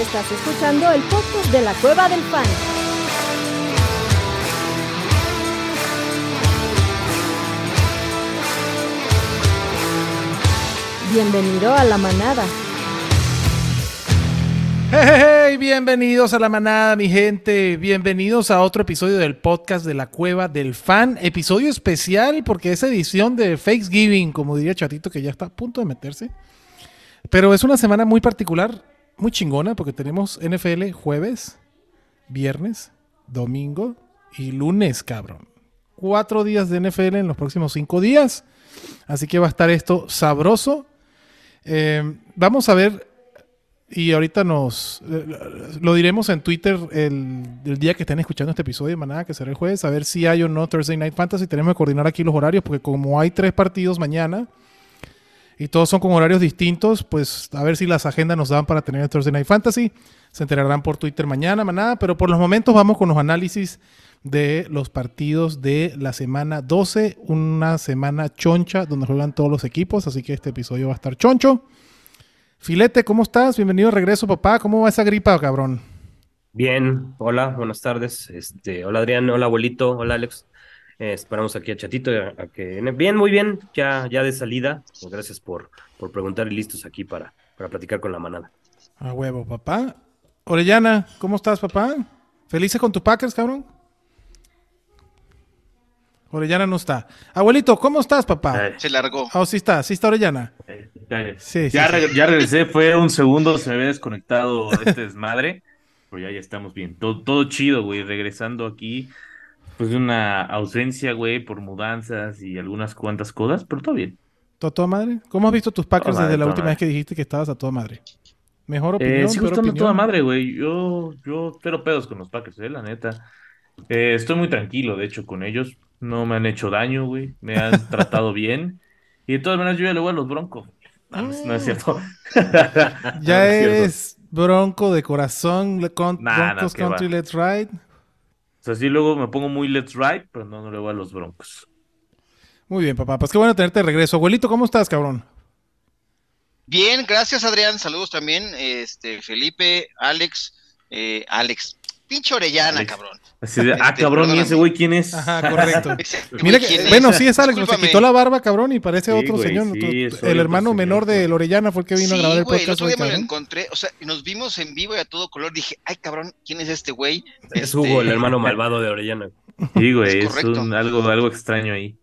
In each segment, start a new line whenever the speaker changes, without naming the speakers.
Estás escuchando el podcast de la Cueva del Fan. Bienvenido a la manada.
¡Hey! Bienvenidos a la manada, mi gente. Bienvenidos a otro episodio del podcast de la Cueva del Fan. Episodio especial porque es edición de Thanksgiving, como diría Chatito, que ya está a punto de meterse. Pero es una semana muy particular, muy chingona, porque tenemos NFL jueves, viernes, domingo y lunes, cabrón. Cuatro días de NFL en los próximos cinco días. Así que va a estar esto sabroso. Eh, vamos a ver y ahorita nos eh, lo diremos en Twitter el, el, día que estén escuchando este episodio, manada, que será el jueves, a ver si hay o no Thursday Night Fantasy. Tenemos que coordinar aquí los horarios, porque como hay tres partidos mañana y todos son con horarios distintos, pues a ver si las agendas nos dan para tener el Thursday Night Fantasy. Se enterarán por Twitter mañana, manada. Pero por los momentos vamos con los análisis de los partidos de la semana 12, una semana choncha donde juegan todos los equipos, así que este episodio va a estar choncho. Filete, ¿cómo estás? Bienvenido de regreso, papá. ¿Cómo va esa gripa, cabrón?
Bien, hola, buenas tardes. Este, hola Adrián, hola abuelito, hola Alex. Eh, esperamos aquí a Chatito eh, a, a que bien, muy bien, ya, ya de salida. Pues gracias por, por preguntar y listos aquí para, para platicar con la manada.
A huevo, papá. Orellana, ¿cómo estás, papá? ¿Felices con tu Packers, cabrón? Orellana no está. Abuelito, ¿cómo estás, papá?
Se largó.
Ah, oh, sí está, sí está Orellana.
Sí, ya, sí, re sí. ya, regresé, fue un segundo, se había desconectado este desmadre, pero ya, ya estamos bien. Todo, todo chido, güey, regresando aquí, pues de una ausencia, güey, por mudanzas y algunas cuantas cosas, pero todo bien.
¿Todo toda madre? ¿Cómo has visto tus Packers toda desde madre, la última madre. vez que dijiste que estabas a toda madre? Mejor opinión, eh,
sí,
peor opinión.
toda madre, güey. Yo, yo cero pedos con los Packers, eh, la neta. Eh, estoy muy tranquilo, de hecho, con ellos. No me han hecho daño, güey. Me han tratado bien. Y de todas maneras, yo ya le voy a los broncos. No, no, es cierto.
ya Ah, no eres cierto. bronco de corazón, con, nah, Broncos no, Country va. Let's Ride.
O sea, sí, luego me pongo muy Let's Ride, pero no, no le voy a los broncos.
Muy bien, papá. Pues qué bueno tenerte de regreso. Abuelito, ¿cómo estás, cabrón?
Bien, gracias, Adrián. Saludos también, este, Felipe, Alex, eh, Alex. Pinche Orellana, Alex. cabrón.
Así de, ah, este, cabrón, perdóname. ¿y ese güey quién es?
Ajá, correcto. Mira que, es? bueno, sí es Alex, pero se quitó la barba, cabrón, y parece sí, otro güey, señor. Sí, otro, otro el hermano señor, menor de Lorellana fue el que vino
sí,
a grabar el
güey,
podcast.
El otro día me lo encontré, o sea, nos vimos en vivo y a todo color. Dije, ay, cabrón, ¿quién es este güey?
Es este... Hugo, el hermano malvado de Orellana.
Sí, güey, es, es un, algo, algo extraño ahí.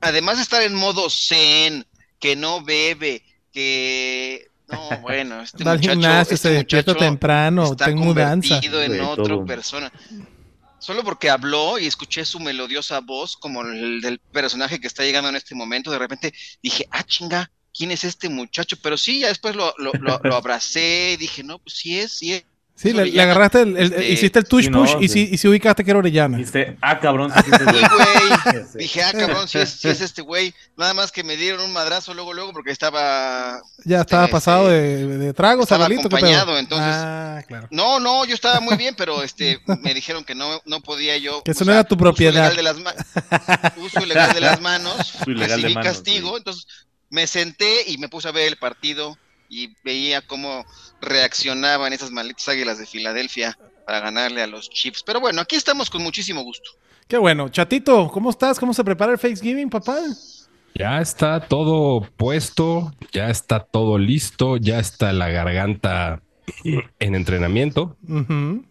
Además de estar en modo zen, que no bebe, que no, bueno, este
Dale muchacho, gimnasio, este se despierta temprano,
está
tengo mudanza.
en otra persona. Solo porque habló y escuché su melodiosa voz, como el del personaje que está llegando en este momento, de repente dije, ah, chinga, ¿quién es este muchacho? Pero sí, ya después lo, lo, lo, lo abracé, dije, no, pues sí es, sí es.
Sí, le, le, agarraste, el, el, este... hiciste el touch sí, no, push sí. y, si, y si ubicaste que era Orellana.
Dijiste, ah, cabrón,
sí, este güey. Dije, ah, cabrón, si es, si es este güey. Nada más que me dieron un madrazo luego, luego, porque estaba.
Ya estaba este, pasado de, de tragos,
estaba
abuelito,
acompañado, entonces. Ah, claro. No, no, yo estaba muy bien, pero este, me dijeron que no, no podía yo.
Que eso no era tu propiedad.
Uso ilegal de las, uso ilegal de las manos. Recibí de manos, castigo, sí. entonces me senté y me puse a ver el partido y veía cómo reaccionaban esas malditas águilas de Filadelfia para ganarle a los Chips. Pero bueno, aquí estamos con muchísimo gusto.
Qué bueno. Chatito, ¿cómo estás? ¿Cómo se prepara el Thanksgiving, papá?
Ya está todo puesto, ya está todo listo, ya está la garganta en entrenamiento.
Uh -huh.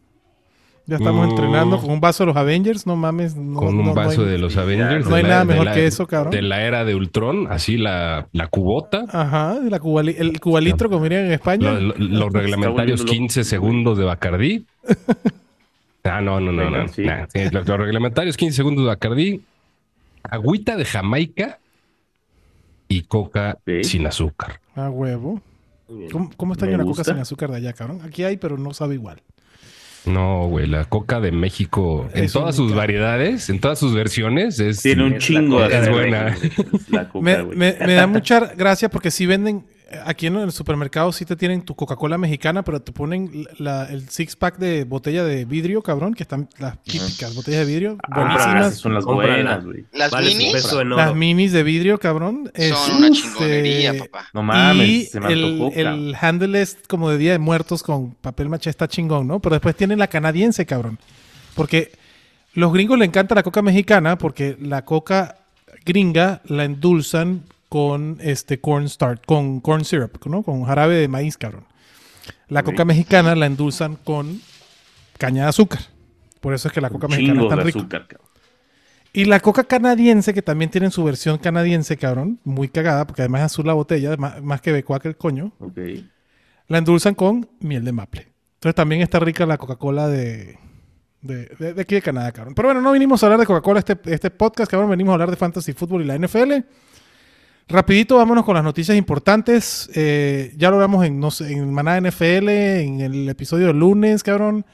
Ya estamos mm. entrenando con un vaso de los Avengers, no mames. No,
con un
no,
vaso no hay, de los Avengers.
No hay
la,
nada mejor
la,
que eso, cabrón.
De la era de Ultron, así la, la cubota.
Ajá, la cubali, el cubalitro, como dirían en España.
Lo, lo, los reglamentarios 15 segundos de Bacardí. ah, no, no, no, no. Sí. Nah, sí, los, los, reglamentarios 15 segundos de Bacardí. Agüita de Jamaica y coca sí. sin azúcar.
A Ah, huevo. ¿Cómo, cómo está la coca sin azúcar de allá, cabrón? Aquí hay, pero no sabe igual.
No, güey, la coca de México, en es todas única. sus variedades, en todas sus versiones, es.
Tiene un chingo,
es, la coca, es buena.
La coca, me, me, me, da mucha gracia porque sí venden eh, aquí en el supermercado sí te tienen tu Coca-Cola mexicana, pero te ponen la, el six-pack de botella de vidrio, cabrón, que están las típicas botellas de vidrio.
Ah, esas
buenísimas.
son las buenas, güey.
Las
Vale su
minis
peso en oro.
Las minis de vidrio, cabrón.
son una
este,
chingonería, papá.
No mames,
y
se me
el,
antojó, cabrón.
el handle es como de Día de Muertos con papel maché está chingón, ¿no? Pero después tienen la canadiense, cabrón. Porque los gringos le encanta la coca mexicana porque la coca gringa la endulzan con este corn starch, con corn syrup, ¿no? Con jarabe de maíz, cabrón. La
Ok.
coca mexicana la endulzan con caña de azúcar. Por eso es que la coca
Un
mexicana
chingo
es tan
de
rica.
azúcar, cabrón.
Y la coca canadiense, que también tienen su versión canadiense, cabrón, muy cagada, porque además es azul la botella, más, más que becua que el coño,
Ok.
la endulzan con miel de maple. Entonces también está rica la Coca-Cola de, de, de- de aquí de Canadá, cabrón. Pero bueno, no vinimos a hablar de Coca-Cola este, este podcast, cabrón, venimos a hablar de fantasy fútbol y la NFL. Rapidito, vámonos con las noticias importantes. Eh, ya lo hablamos en, no sé, en Maná NFL, en el episodio del lunes, cabrón.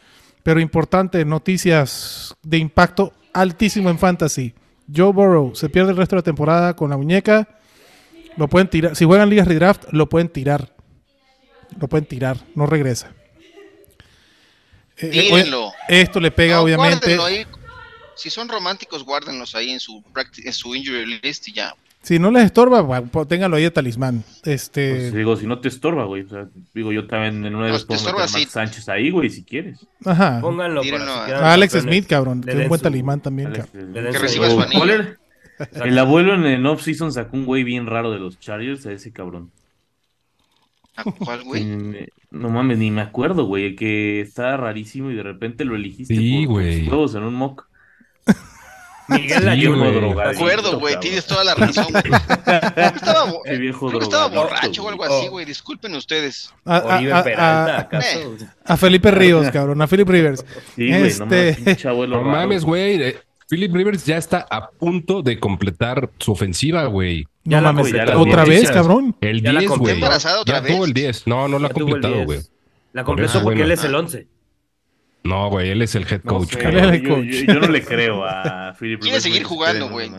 Pero importante, noticias de impacto altísimo en fantasy. Joe Burrow se pierde el resto de la temporada con la muñeca. Lo pueden tirar. Si juegan ligas redraft, lo pueden tirar. Lo pueden tirar. No regresa. Eh, eh, oye,
Tírenlo.
esto le pega,
No,
obviamente.
guárdenlo ahí. Si son románticos, guárdenlos ahí en su, practi- en su injury list y ya.
Si no les estorba, bueno, pues, ténganlo ahí de talismán. Este.
Pues, digo, si no te estorba, güey. O sea, digo, yo también en una de
No,
las
te
puedo meter
estorba,
a
sí.
Mark Sánchez ahí, güey, si quieres.
Ajá.
Pónganlo para
Tírenlo
si
a-
quedan
A Alex
campeones.
Smith, cabrón, que
Le
es un
den
buen
su-
talismán también,
Alex,
cabrol.
le
den
den
Que
su-
reciba su anillo.
¿Cuál era? El abuelo en el off-season sacó un güey bien raro de los Chargers a ese cabrón.
¿A cuál, güey?
Mm, No mames, ni me acuerdo, güey, que estaba rarísimo y de repente lo elegiste
Sí,
por
güey.
tus huevos en un mock.
Miguel la
Sí,
llevó
güey.
De
drogadicto,
acuerdo, güey,
cabrón.
tienes toda la razón, güey. Creo que estaba, bo-
Ese viejo
Eh, creo que estaba
drogadicto,
borracho o
güey.
algo así, güey. Disculpen ustedes.
A, a-
Oribe
a-
Peralta,
a-
¿acaso?
a Felipe Ríos, cabrón, a Philip Rivers.
Sí, güey, no mames,
Este-
pinche abuelo
No
raro.
mames, güey. eh, Philip Rivers ya está a punto de completar su ofensiva, güey.
No
Ya la
mames,
comí, ya la
otra
comí.
vez, cabrón.
El
Ya la
10,
compré
güey.
embarazada otra
Ya tuvo
vez.
el 10. No, no lo ha
Ya tuvo el
completado,
10.
güey.
La
Por
completó
eso,
porque
bueno.
él es el 11.
No, güey, él es el head
No
coach,
sé,
Él es
cabrón.
el
yo-
coach.
Yo, yo no le creo a Philip
Quiere seguir jugando, güey.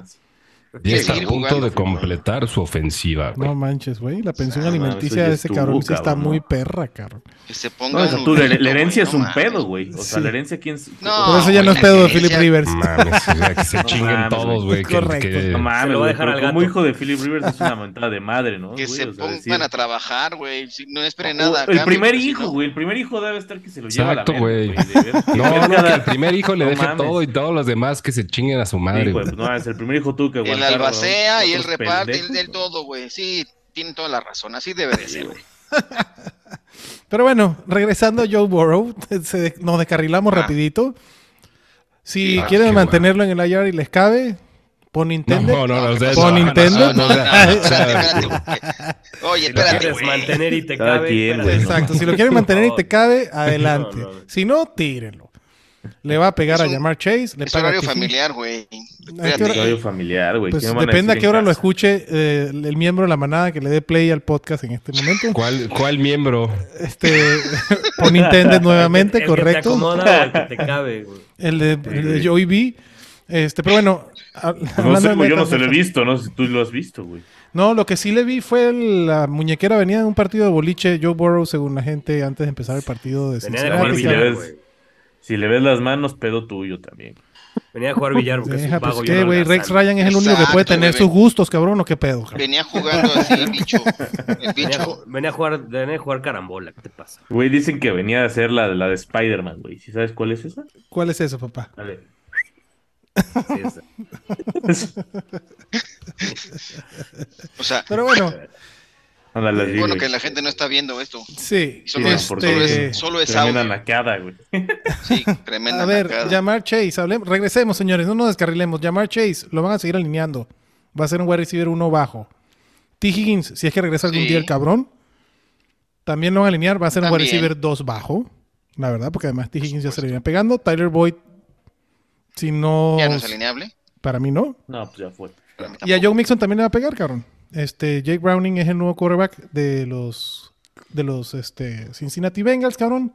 Y está a
Seguir
punto
jugando,
de
cabrón.
completar su ofensiva, güey.
No manches, güey. La pensión
Ah,
alimenticia
mames,
de
eso
ese
ya estuvo,
cabrón sí está
cabrón, ¿no?
muy perra, cabrón.
Que se ponga
No, o sea,
un
tú, la, la
urgente,
herencia es
güey,
un
no
pedo,
mames.
güey. O sea,
Sí.
la herencia quién es-
No,
Por eso ya
güey,
no es
la
pedo de
gerencia-
Philip Rivers.
Mames, o sea, que se
No
chinguen
mames,
todos, güey. que-
Correcto.
que-
No mames,
Se lo va a
güey,
dejar
pero
al
como
gato.
hijo de Philip Rivers es una mentada de madre, ¿no?
Que
güey?
se
O sea,
pongan
decir-
a trabajar, güey. si- No esperen
O-
nada. a
El
cambio,
primer
porque si
hijo,
no-
güey. El primer hijo debe estar que se lo lleva
Exacto,
a la verga,
güey.
de ver- de
No,
ver
no, que
cada-
al primer hijo le
No
deje
mames.
todo y todos los demás que se chinguen a su madre.
Sí, güey,
güey.
pues, no, es el primer hijo tuvo que
El
aguantar.
albacea
otros
y el reparte,
pendejos,
el, el todo, güey. Sí, tienen toda la razón. Así debe de ser, güey.
Pero bueno, regresando a Joe Burrow, se de- nos descarrilamos
Ah.
rapidito. Si
Ah,
quieren
qué
mantenerlo en el IR y les cabe, pon Nintendo.
No, no, no, o sea,
Por
Ah, no, no,
Nintendo.
no, no,
No,
o sea,
no, no,
o sea,
espérate, espérate, güey. Oye,
Si lo
espérate,
quieres
güey.
mantener y te
Cada
cabe.
quien,
espérate.
güey, no
Exacto, si lo quieren mantener y te cabe, adelante.
No, no, no.
Si no, tírenlo. Le va a pegar
Es
a
un-
llamar Chase, le
Es
paga
horario
Tiffy.
familiar, güey.
qué hora-
El
Espérate.
horario familiar, güey.
Pues
¿qué me van
depende a
decir
qué
en
hora lo
casa?
escuche eh, el el miembro de la manada que le dé play al podcast en este momento.
¿Cuál, ¿Cuál miembro?
Este, por Nintendo
El
nuevamente,
que te
correcto.
acomoda o el que te cabe, güey.
El de, el de Joey B. Este, pero bueno, ha-
Pues No sé,
de
güey, yo no
metas,
se lo he visto, no sé si tú lo has visto, güey.
No, lo que sí le vi fue la muñequera venía de un partido de boliche, Joe Burrow, según la gente, antes de empezar el partido de
Venía de
Cincinnati,
jugar
cabrón.
billar, güey.
Si le ves las manos, pedo tuyo también.
Venía a jugar billar porque es
Deja,
un
pues
vago. yo
qué,
no
güey.
alcanzo.
Rex Ryan es el único que puede
Exacto,
tener
güey.
sus gustos, cabrón, o qué pedo. cabrón?
Venía jugando así el bicho. El
Venía a, ju-
bicho.
venía a jugar, venía a jugar carambola, ¿qué te pasa?
Güey, dicen que venía a hacer la, la de Spider-Man, güey. ¿Sí sabes cuál es esa?
¿Cuál es eso, papá?
A ver.
Sí, es-
O sea,
Pero bueno,
Ándale, así,
bueno
güey.
que la gente no está viendo esto.
sí.
Solo,
Sí,
es,
por
solo,
este,
es, solo es
Tremenda
audio.
pues, naqueada, güey.
Sí, tremenda.
a ver,
nacada.
llamar Chase, hablemos- regresemos, señores, no nos descarrilemos. Llamar Chase, lo van a seguir alineando. Va a ser un wide receiver uno bajo. T. Higgins, si es que regresa algún
Sí.
día el cabrón, también lo van a alinear, va a ser un wide
También.
receiver dos bajo. La verdad, porque además T. Higgins ya se le viene pegando. Tyler Boyd, si no.
Ya no es alineable.
para mí no.
No, pues ya fue.
Para mí
Y a
tampoco.
Joe Mixon también le va a pegar, cabrón. Este, Jake Browning es el nuevo quarterback de los de los este, Cincinnati Bengals, cabrón.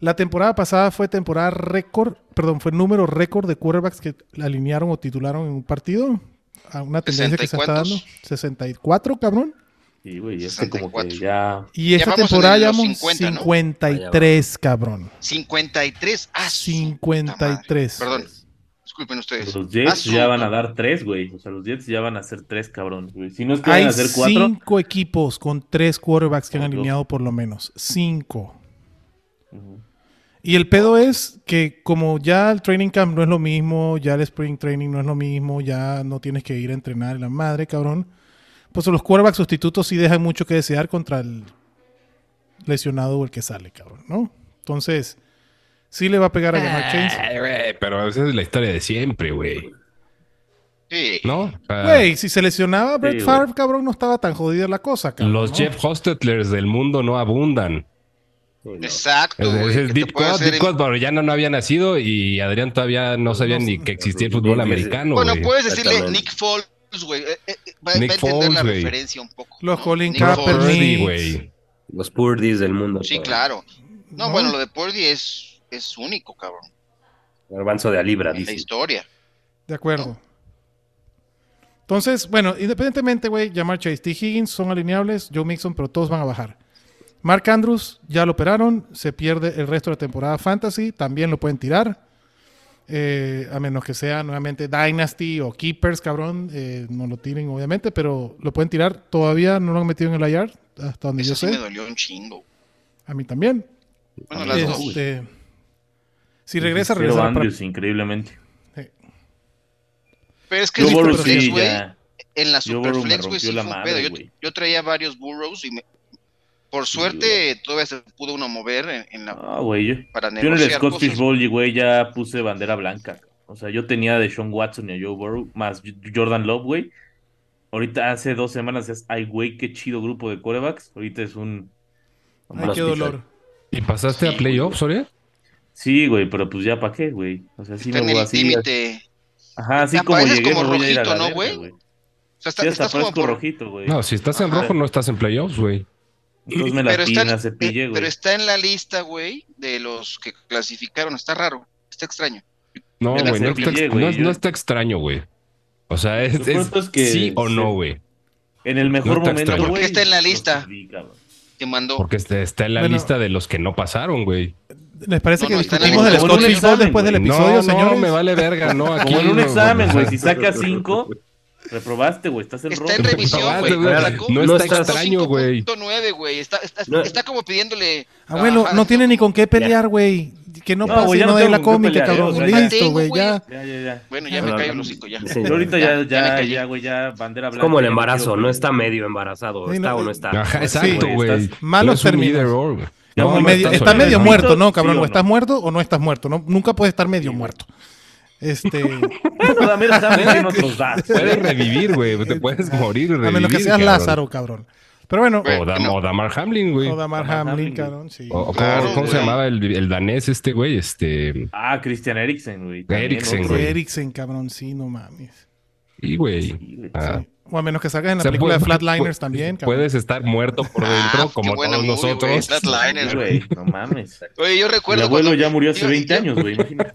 La temporada pasada fue temporada récord, perdón, fue número récord de quarterbacks que alinearon o titularon en un partido. A una tendencia que se está dando. 64, cabrón.
Sí, güey, este como que ya.
Y esta
Ya vamos en
temporada
el- los
llevamos
50, ¿no?
53, cabrón.
53. Ah, su puta madre.
53.
Perdón, disculpen ustedes.
Los Jets
Ah, su-
ya van a dar tres, güey. O sea, los Jets ya van a ser tres, cabrón. güey. Si no es que
Hay
van a ser cuatro,
cinco equipos con tres quarterbacks que han
Con dos.
alineado por lo menos. Cinco. Y el pedo es que como ya el training camp no es lo mismo, ya el spring training no es lo mismo, ya no tienes que ir a entrenar en la madre, cabrón. Pues los quarterbacks sustitutos sí dejan mucho que desear contra el lesionado o el que sale, cabrón, ¿no? Entonces, sí le va a pegar a Jamar Chase.
Ay, güey, pero esa es la historia de siempre, güey.
Sí.
¿No? O sea,
Güey, si se lesionaba Brett
Sí, güey.
Favre, cabrón, no estaba tan jodida la cosa, cabrón.
los
¿no?
Jeff Hostetlers del mundo no abundan.
sí, no.
Exacto.
Es,
güey,
es el
que te
Deep
puede
Cut,
hacer
Deep
en-
Cut, pero ya no, no había nacido y Adrián todavía no sabía
No, sí.
ni que existía el
Sí,
fútbol
sí.
americano.
Bueno,
güey.
puedes decirle
Exactamente.
Nick Foles, güey. eh, eh, va,
Nick
va a entender la
Foles, güey.
referencia un poco.
Los
¿no?
Colin
Nick Foles.
Kaepernick.
Purdy, güey.
Los Purdis del mundo.
Sí,
cabrón.
claro. No,
¿No?
bueno, lo de Purdy es, es único, cabrón,
Garbanzo de Alibra,
en la
dice.
historia.
De acuerdo. Entonces, bueno, independientemente, güey, Jamar Chase, T. Higgins son alineables, Joe Mixon, pero todos van a bajar. Mark Andrews ya lo operaron, se pierde el resto de la temporada fantasy, también lo pueden tirar. Eh, a menos que sea nuevamente Dynasty o Keepers, cabrón, eh, no lo tiren obviamente, pero lo pueden tirar. Todavía no lo han metido en el IR, hasta donde
Eso
yo
sí me
sé.
dolió un chingo.
A mí también.
Bueno, las dos.
Este, si regresa,
Pero
regresa.
Andrews, increíblemente.
Pero es que
Yo
el
Burrow
Superflex,
sí,
güey,
ya.
en la
Joe Burrow me
Superflex, güey, sí
rompió la
fue un
madre,
pedo. Yo-
güey.
Yo, traía varios Burrows y me- por suerte todavía se pudo uno mover en, en la,
Ah, güey. Yo,
para
yo en el
negociar
Scott
cosas.
Fishbowl, güey, ya puse bandera blanca. O sea, yo tenía de Sean Watson y a Joe Burrow, más Jordan Love, güey. Ahorita hace dos semanas es, ay, güey, qué chido grupo de corebacks. Ahorita es un.
Ay, qué dolor.
¿Y pasaste
Sí,
a playoffs, Ore?
Sí, güey, pero pues ya para qué, güey. O sea, sí
Está
me
en
voy
el
así.
límite.
Ajá, así
Ah,
como
pareces
llegué,
como
me voy a ir a la
rojito, ¿no,
verga,
güey?
güey.
O sea, está-
Sí, hasta
estás como
fresco
por-
rojito, güey.
No, si estás en
Ajá.
rojo no estás en playoffs, güey.
Entonces me la
pero, está,
pina,
en-
cepille,
eh,
güey.
pero está en la lista, güey, de los que clasificaron. Está raro, está extraño.
No,
Me la
güey, no,
cepillé,
está, ex-
güey,
no es-
yo-
no está extraño, güey. O sea, es,
Lo cierto
es
es que
sí o
se-
no, güey.
En el
No
mejor
está
momento,
extraño.
güey.
¿Por qué está en la
los
lista?
subí, cabrón.
Te mandó.
Porque este- está en la
Bueno.
lista de los que no pasaron, güey.
¿Les parece
No,
que
no, están
discutimos
en
el
el-
Como
Scott
en un
Fishbowl
examen,
después del
güey.
episodio,
no,
señores?
no, me vale verga, no. Aquí
Como en un
no,
examen,
no,
güey.
no.
Si sacas cinco, reprobaste, güey. Estás en
Está
rojo.
en revisión, güey.
No, Ah, no,
Sacó
no
está
105.9,
extraño, güey.
güey. Está, está,
No.
está como pidiéndole.
Abuelo,
ajá,
no tiene ni con qué pelear, güey. Que no
No,
pase
güey,
y
ya
no
no
dé
tengo
la
con qué
cómica,
pelear,
cabrón.
o sea,
ya
Listo,
tengo,
güey, ya.
Ya, ya, ya.
Bueno, ya
No,
me
Ah,
no,
cayó
no.
el hocico, ya.
Sí,
Yo ahorita
Ya, ya
ya,
me
ya,
callé.
ya, güey, ya, bandera
Es
blanca.
como el
ya me
embarazo,
quiero,
no
güey.
está medio embarazado,
Sí,
está
no,
o no
eh,
está.
Ajá,
Sí,
exacto,
güey,
güey.
estás-
Malos
No es un
términos.
either-or, güey.
Ya
Como
no
medio-
estás
está
ahorita.
medio
¿Sí
muerto,
o
¿no,
no?
cabrón?
¿Sí o
o
no?
estás muerto o no estás muerto. No, nunca puedes estar medio muerto. Este,
Bueno, también examen en otros datos.
Puedes revivir, güey. Te puedes morir y revivir.
a menos que seas
cabrón.
Lázaro, cabrón. Pero bueno,
O, Dam- o Damar Hamlin, güey.
o Damar
Damar
Hamlin,
Hamlin.
cabrón, sí.
O- o
Claro,
¿Cómo, cómo se
güey.
llamaba el, el danés este, güey? Este.
Ah, Christian Eriksen, güey. también
Eriksen,
otro.
güey.
Eriksen, cabrón, sí, no mames.
Y, güey.
Sí, güey.
Ah.
O a menos que salgas en la
O sea,
película de
puede-
Flatliners
puede-
también, cabrón.
Puedes estar muerto por dentro,
Ah,
como
qué buena
todos
movie, güey,
nosotros.
Flatliners,
Sí,
güey.
güey. No mames.
Oye, yo
Mi
recuerdo.
abuelo
cuando-
ya murió hace
yo-
20
yo-
años, güey. Imagínate.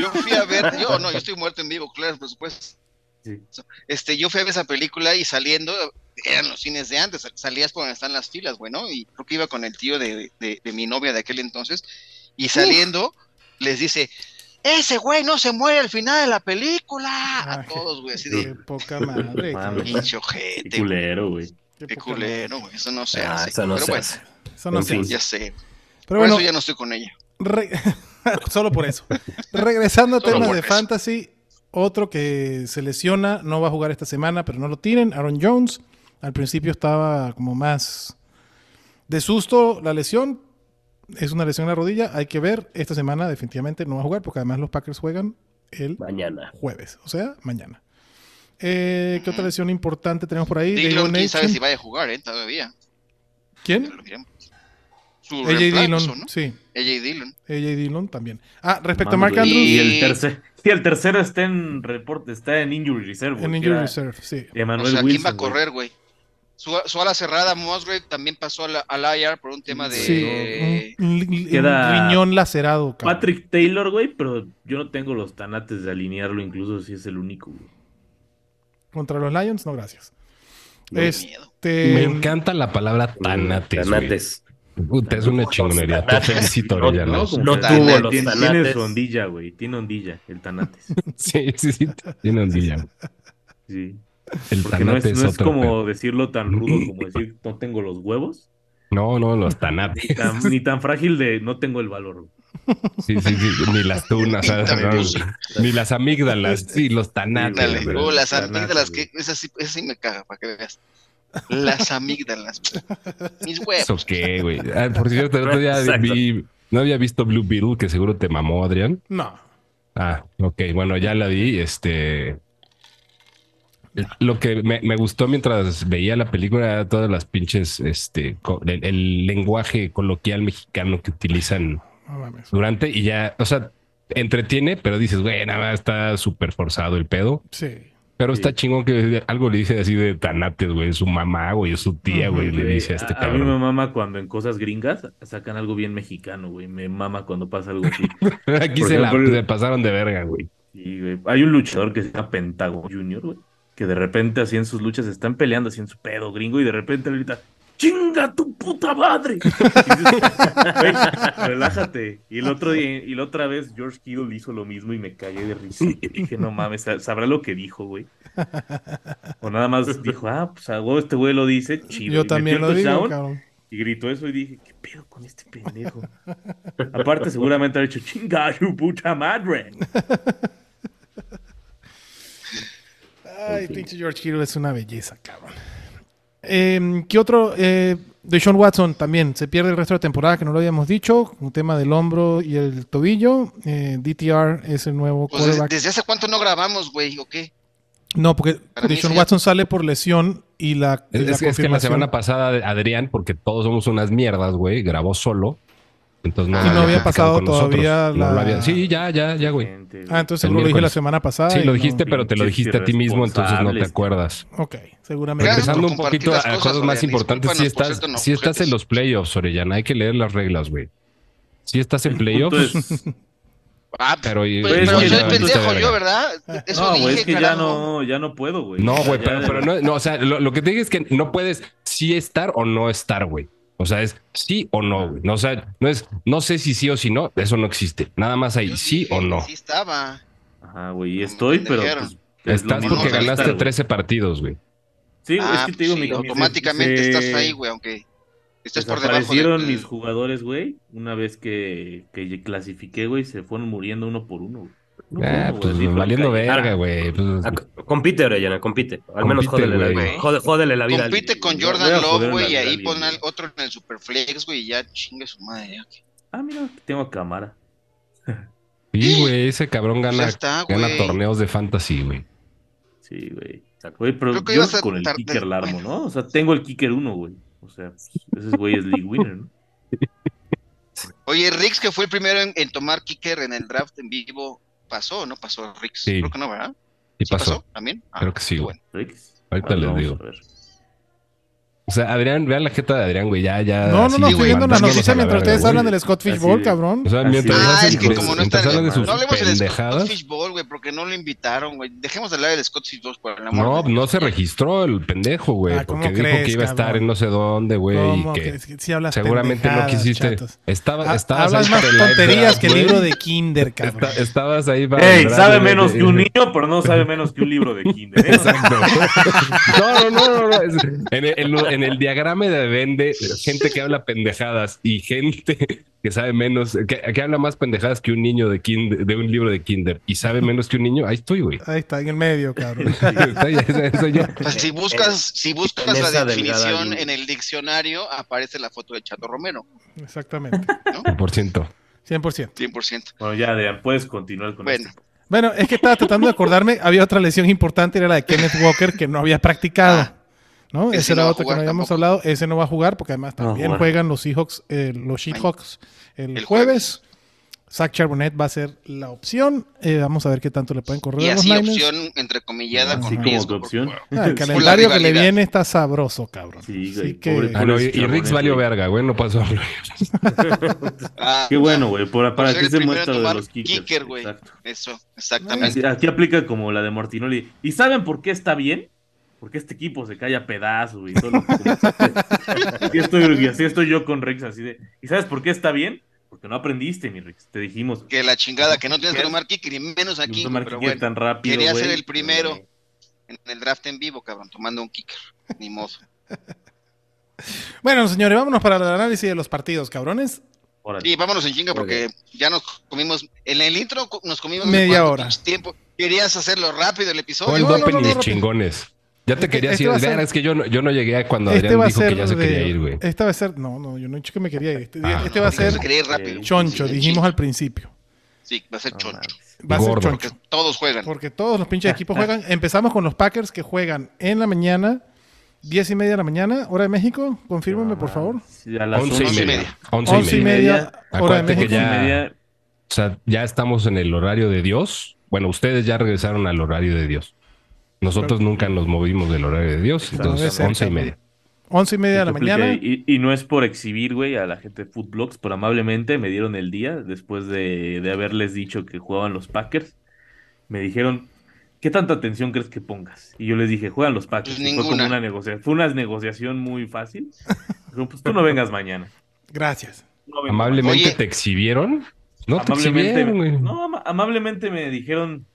Yo fui a ver, yo no, yo estoy muerto en vivo, claro, por supuesto.
Sí.
Este, yo fui a ver esa película y saliendo, eran los cines de antes, salías por donde están las filas, güey, ¿no? Y creo que iba con el tío de, de- de mi novia de aquel entonces, y saliendo, les dice, ese güey no se muere al final de la película.
Ah,
A todos, güey, así
Qué
de
poca madre.
Mames.
cabrón,
pinche
Qué
ojete, güey,
culero, güey.
qué
qué
poca
culero, güey, eso no se
Ah,
hace.
eso no
Pero pues.
se hace.
bueno,
madre. Eso no
En
se
fin.
hace.
ya sé.
Pero
por
bueno,
eso ya no estoy con ella.
Re- Solo por eso. Regresando a
Solo
temas
por
de
eso.
fantasy, otro que se lesiona, no va a jugar esta semana, pero no lo tienen, Aaron Jones. Al principio estaba como más de susto la lesión. Es una lesión en la rodilla, hay que ver. Esta semana definitivamente no va a jugar porque además los Packers juegan el
Mañana.
jueves, o sea, mañana. Eh, ¿Qué otra lesión importante tenemos por ahí?
Dillon,
Davon
quién sabe
Aitken.
si vaya a jugar, ¿eh? Todavía. Ya
¿Quién?
lo diremos. Su
AJ
reemplazo,
Dillon,
¿no?
sí.
AJ Dillon.
AJ Dillon también. Ah, respecto a
Mames,
Mark
güey.
Andrews,
Y
Y-
el tercer, sí, el tercero está en reporte, está en injury reserve. güey,
en
que
Injury
era
Reserve, sí.
Emmanuel
o sea, ¿quién
Wilson,
va a
güey.
correr, güey? Su, su ala cerrada, Musgrave, también pasó al, al IR por un tema de...
Sí, un, un li-
queda-
un riñón lacerado. cabrón.
Patrick Taylor, güey, pero yo no tengo los tanates de alinearlo, incluso si es el único, güey.
Contra los Lions, no, gracias. Este,
Me encanta la palabra tanates. güey.
Tanates.
Puta, es una
Los
chingonería. Te
tanates.
felicito,
No,
Orellana.
no, como
Lo
que
tuvo,
tiene-
los
tiene,
tanates.
tiene su ondilla, güey. Tiene ondilla, el tanates.
Sí, sí, sí. Tiene un día.
Sí.
El
Porque no es,
tanate es,
no es
otro.
como
pedo.
decirlo tan rudo como decir no tengo los huevos,
No, no, los
ni
tanates.
tan, ni tan frágil de no tengo el valor. güey.
Sí, sí, sí. Ni las tunas, ¿sabes?
Tantus.
No, ni las amígdalas. Sí, los tanates.
Dale,
pero
o
güey.
las
las
amígdalas,
güey.
que esas sí, esas sí me caga, para que veas. Las amígdalas. Mis huevos.
¿Eso qué, güey? Ah, por cierto, el otro día
Exacto.
vi- No había visto Blue Beetle, que seguro te mamó, Adrián.
no.
Ah, ok, bueno, ya la vi. Este. Lo que me, me gustó mientras veía la película era todas las pinches, este, co- el, el lenguaje coloquial mexicano que utilizan
No mames.
durante y ya, o sea, entretiene, pero dices, güey, nada más está súper forzado el pedo.
Sí.
Pero
Sí.
está chingón que algo le dice así de tanates, güey, su mamá, güey, su tía, güey, le
Güey,
dice a este
a mí me
cabrón.
mama cuando en cosas gringas sacan algo bien mexicano, güey. Me mama cuando pasa algo así.
Aquí
Por
se la
ejemplo,
se pasaron de verga, güey.
Sí, güey. Hay un luchador que se llama Pentagon Junior, güey, que de repente así en sus luchas están peleando así en su pedo gringo y de repente le grita, ¡Chinga tu puta madre! Y dices, "Güey, relájate. Y el otro día, y la otra vez George Kittle hizo lo mismo y me cagué de risa. Y dije, no mames, ¿sab- ¿sabrá lo que dijo, güey? O nada más dijo, ah, pues a huevo este güey lo dice, chido. Y
Yo
metió
también
el
lo digo,
touchdown
cabrón.
y gritó eso y dije, ¿qué pedo con este pendejo? Aparte, seguramente ha dicho, chinga su puta madre.
Ay, pinche George Kittle es una belleza, cabrón. Eh, ¿Qué otro? Eh, de Sean Watson también. Se pierde el resto de temporada, que no lo habíamos dicho. Un tema del hombro y el tobillo. Eh, DTR es el nuevo
Pues,
quarterback.
¿Desde hace cuánto no grabamos, güey? ¿O qué?
No, porque
Para mí
Deshaun
sí.
Watson sale por lesión y la, y
Es,
la
es que- es que la
confirmación-
semana pasada Adrián, porque todos somos unas mierdas, güey, grabó solo. Entonces no,
Y no
había
había
platicado
pasado
con nosotros.
todavía
No lo
la-
había- Sí, ya, ya, ya, güey.
Gente,
Ah, entonces seguro lo dije la
miércoles.
semana pasada.
Sí,
y
lo
no-
dijiste, pero te lo
pinches
dijiste a ti mismo, entonces no te
irresponsables.
acuerdas.
Ok, seguramente.
Gracias
Regresando
por
un
compartir
poquito a
las
cosas,
cosas,
más
Adrián.
importantes, si
Discúlpanos por
estás,
cierto, no,
si estás
ojetes.
en los playoffs, Orellana, hay que leer las reglas, güey. Si estás en playoffs,
Punto es-
Ah, pero,
pero...
Pues es
pero
que
soy
ya-
pendejo yo, ¿verdad? Eso
No, güey,
dije,
es que ya
carajo.
no, ya no puedo, güey.
No, güey,
Pues, Ya-
pero,
ya-
pero no, no, o sea, lo, lo que te digo es que no puedes sí estar o no estar, güey. O sea, es sí o no, güey. No, o sea, no es, no sé si sí o si no, eso no existe. Nada más hay
Yo
sí
dije
o
que
no.
Sí estaba.
Ajá, güey, y
Como
estoy, pero.
pendejearon.
pues, es lo
Estás
mismo
porque
que estar,
ganaste
güey.
13 partidos, güey.
Sí, güey,
Ah,
es que te digo,
sí,
mi- mi-
automáticamente
se-
estás ahí, güey, aunque estés por debajo
Desaparecieron
de
mis jugadores, güey, una vez que, que clasifiqué, güey, se fueron muriendo uno por uno, güey. Uno por
Ah,
uno, güey,
pues
así, pero
valiendo
cayó.
verga, güey. Pues,
Ah, c- compite, Orellana, compite. Al menos
Compite,
jódele la
güey.
vida. Jode- jódele la vida. a
Compite
alguien.
con
Yo voy a
Jordan Love,
joder
güey,
la
y
vida a
ahí
alguien,
pon al
güey.
otro en el Superflex, güey, y ya chingue su madre. ya.
Ah, mira, tengo cámara.
Sí, güey, ese cabrón
Pues
gana,
ya está,
gana
güey.
torneos de fantasy, güey.
Sí, güey. Güey, pero
Creo que
yo
ibas a
con el
tardar-
kicker largo,
bueno.
¿no? O sea, tengo el kicker uno, güey. O sea, pues, ese güey es league winner, ¿no?
Oye, Rix, que fue el primero en, en tomar kicker en el draft en vivo, ¿pasó o no pasó Rix?
Sí.
Creo que no, ¿verdad?
Y
¿Sí
pasó.
también? Ah,
Creo que sí, güey.
Ricks.
Ahorita
Ah,
les
vamos
digo.
a ver.
O sea, Adrián, vean la jeta de Adrián, güey. Ya, ya.
No, no,
así,
no, estoy
Sí,
Ah, güey,
güey,
viendo una
mandándolos
noticia
a la
mientras
verga,
ustedes
güey.
hablan del Scottish
Así
Bowl,
de-
cabrón.
O sea,
Así
mientras
de-
Ah,
hacen
es que
sus-
como no
mientras
está
hablan de
no
sus
hablemos del Scott
pendejadas.
Fishbowl, güey, porque no lo invitaron, güey. Dejemos de hablar del Scott Fishbowl, por el amor
No,
de Dios.
no se registró el pendejo, güey.
Ah, ¿cómo
porque dijo
crees,
que iba a estar
cabrón?
en no sé dónde, güey. Y
¿Cómo
que
que si- si hablas
seguramente no
pendejadas,
quisiste.
chatos?
Estaba,
Ha-
estabas
hablas
ahí
más
para el live
tonterías que
draft,
libro
güey.
de kinder, cabrón.
Esta- estabas ahí para. el
Ey,
draft,
sabe
güey.
menos que un niño, pero no sabe menos que un libro de kinder. ¿eh?
Exacto. No, no, no, no, no. Es- En, el, en lo- en el diagrama de vende gente que habla pendejadas y gente que sabe menos, que, que habla más pendejadas que un niño de kinder, de un libro de kinder y sabe menos que un niño. Ahí estoy, güey.
Ahí está, en el medio, cabrón.
Está ya- eso- eso ya-
Pues si buscas, si buscas
en
la
esa delgada
definición
línea.
en el diccionario, aparece la foto de Chato Romero,
Exactamente.
100%.
100%.
100%.
Bueno, ya, Adrián, puedes continuar con este.
Bueno,
esto.
Bueno, es que estaba tratando de acordarme. Había otra lesión importante, era la de Kenneth Walker, que no había practicado.
Ah.
¿no?
Ese
Ese
no
era
va a
otro que
jugar
no habíamos
tampoco.
hablado. Ese no va a jugar porque además
No
también
juega.
juegan los Seahawks, eh, los Seahawks el,
El
jueves. Zach Charbonnet va a ser la opción. Eh, vamos a ver qué tanto le pueden correr
y
a los
así
Niners.
opción entrecomillada
Ajá.
con
Así como
riesgo,
tu
por
opción.
favor.
Ah, el
Sí,
calendario que le
rivalidad.
viene está sabroso, cabrón.
Sí,
Así
güey,
que
pobre
Ah, no, y, y Rix valió verga, güey. No pasó.
Ah,
Qué bueno, güey, por- para
ser
que
el
se
primero
muestra
en
lo de
tomar
los kickers.
kicker, güey.
Exacto.
Eso,
Así-
exactamente.
Aquí aplica como la de Mortinoli. ¿Y saben por qué está bien? porque este equipo se cae a pedazos, güey. Todo lo que... así, estoy, y así estoy yo con Rex, así de... ¿Y sabes por qué está bien? Porque no aprendiste, mi Rex. Te dijimos.
Que la chingada, que no tienes que tomar kick, ni menos aquí.
No tomar
pero
kicker
bueno,
tan rápido,
quería
güey.
ser el primero en el draft en vivo, cabrón, tomando un kicker. Ni modo.
Bueno, señores, vámonos para el análisis de los partidos, cabrones.
Órale.
Y vámonos en chinga porque ya nos comimos. En el intro co- nos comimos
Media
cuánto
hora.
pinche tiempo. Querías hacerlo rápido el episodio.
No,
¿Cuándo
no,
opening
no,
de
no,
chingones? Ya te
Este-
querías
este
ir.
va a
Vean,
ser-
es que yo no, yo no llegué a cuando
Este
Adrián
va a
dijo
ser
que ya se
de-
quería ir, güey.
Este va a ser. No, no, yo no he dicho que me quería ir. Este,
Ah,
este va a
Porque yo
ser
se quería ir rápido.
choncho,
Sí,
dijimos
sí,
al principio.
Sí, va a ser choncho.
Va a ser
Gordo.
choncho.
Porque todos juegan.
Porque todos los
Ah,
pinches equipos juegan. Empezamos con los Packers que juegan en la mañana, 10 y media de la mañana, hora de México. Confírmenme, por favor.
Sí, a las
Once y
once y
media.
media.
Once
Once
y
y
media.
media, hora de
Acuérdate que
México.
ya-
y media.
O sea, ya estamos en el horario de Dios. Bueno, ustedes ya regresaron al horario de Dios. Nosotros nunca nos movimos del horario de Dios,
Exacto.
Debe
entonces
ser,
once y
cabrón.
media.
11 y media de la mañana.
Y, y no es por exhibir, güey, a la gente de Footblocks, pero amablemente me dieron el día después de, de haberles dicho que jugaban los Packers. Me dijeron, ¿qué tanta atención crees que pongas? Y yo les dije, juegan los Packers.
Pues
Y fue como
ninguna.
una negociación, fue una negociación muy fácil. Dijeron, pues tú no vengas mañana.
Gracias.
No vengas
Amablemente
Oye.
te exhibieron. No te
amablemente,
exhibieron,
me,
güey.
no, ama- amablemente me dijeron,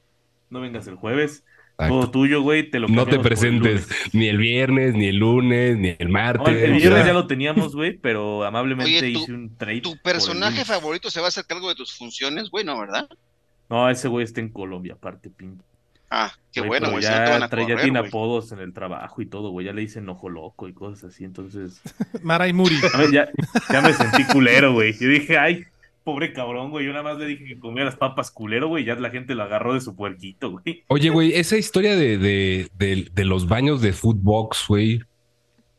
no vengas el jueves,
Exacto.
todo tuyo, güey, te lo
No te
cambiamos por el
presentes
lunes".
ni el viernes, ni el lunes, ni el
No, el-
martes.
el
o
viernes
sea,
ya lo teníamos, güey, pero amablemente
Oye, tu-
hice un trade. por
¿Tu
el
personaje
lunes.
favorito se va a hacer cargo de tus funciones? güey, no, ¿verdad?
No, ese güey está en Colombia, aparte, pin.
Ah, qué
Güey,
bueno,
pero
güey. si no
Ya,
te van a
trae- ya
correr,
tiene
güey.
apodos en el trabajo y todo, güey. Ya le dicen ojo loco y cosas así. Entonces,
Mara y Muri.
a ver, ya, ya me sentí culero, güey. Yo dije, ay, pobre cabrón, güey. Yo nada más le dije que comía las papas culero, güey. Ya la gente lo agarró de su puerquito, güey.
Oye, güey, esa historia de, de, de- de los baños de Footbox, güey,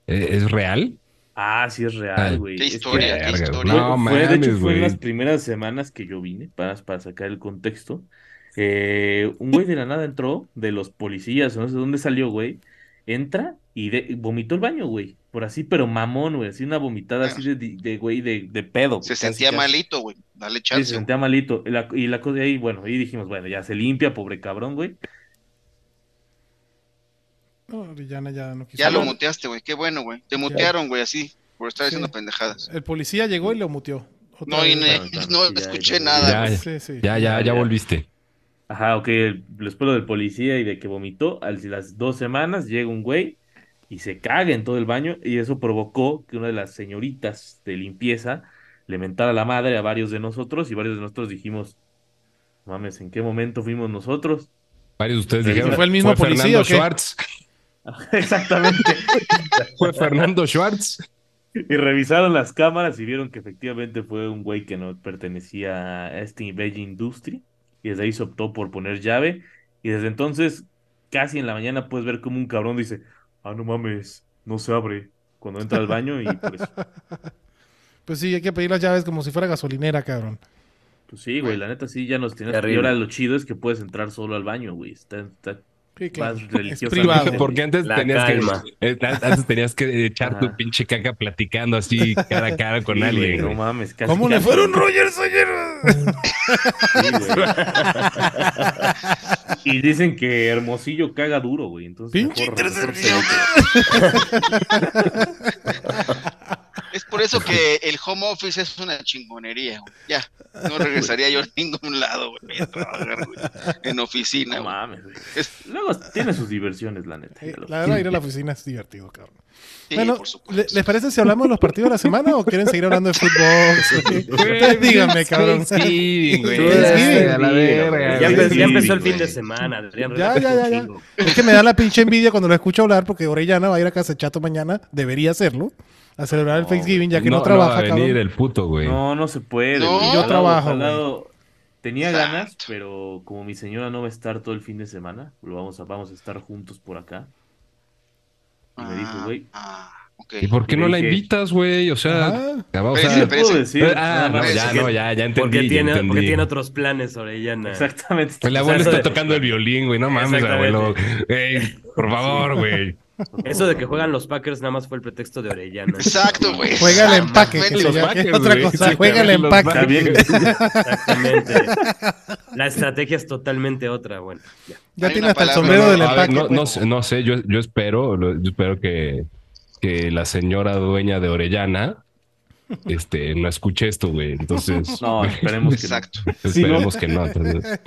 ¿eh, ¿es real?
Ah, sí es real,
Ay,
güey.
qué
Es que-
historia.
Verga,
qué
güey.
historia.
Fue-
No
fue, de hecho,
mames,
fue en
güey.
las primeras semanas que yo vine, para, para sacar el contexto. Eh, un güey de la nada entró, de los policías, no sé dónde salió, güey. Entra y de- vomitó el baño, güey. Por así, pero mamón, güey. Así una vomitada así de, de güey, de, de pedo.
Se
casi,
sentía
casi.
malito, güey. Dale
Sí,
chance.
se
güey.
sentía malito. Y la, y la cosa de ahí, bueno, y dijimos, bueno, ya se limpia, pobre cabrón, güey.
No, Orellana ya no quiso.
Ya lo
hablar.
muteaste, güey. Qué bueno, güey. Te mutearon, güey, así, por estar diciendo
Sí.
pendejadas.
El policía llegó y lo muteó. Otra
No, y
vez.
ne-
Claro, claro,
no
sí, ya,
escuché
ya,
nada.
ya.
güey.
Sí, sí.
Ya, ya, ya volviste.
Ajá, ok, el- después lo del policía y de que vomitó, a las dos semanas llega un güey y se caga en todo el baño y eso provocó que una de las señoritas de limpieza le mentara la madre a varios de nosotros y varios de nosotros dijimos, mames, ¿en qué momento fuimos nosotros?
Varios de ustedes
Sí,
dijeron.
¿fue el mismo policía
Fernando
o qué?
Schwartz.
Exactamente.
Fue Fernando Schwartz.
Y revisaron las cámaras y vieron que efectivamente fue un güey que no pertenecía a este Beige Industry. Y desde ahí se optó por poner llave. Y desde entonces, casi en la mañana, puedes ver como un cabrón dice: Ah, no mames, no se abre. Cuando entra al baño y pues,
Pues sí, hay que pedir las llaves como si fuera gasolinera, cabrón.
pues sí, güey, la neta sí ya nos tienes. Y
Terrible.
ahora lo chido es que puedes entrar solo al baño, güey. Está, está-
Sí, claro.
Más
Es
religiosamente.
privado.
Sí.
Porque antes
La
tenías
calma.
que eh, antes tenías que echar tu
Ajá.
pinche caca platicando así cara a cara con
Sí, güey,
alguien.
no
güey.
mames, casi.
¿Cómo le
casi.
fueron Rogers ayer?
Sí, güey. Y dicen que Hermosillo caga duro, güey. Entonces,
Pinche
mejor- mejor
tercer
se-
Es por eso que el home office es una chingonería, güey. Ya. No regresaría yo a ningún lado, güey, a trabajar, güey, En oficina,
No
güey.
mames, güey.
Es-
Luego tiene sus diversiones, la neta. ya lo-
La verdad, ir a la oficina es divertido, cabrón.
Sí,
bueno,
por
¿le-
supuesto.
¿les parece si hablamos de los partidos de la semana o quieren seguir hablando de fútbol? Ustedes díganme, cabrón.
Thanksgiving, güey.
Thanksgiving.
A la verga,
Ya,
güey.
empe- ya empezó el
güey.
fin de semana, Adrián.
Ya, ya,
relájate
ya,
un
ya.
chingo.
Es que me da la pinche envidia cuando lo escucho hablar porque Orellana va a ir a casa de Chato mañana, debería hacerlo, a celebrar el
No,
Thanksgiving ya que no,
No, no va
trabaja,
a venir
cabrón.
el puto, güey.
No, no se puede.
No.
güey.
Yo
Ojalá-
trabajo,
ojalá- Tenía
Exacto.
ganas, pero como mi señora no va a estar todo el fin de semana, lo vamos a, vamos a estar juntos por acá. Y me dijo, güey.
Ah, ok.
¿Y por qué no la
Dije-
invitas, güey? O sea,
Ah,
ya va, o
Pero
¿Qué
sea,
sí,
le
pero-
puedo decir?
ah,
Nada
no,
más.
es
ya,
que-
no, ya, ya entendí.
Porque
ya
tiene, porque
entendí.
tiene otros planes, Orellana.
Exactamente.
El abuelo
Eso
Pues está
de-
tocando el violín, güey. No mames,
Exactamente.
abuelo. Ey, por favor, güey.
Eso de que juegan los Packers nada más fue el pretexto de Orellana.
Exacto, güey.
juega el empaque, que
Exactamente.
se
Los
llama, que es
Packers,
otra
güey.
cosa,
Sí,
juega el
los
empaque.
Está bien.
Exactamente. La estrategia es totalmente otra, bueno. Ya,
Ya
Hay
tiene
una
hasta el
palabra,
sombrero
¿no?
del
A
A ver,
empaque.
no,
pues.
no sé, no sé, yo, yo espero, lo- yo espero que, que la señora dueña de Orellana este, no escuche esto, güey. Entonces,
No, esperemos que no.
Exacto.
esperemos que no. entonces.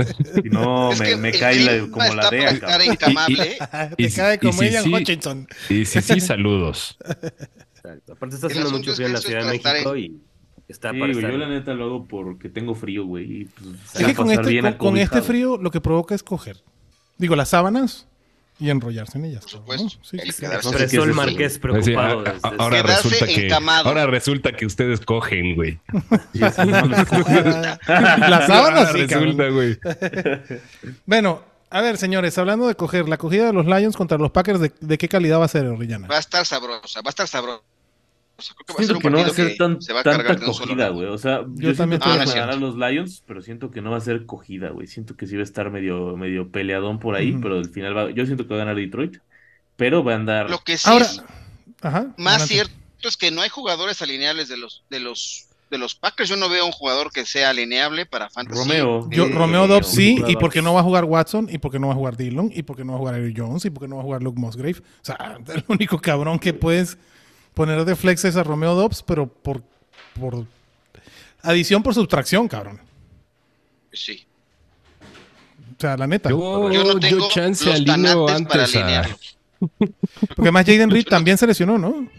Si no,
Es
me,
que
me
el
cae la-
clima
como la
está para
DEA,
estar
cabrón.
encamable.
Ah, Te
y si-
cae
y
como
si
ella
sí-
Hutchinson.
Y sí, sí, saludos.
exacto. Aparte está
El
haciendo
asunto
mucho
es
frío en
que
la
eso es
Ciudad de
para estar
México y está
Sí,
para
güey,
estar...
yo la neta lo hago porque tengo frío, güey. y, pues, se
Es
va
que
a
con
pasar
este,
bien
con- con este
acobijado.
frío lo que provoca es coger, digo, las sábanas y enrollarse en ellas.
Por
¿no?
supuesto.
Sí,
El
sí.
quedarse
No sé
Expresó
qué es
el
eso, ah,
Marqués
Es decir,
preocupado.
Pues a- a-
desde-
ahora,
Quedarse
resulta que,
encamado.
ahora resulta que ustedes cogen, güey.
Sí, sí, no mames,
las sábanas
Ahora
sí, cabrón.
resulta, güey.
Bueno, a ver, señores, hablando de cogida, la cogida de los Lions contra los Packers, ¿de, de qué calidad va a ser, Orellana?
Va a estar sabrosa, va a estar sabrosa. Creo que va a ser
Siento
un
que no va a
partido
ser
que
tan,
se va a
tanta
cargar de un solo
cogida,
lado.
güey. O sea, yo, siento
también
que van
estoy de
a
acuerdo.
ganar los Lions, pero siento que no va a ser cogida, güey. Siento que sí va a estar medio, medio peleadón por ahí,
Ujú.
pero al final va, yo siento que va a ganar Detroit, pero va a andar.
Lo que sí
Ahora,
es
ajá.
más
adelante.
cierto es que no hay jugadores alineables de los, de los, de los Packers. Yo no veo un jugador que sea alineable para Fantasy.
Romeo.
Yo,
Eh,
Romeo Dobbs sí,
Romeo
y porque
Dobbs.
no va a jugar Watson, y porque no va a jugar Dillon, y porque no va a jugar Aaron Jones, y porque no va a jugar Luke Musgrave. O sea, el único cabrón que puedes poner de flex es a Romeo Dobbs, pero por, por adición por sustracción, cabrón.
Sí.
O sea, la neta.
Yo,
Yo no
yo
tengo
chance
los
alineo
tanates para
antes a,
alinearlo.
Porque además Jaden Reed también se lesionó, ¿no?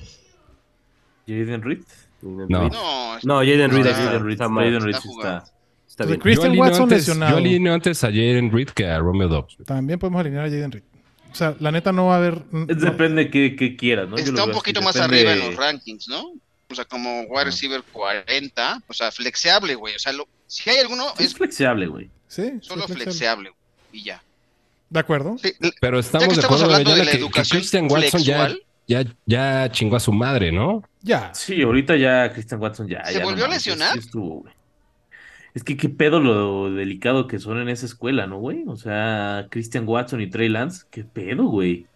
Jaden Reed.
No.
No,
No, Jaden Reed
Ah,
está-
Jaden Reed.
está mal,
Jaden Reed
está
sí
jugando.
está.
está
Entonces,
bien.
Yo
Christian
alineo
Watson
antes,
lesionado.
yo alineo antes a Jaden Reed que a Romeo Dobbs.
También podemos alinear a Jaden Reed. O sea, la neta no va a haber. mm,
Es
no-
Depende que qué quieras, ¿no? Yo lo
está un
veo así,
poquito más
depende-
arriba en los rankings, ¿no? O sea, como wide receiver 40, o sea, flexiable, güey. O sea, lo- si hay alguno,
Sí, Es
es
flexible, güey.
sí,
solo
sí,
flexiable. Y ya.
De acuerdo.
Sí, l- Ya
Pero estamos
que
de
estamos
acuerdo
hablando de
Orellana,
la
que, que
educación
Christian Watson ya,
sexual,
ya, ya chingó a su madre, ¿no?
Ya.
Sí, ahorita ya Christian Watson ya.
¿Se
ya no
volvió a
mames,
lesionar?
sí estuvo, güey. Es que qué pedo lo delicado que son en esa escuela, ¿no, güey? O sea, Christian Watson y Trey Lance, qué pedo, güey.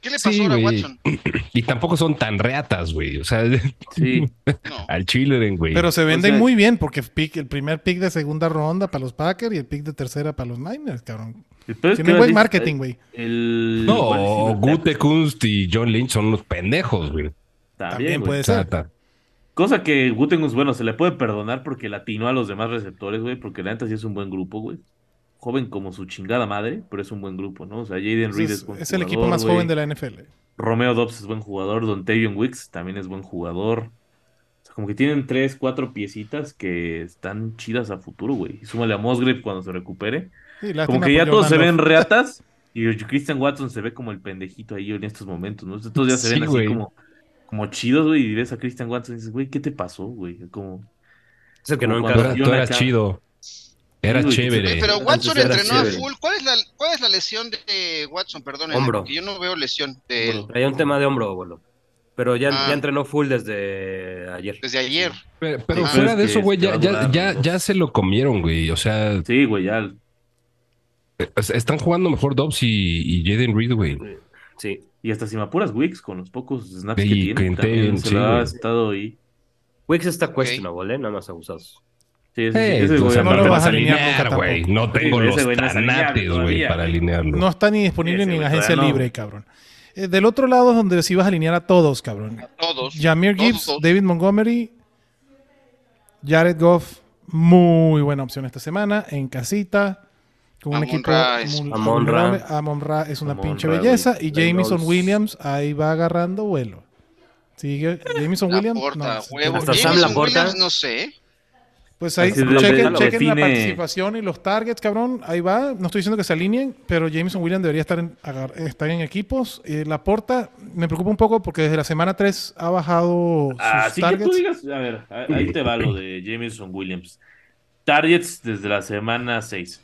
¿Qué le
Sí,
pasó ahora a
güey.
Watson?
Y tampoco son tan reatas, güey. O sea,
Sí,
No.
al chileren, güey.
Pero se venden
sea-
muy bien porque pick- el primer pick de segunda ronda para los Packers y el pick de tercera para los Niners, cabrón.
el pedo es que
Tienen
ahora
buen
dices,
marketing, güey.
El... ¿cuál es
no,
el-
Gute Kunst y John Lynch son unos pendejos, güey.
También
También, güey.
puede
O sea,
ser.
ta-
Cosa que Gutengus, bueno, se le puede perdonar porque latinó a los demás receptores, güey, porque la neta sí es un buen grupo, güey. Joven como su chingada madre, pero es un buen grupo, ¿no? O sea, Jaden Reed
Es,
es, buen
es el
jugador,
equipo más
güey.
joven de la NFL.
Romeo Dobbs es buen jugador, Dontavion Wicks también es buen jugador. O sea, como que tienen tres, cuatro piecitas que están chidas a futuro, güey. Y súmale a Mosgrave cuando se recupere.
Sí, lástima
Como que ya
por
todos se
Jordan
ven reatas y Christian Watson se ve como el pendejito ahí en estos momentos, ¿no? Todos ya se
Sí,
ven así
güey.
como, como chidos, güey, y ves a Christian Watson y dices, güey, ¿qué te pasó, güey? Como,
Es el que no
Como
tú,
cuando-
encaja.
eras- tú eras
acá.
chido. Era
Sí, güey,
chévere.
Oye, pero
Antes
Watson
era
entrenó a
chévere.
full. ¿Cuál es la, cuál es la lesión de Watson? Perdón, eh,
Hombro.
porque yo no veo lesión de él
Hombro.
Traía un tema de hombro, boludo. Pero ya,
Ah.
ya entrenó full desde ayer.
desde ayer.
Pero, pero
Ah.
fuera
Es
de
que
eso, güey,
te
ya,
va a
ya,
durar
ya,
los
ya
dos.
se lo comieron, güey. O sea,
sí, güey, ya.
es- están jugando mejor Dobbs y, y Jaden Reed, güey.
Sí.
Y hasta si me apuras, Wicks, con los pocos snaps que
Y
tiene,
Quintel,
también se
sí,
la ha
güey.
estado ahí.
Wicks está
Ok.
cuestionable, ¿eh? nada más abusados.
Sí, sí, sí,
Eh,
ese
o
güey,
sea,
no
aparte,
lo
te
vas a
sí,
alinear nunca
güey. No
tampoco.
tengo
Sí,
los
ese güey no es
tanates,
alineable
güey,
todavía,
para
güey.
alinearlo.
No está ni disponible
Ese
ni en
güey
agencia
todavía no.
libre, cabrón. Eh, del otro lado es donde sí vas a alinear a todos, cabrón.
A todos.
Jameer
Todos,
Gibbs,
todos.
David Montgomery, Jared Goff, muy buena opción esta semana, en casita, con un
Amon
equipo
Ra es-
muy-
Amon
muy
Ra.
vulnerable. Amon Ra es una
Amon
pinche
Ra,
belleza.
güey.
Y
Lane
Jameson
Bowles.
Williams ahí va agarrando vuelo. Sigue Jameson
La
Williams.
porta,
no, se
huevo.
queda-
Hasta Sam
Jameson
Laporta.
Williams, no sé.
Pues ahí
Así es,
chequen,
lo de-
chequen
lo
la
define-
participación y los targets, cabrón. Ahí va. No estoy diciendo que se alineen, pero Jameson Williams debería estar en, agar- estar en equipos. Eh, la porta me preocupa un poco porque desde la semana 3 ha bajado sus
Así Ah, que
targets.
tú digas, a ver, a- ahí te va lo de Jameson Williams. Targets desde la semana 6.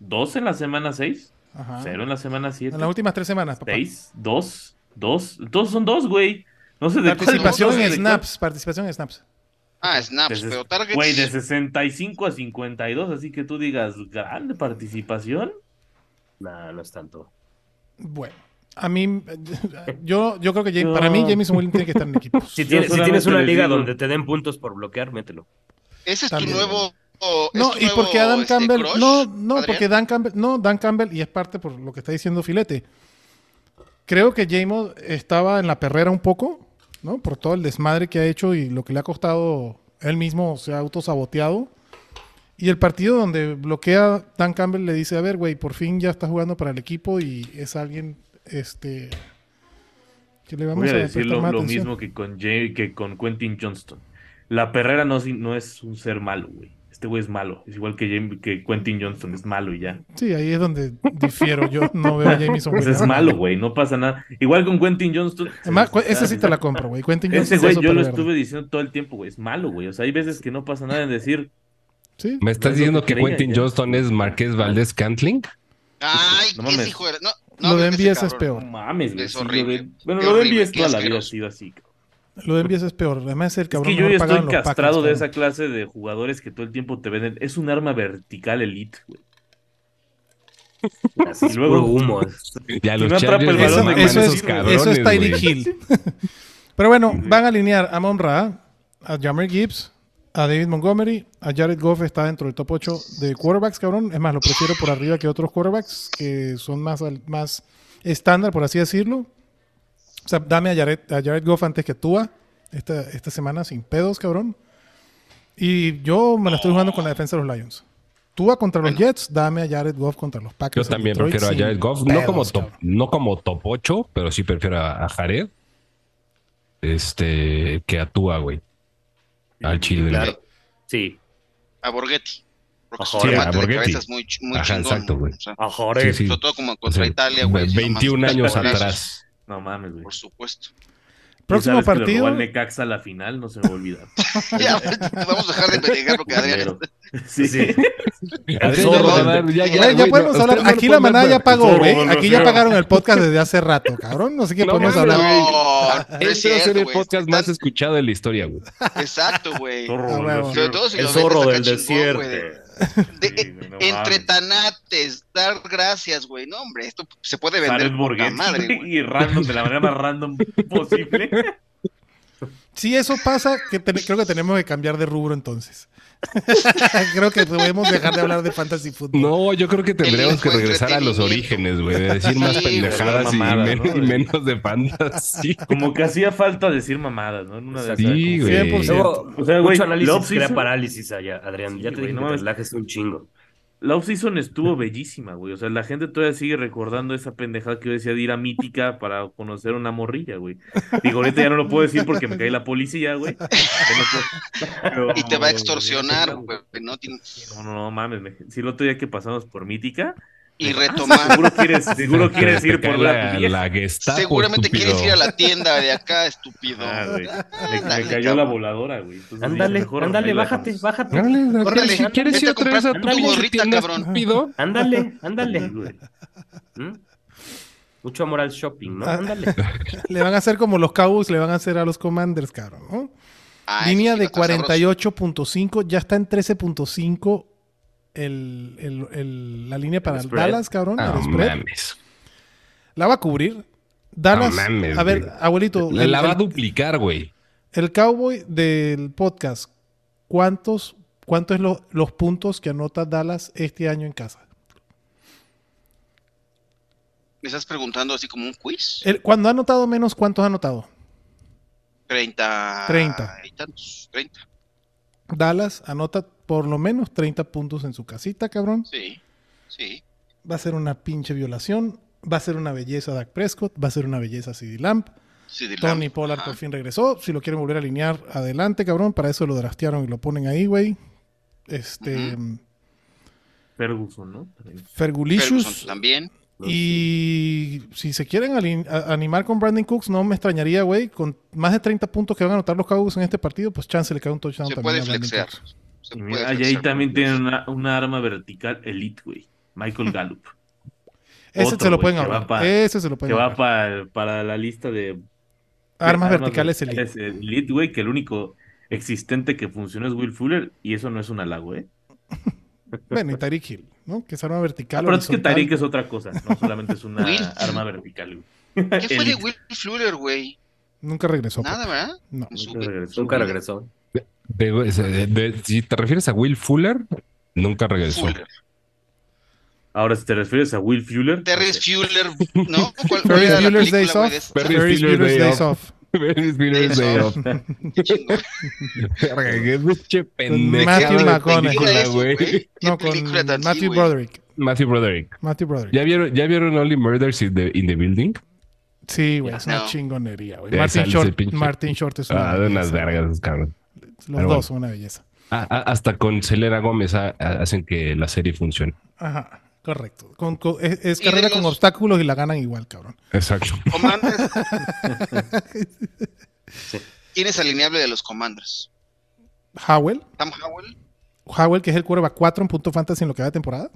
Dos en la semana 6,
Ajá.
cero en la semana 7,
En las últimas tres semanas, papá.
6, 2, 2, todos son dos, güey. No sé de cuál- no
Participación
sé
en
de
snaps, participación en snaps.
Ah, snaps,
Desde-
pero targets.
Güey, de 65 a 52, así que tú digas, grande participación.
Nah, no es tanto.
Bueno, a mí, yo, yo creo que Jam-
No.
para mí Jameson Williams tiene que estar en equipos.
Si, tienes- si
solamente
tienes una
les
liga
digo-
donde te den puntos por bloquear, mételo.
Ese es tu
También.
nuevo
No,
es tu
y
nuevo,
porque Adam
este,
Campbell.
crush,
no, no,
Adrián?
porque Dan Campbell. No, Dan Campbell, y es parte por lo que está diciendo Filete. Creo que Jamo estaba en la perrera un poco, ¿no? Por todo el desmadre que ha hecho y lo que le ha costado él mismo, se ha autosaboteado. Y el partido donde bloquea Dan Campbell le dice: A ver, güey, por fin ya está jugando para el equipo y es alguien, este. Que le vamos
Voy a
a
decir
prestar
lo,
más
lo
atención.
mismo que con, Jay- que con Quentin Johnston. La perrera no, es- no es un ser malo, güey. Este güey es malo. Es igual que, Jam- que Quentin Johnston, es malo y ya.
Sí, ahí es donde difiero. Yo no veo a Jameson.
Pues es
Williams.
malo, güey. No pasa nada. Igual con Quentin Johnston.
Además, cu- esa sí te la compro, güey. Quentin Johnson
Ese
está
güey yo
súper
lo
verde.
estuve diciendo todo el tiempo, güey. Es malo, güey. O sea, hay veces que no pasa nada en decir.
Sí.
¿Me estás
Es lo
diciendo
que
que
creía,
Quentin
ya.
Johnston es Marqués Valdés Cantling?
Ay,
No
qué
mames.
hijo de... No, no,
Lo de
creo que ese
envías es
cabrón.
No
peor.
mames, güey.
Es
sí, lo
horrible.
de- Bueno,
Qué
lo de
horrible,
envíes
qué
toda la vida ha
asqueroso.
sido así. cabrón.
Lo de envías es peor. Además, el
Es
cabrón
que yo
mejor
ya estoy
pagado en los
castrado de
Packers,
esa clase de jugadores que todo el tiempo te venden. Es un arma vertical elite, güey.
Así es
Y luego-
puro humo.
Ya
Si
los
no atrapa el
cabrón.
balón,
Chargers les
¿de
maman
qué
Eso, eso
me
esos
es,
sirve?
eso es
cabrones, güey.
Tyreek Hill. Pero bueno, van a alinear a Monra, a Jammer Gibbs, a David Montgomery, a Jared Goff está dentro del top 8 de quarterbacks, cabrón. Es más, lo prefiero por arriba que otros quarterbacks que son más, al- más estándar, por así decirlo. O sea, dame a Jared, a Jared Goff antes que Tua esta, esta semana sin pedos, cabrón. Y yo me la estoy jugando con la defensa de los Lions. Tua contra los Jets, dame a Jared Goff contra los
Yo
Packers. en
también
Detroit
prefiero a
sin
Jared Goff, no como,
pedos,
top,
cabrón.
no como top 8, pero sí prefiero a, a Jared este, que a Tua, güey. Al Chile.
Claro. Sí.
A Borghetti. Porque
Ajá,
su
sí, a
remate de
Borghetti.
cabeza es muy, ch- muy
Ajá,
chingón.
exacto, güey.
O sea,
Ajá,
Sí, sí.
sobre todo como
O
contra
sea,
Italia, güey. sino más
21 años
golazos,
atrás.
No mames, güey.
Por supuesto.
Próximo
Y sabes que le
partido.
robó al Necaxa a la final, no se me va a olvidar.
Ya, vamos a dejar de pelear porque Adrián.
Pero- Sí, sí.
Al
Sí,
zorro,
no,
¿verdad? Ya,
ya,
Güey, ya
güey,
podemos
no,
hablar.
ustedes no
Aquí
lo
la
pueden
manada ya
ver,
pagó,
pero-
güey.
zorro,
Aquí ya
zorro.
pagaron el podcast desde hace rato, cabrón. No sé qué
No
podemos
mames,
hablar.
No, no Ah, es
Este va a ser
cierto,
el
güey.
podcast más escuchado de la historia, güey.
Exacto, güey.
Zorro,
Ah,
del
huevo.
desierto.
Sobre todo si
El
lo vendes
zorro
acá
del
chingón,
desierto.
güey, de- eh,
Sí, güey, no
entre
mames.
tanates, dar gracias, güey. No, hombre, esto se puede
Jared
vender la
Borghetti
madre, güey.
y random, de la manera más random posible.
Si eso pasa, que ten- creo que tenemos que cambiar de rubro entonces. creo que podemos dejar de hablar de fantasy football.
No, yo creo que tendríamos que
hijo de
regresar a los
entretenimiento.
orígenes, güey. De decir más
Sí, güey,
pendejadas y,
mamadas,
men-
¿no?
y menos de fantasy.
Como que hacía falta decir mamadas, ¿no? En una de esas,
Sí,
como-
güey.
100%.
Luego,
O sea, güey,
mucho
la
análisis
offseason-
crea parálisis allá, Adrián.
Sí,
ya te
güey,
dije
no
que te
mames.
relajes un chingo.
La offseason estuvo bellísima, güey. O sea, la gente todavía sigue recordando esa pendejada que yo decía de ir a Mítica para conocer una morrilla, güey. Digo, ahorita ya no lo puedo decir porque me cae la policía, güey. Ya no puedo. Pero-
Y te va a extorsionar, güey. No tiene-
No, no, no, mames. me- Si el otro día que pasamos por Mítica,
Y retomar.
seguro quieres, seguro quieres ir por la,
la, la Gestapo,
Seguramente
estúpido.
quieres ir a la tienda de acá, estúpido.
Ah, güey. Me, me
Ándale,
cayó la
cabrón.
voladora, güey. Entonces,
Ándale,
dije, mejor
ándale,
ahí la
bájate,
dejamos.
bájate.
Órale,
Córrele,
si ¿Quieres ir
vete a
otra vez a tu
comprar tu
pinche
gorrita,
tienda,
cabrón.
estúpido?
Ándale,
Sí,
ándale.
güey.
¿Mm? Mucho amor al shopping, ¿no?
Ah.
Ándale.
Le van a hacer como los Cowboys le van a hacer a los Commanders, cabrón. ¿no?
Ay,
Línea
sí,
de
va a estar
48.5, ya está en 13.5 el- el- el- la línea para
spread.
Dallas, cabrón.
No
Ah,
el spread.
mames.
La va a cubrir. Dallas.
No mames,
a ver,
güey.
abuelito.
La,
el-
la va a
el-
duplicar, güey.
El cowboy del podcast, ¿cuántos, cuántos es lo- los puntos que anota Dallas este año en casa?
sabroso. ¿Me estás preguntando así como un quiz?
El- cuando ha anotado menos, ¿cuántos ha anotado?
30.
Treinta.
Y tantos, 30.
Dallas anota por lo menos 30 puntos en su casita, cabrón.
Sí. Sí.
Va a ser una pinche violación. Va a ser una belleza Dak Prescott. Va a ser una belleza CD Lamp.
sí de la-
Tony Pollard
Ajá.
por fin regresó. Si lo quieren volver a alinear, adelante, cabrón. Para eso lo draftearon y lo ponen ahí, güey. Este.
Ferguson, ¿no?
Fergulicious.
Ferguson también.
Y si se quieren alin- a- animar con Brandon Cooks, no me extrañaría, güey. Con más de 30 puntos que van a anotar los Cowboys en este partido, pues chance le cae un touchdown
Se
también.
puede
a Brandon
flexear.
Cooks.
Se
Y
puede
mira, ahí,
flexear con
también
los
tienen
dos.
una, una arma vertical elite, güey. Michael Gallup.
Ese
Otro,
se lo
güey,
pueden
que va
ahorrar.
pa-
Ese se lo
Que
pueden
va
ahorrar.
para, para la lista de
Armas verticales elite.
verticales elite, güey, que el único existente que funciona es Will Fuller y eso no es un halago, ¿eh?
Bueno, y Tariq Hill, ¿no? Que es arma vertical.
pues, Ah, pero es que
horizontal.
Tariq es otra cosa, no solamente es una
Will-
arma vertical, güey.
¿Qué fue de
Elite.
Will Fluller, güey?
Nunca regresó. pues,
Nada, ¿verdad?
No.
En su-
Nunca regresó.
Nunca regresó.
De- de- de- si te refieres a Will Fuller, nunca regresó.
Fuller.
Ahora, si te refieres a Will Fuller.
Terry Fuller, ¿no? ¿Cuál, cuál
Ferris
era la
Bueller's
película,
Days
güey?
Off.
de esa-
Ferris
Ferris
Bueller's
Bueller's
Day
Days Off.
Ferris Bueller's
Eso.
pues,
Day Off.
Qué chingón.
Verga, qué pinche
Matthew
pendejada de
McConaughey.
película,
Eso,
güey.
güey. ¿Qué
No, con
película tan sí,
Matthew
güey?
Broderick.
Matthew Broderick.
Matthew Broderick.
¿Ya vieron, ¿Ya vieron Only Murders in the, in the Building?
Sí, güey, es una
No.
chingonería, güey.
Ya
Martin
sale ese
Short,
pinche-
Martin Short es una
Ah, de unas
belleza.
vergas, cabrón.
Los
Pero
dos son una belleza.
Ah, ah, hasta con Celera Gómez ah, ah, hacen que la serie funcione.
Ajá, correcto. Con- con- es es
Y de
carrera con
los-
obstáculos y la ganan igual, cabrón.
Exacto.
Commanders. ¿Quién es alineable de los Commanders?
Howell,
¿Sam Howell?
Howell que es el quarterback 4 en punto fantasy en lo que va de temporada.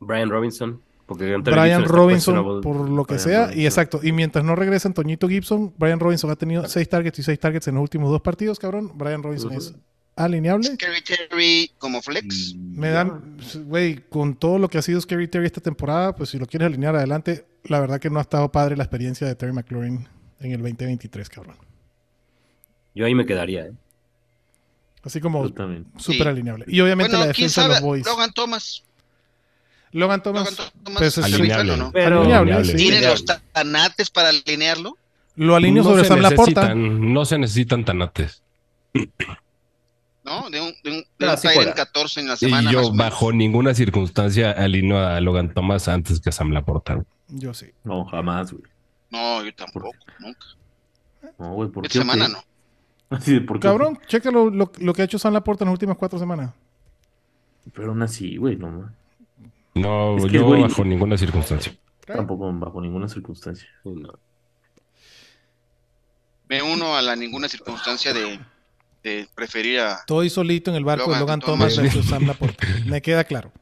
Brian Robinson. Porque Anthony
Brian
está
Robinson,
questionable.
por lo que
Brian
sea.
Robinson.
Y exacto. Y mientras no regresa Antoñito Gibson, Brian Robinson ha tenido 6 targets y 6 targets en los últimos dos partidos, cabrón. Brian Robinson
Ujú.
es alineable.
Scary Terry como flex.
Me dan, güey, con todo lo que ha sido Scary Terry esta temporada, pues si lo quieres alinear adelante, la verdad que no ha estado padre la experiencia de Terry McLaurin en el 2023, cabrón.
Yo ahí me quedaría, ¿eh?
Así como
Yo también.
súper
Sí.
alineable. Y obviamente
Bueno,
la
quién
defensa de
sabe,
los Boys. Logan,
Logan Thomas.
Thomas,
Logan Thomas
pues, es
se
alineable.
rifa, ¿no?
Pero-
alineable, sí.
¿Tiene los tanates para alinearlo?
Lo alineo
no
sobre
se
Sam Laporta.
necesitan, no se necesitan tanates.
¿No? De un, de un, de
Ah,
No,
un
sí
Tyrant
juega.
14 en la semana.
Y
más o
yo
menos.
bajo ninguna circunstancia alino a Logan Thomas antes que a Sam Laporta. güey.
Yo sí.
No, jamás, güey.
No, yo tampoco, nunca.
No, güey, ¿por
Esta
qué? o
semana
qué?
no.
Así de, ¿por qué?
Cabrón, checa lo, lo- lo que ha hecho Sam Laporta en las últimas cuatro semanas.
Pero aún así, güey, no, no,
No,
Es que,
yo
güey-
bajo ninguna circunstancia.
Tampoco bajo ninguna circunstancia.
Sí, no.
Me uno a la ninguna circunstancia de, de preferir a.
Estoy solito en el barco de Logan
Logan
Thomas
Thomas.
versus Sam Laporta. Me queda claro.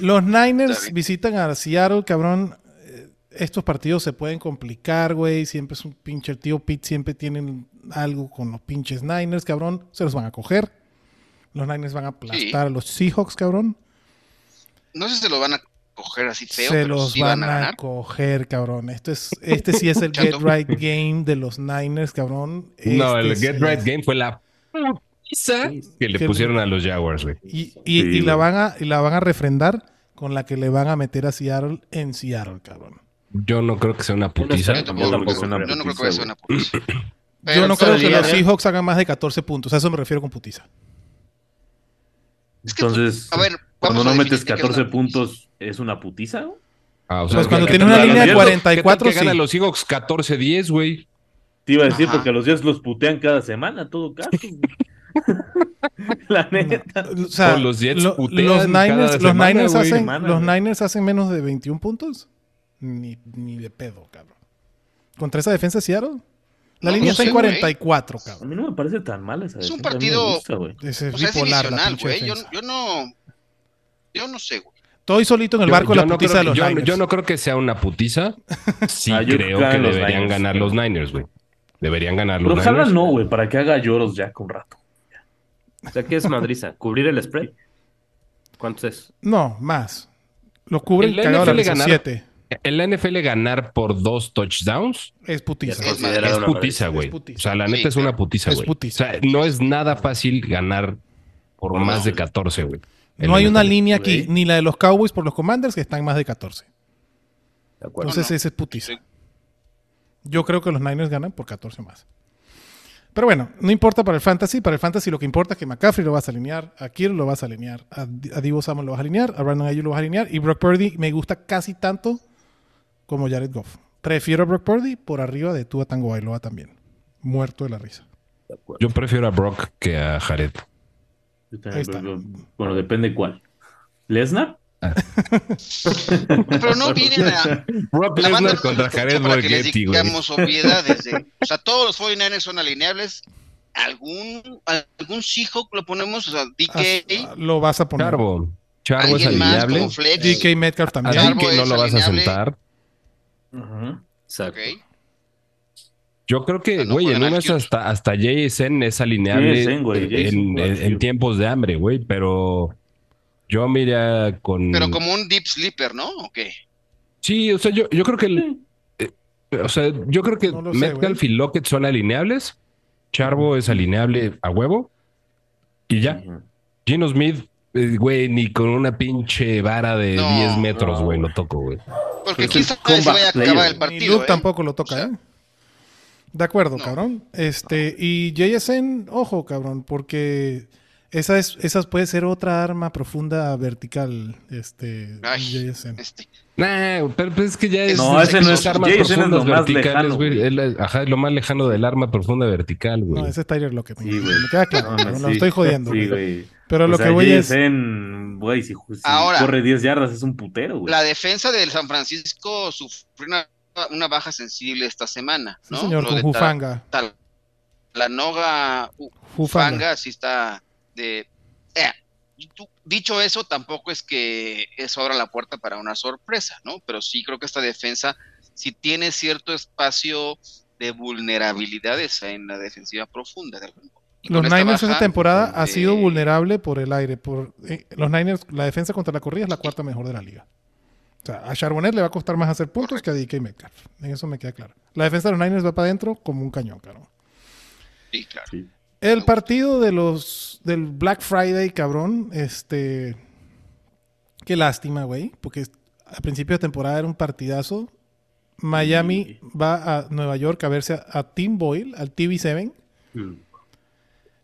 Los Niners
bien.
visitan a Seattle, cabrón. Eh, Estos partidos se pueden complicar, güey. Siempre es un pinche el tío Pete, siempre tienen algo con los pinches Niners, cabrón. Se los van a coger. Los Niners van a aplastar a los Seahawks, cabrón.
No sé si se lo van a coger así feo,
se
pero
los
sí
van, a,
ganar.
coger, cabrón. Esto es, este sí es el Get
Chato.
Right Game de los Niners, cabrón.
No,
Este
el Get
sí
Right
es-
Game fue la pizza que le
Que-
pusieron a los Jaguars, güey.
Y, y-
Sí,
y la
güey.
van a, y la van a refrendar con la que le van a meter a Seattle en Seattle, cabrón.
Yo no creo que sea una
Yo no
putiza.
Yo
Yo
tampoco,
tampoco
creo-
suena
yo no creo que
putiza,
vaya a ser
güey.
una putiza.
Yo
Pero
no creo que
podría-
los Seahawks hagan más de 14 puntos. A eso me refiero con putiza.
Es que,
Entonces,
A ver, vamos
cuando no
a
metes
definir qué es
14
una
puntos, ¿es una putiza? güey?
Ah, o
Pues cuando
¿qué
tienes
tal
una
que
línea de
ganan-
44,
¿qué tal que ganan
sí.
los Seahawks 14-10, güey?
Te iba a decir,
Ajá.
porque a los días los putean cada semana, a todo caso. güey. La neta.
O sea,
O los Jets
lo-
putean
los
cada
Niners, los
semana,
Niners
güey.
hacen,
Semana,
los
güey.
Niners hacen menos de 21 puntos. Ni, ni de pedo, cabrón. Contra esa defensa de Seattle. La
No,
línea
no
está
sé,
en 44,
A
cabrón.
mí no me parece tan mal esa
Es un
defensa, a mí me
partido-
gusta, güey.
Ese es
O sea, es
bipolar, la
divisional,
pinche
güey. Yo,
defensa.
yo no. Yo no sé, güey.
Estoy solito en el
Yo-
barco de
yo
la
no
putiza
creo-
de los
yo-
Niners.
Yo no creo que sea una putiza. Sí
Ah, yo creo
creo que
que los
deberían
Niners.
ganar los Niners, güey. Deberían ganar los
Pero ojalá
Niners.
no, güey, para que haga lloros ya con rato.
O sea, ¿qué es madriza? ¿Cubrir el spread? ¿Cuánto es?
No, más. Lo cubren
El
cagado la
NFL
risa.
ganar-
7.
En la NFL ganar por dos touchdowns
Es
Ya
putiza.
es
Es
es
considerado una
putiza,
madriza.
güey.
Es putiza.
O sea, la
Sí,
neta es una putiza,
Es
güey. O
putiza.
sea, no es nada fácil ganar por más de 14, güey. En
No
la
hay una
NFL.
línea aquí,
Ok.
ni la de los Cowboys por los Commanders, que están más de 14.
De acuerdo.
Entonces
no.
ese es putiza.
Sí.
Yo creo que los Niners ganan por 14 más. Pero bueno, no importa para el Fantasy. Para el Fantasy lo que importa es que McCaffrey lo vas a alinear, a Kirk lo vas a alinear, a, D- a Divo Samuel lo vas a alinear, a Brandon Ayuk lo vas a alinear y Brock Purdy me gusta casi tanto como Jared Goff. Prefiero a Brock Purdy por arriba de Tua Tango Bailoa también. Muerto de la risa.
de acuerdo.
Yo prefiero a Brock que a Jared.
Yo
Ahí
también,
está.
pero- Bueno, depende cuál. ¿Lesnar?
Pero no vienen a.
Brock
La banda
Lesnar
no
contra
escucha
Jared
para que les
Borghetti, güey.
digamos obviedades. eh. O sea, todos los 49ers son alineables. Algún, algún Seahawk lo ponemos, o sea, DK,
Ah, Lo vas a poner.
Charbo.
Ah,
Charbo es
alguien más
alineable.
como flex.
DK Metcalf
A
también.
Charbo
que no
es
lo vas a
alineable.
sentar.
Ajá.
Exacto.
ok.
Yo creo que,
Ah, no
güey, en
juegan al
unas
Cube.
hasta, hasta JSN es alineable
JSN, güey, JSN
en,
juega al
en- en
Cube.
tiempos de hambre, güey, pero yo mira con...
Pero como un deep sleeper, ¿no? ¿O qué?
Sí, o sea, yo, yo creo que... el- eh, o sea, yo creo que
No lo sé,
Metcalf y Lockett son alineables Charbo es alineable a huevo y ya. Gino Smith, eh, güey, ni con una pinche vara de
No.
10 metros, güey, lo toco, güey.
Porque
Es
quién
el
sabe si
comeback
vaya a
player,
acabar el
Ni
partido.
Luke
¿eh?
tampoco lo toca,
O sea,
¿eh? De acuerdo,
No.
cabrón. Este, y JSN, ojo, cabrón, porque esa es, esa puede ser otra arma profunda vertical, este,
Ay,
JSN.
este,
Nah, pero pues es que ya es.
No, ese no
las
es-
armas
Jason es lo
profundas
más
verticales,
lejano,
güey.
güey.
Es la- Ajá, es lo más lejano del arma profunda vertical, güey.
No, ese es Tyler Lockett.
Sí, güey.
me queda claro,
No,
cabrón,
no,
lo
sí.
estoy jodiendo.
Sí,
güey.
güey.
Pero
O
lo
sea,
que voy es.
JSN, güey, si, si
Ahora.
corre 10 yardas es un putero, güey.
la defensa del San Francisco sufrió una, una baja sensible esta semana,
Sí,
¿no?
señor,
Lo
con
de
Jufanga.
Tal- la Noga U-
Jufanga.
Fanga sí está de... eh, y tú- dicho eso, tampoco es que eso abra la puerta para una sorpresa, ¿no? Pero sí creo que esta defensa sí tiene cierto espacio de vulnerabilidades en la defensiva profunda. de algún modo. Y
Los
con esta
Niners
baja,
esta temporada ha sido
eh,
vulnerable por el aire. Por, eh, los Niners, la defensa contra la corrida es la cuarta mejor de la liga. O sea, a Charbonnet le va a costar más hacer puntos que a DK Metcalf. En eso me queda claro. La defensa de los Niners va para adentro como un cañón, cabrón.
Sí, claro.
El partido de los del Black Friday, cabrón, este qué lástima, güey, porque a principio de temporada era un partidazo. Miami va a Nueva York a verse a, a Tim Boyle, al TV7.
Mm.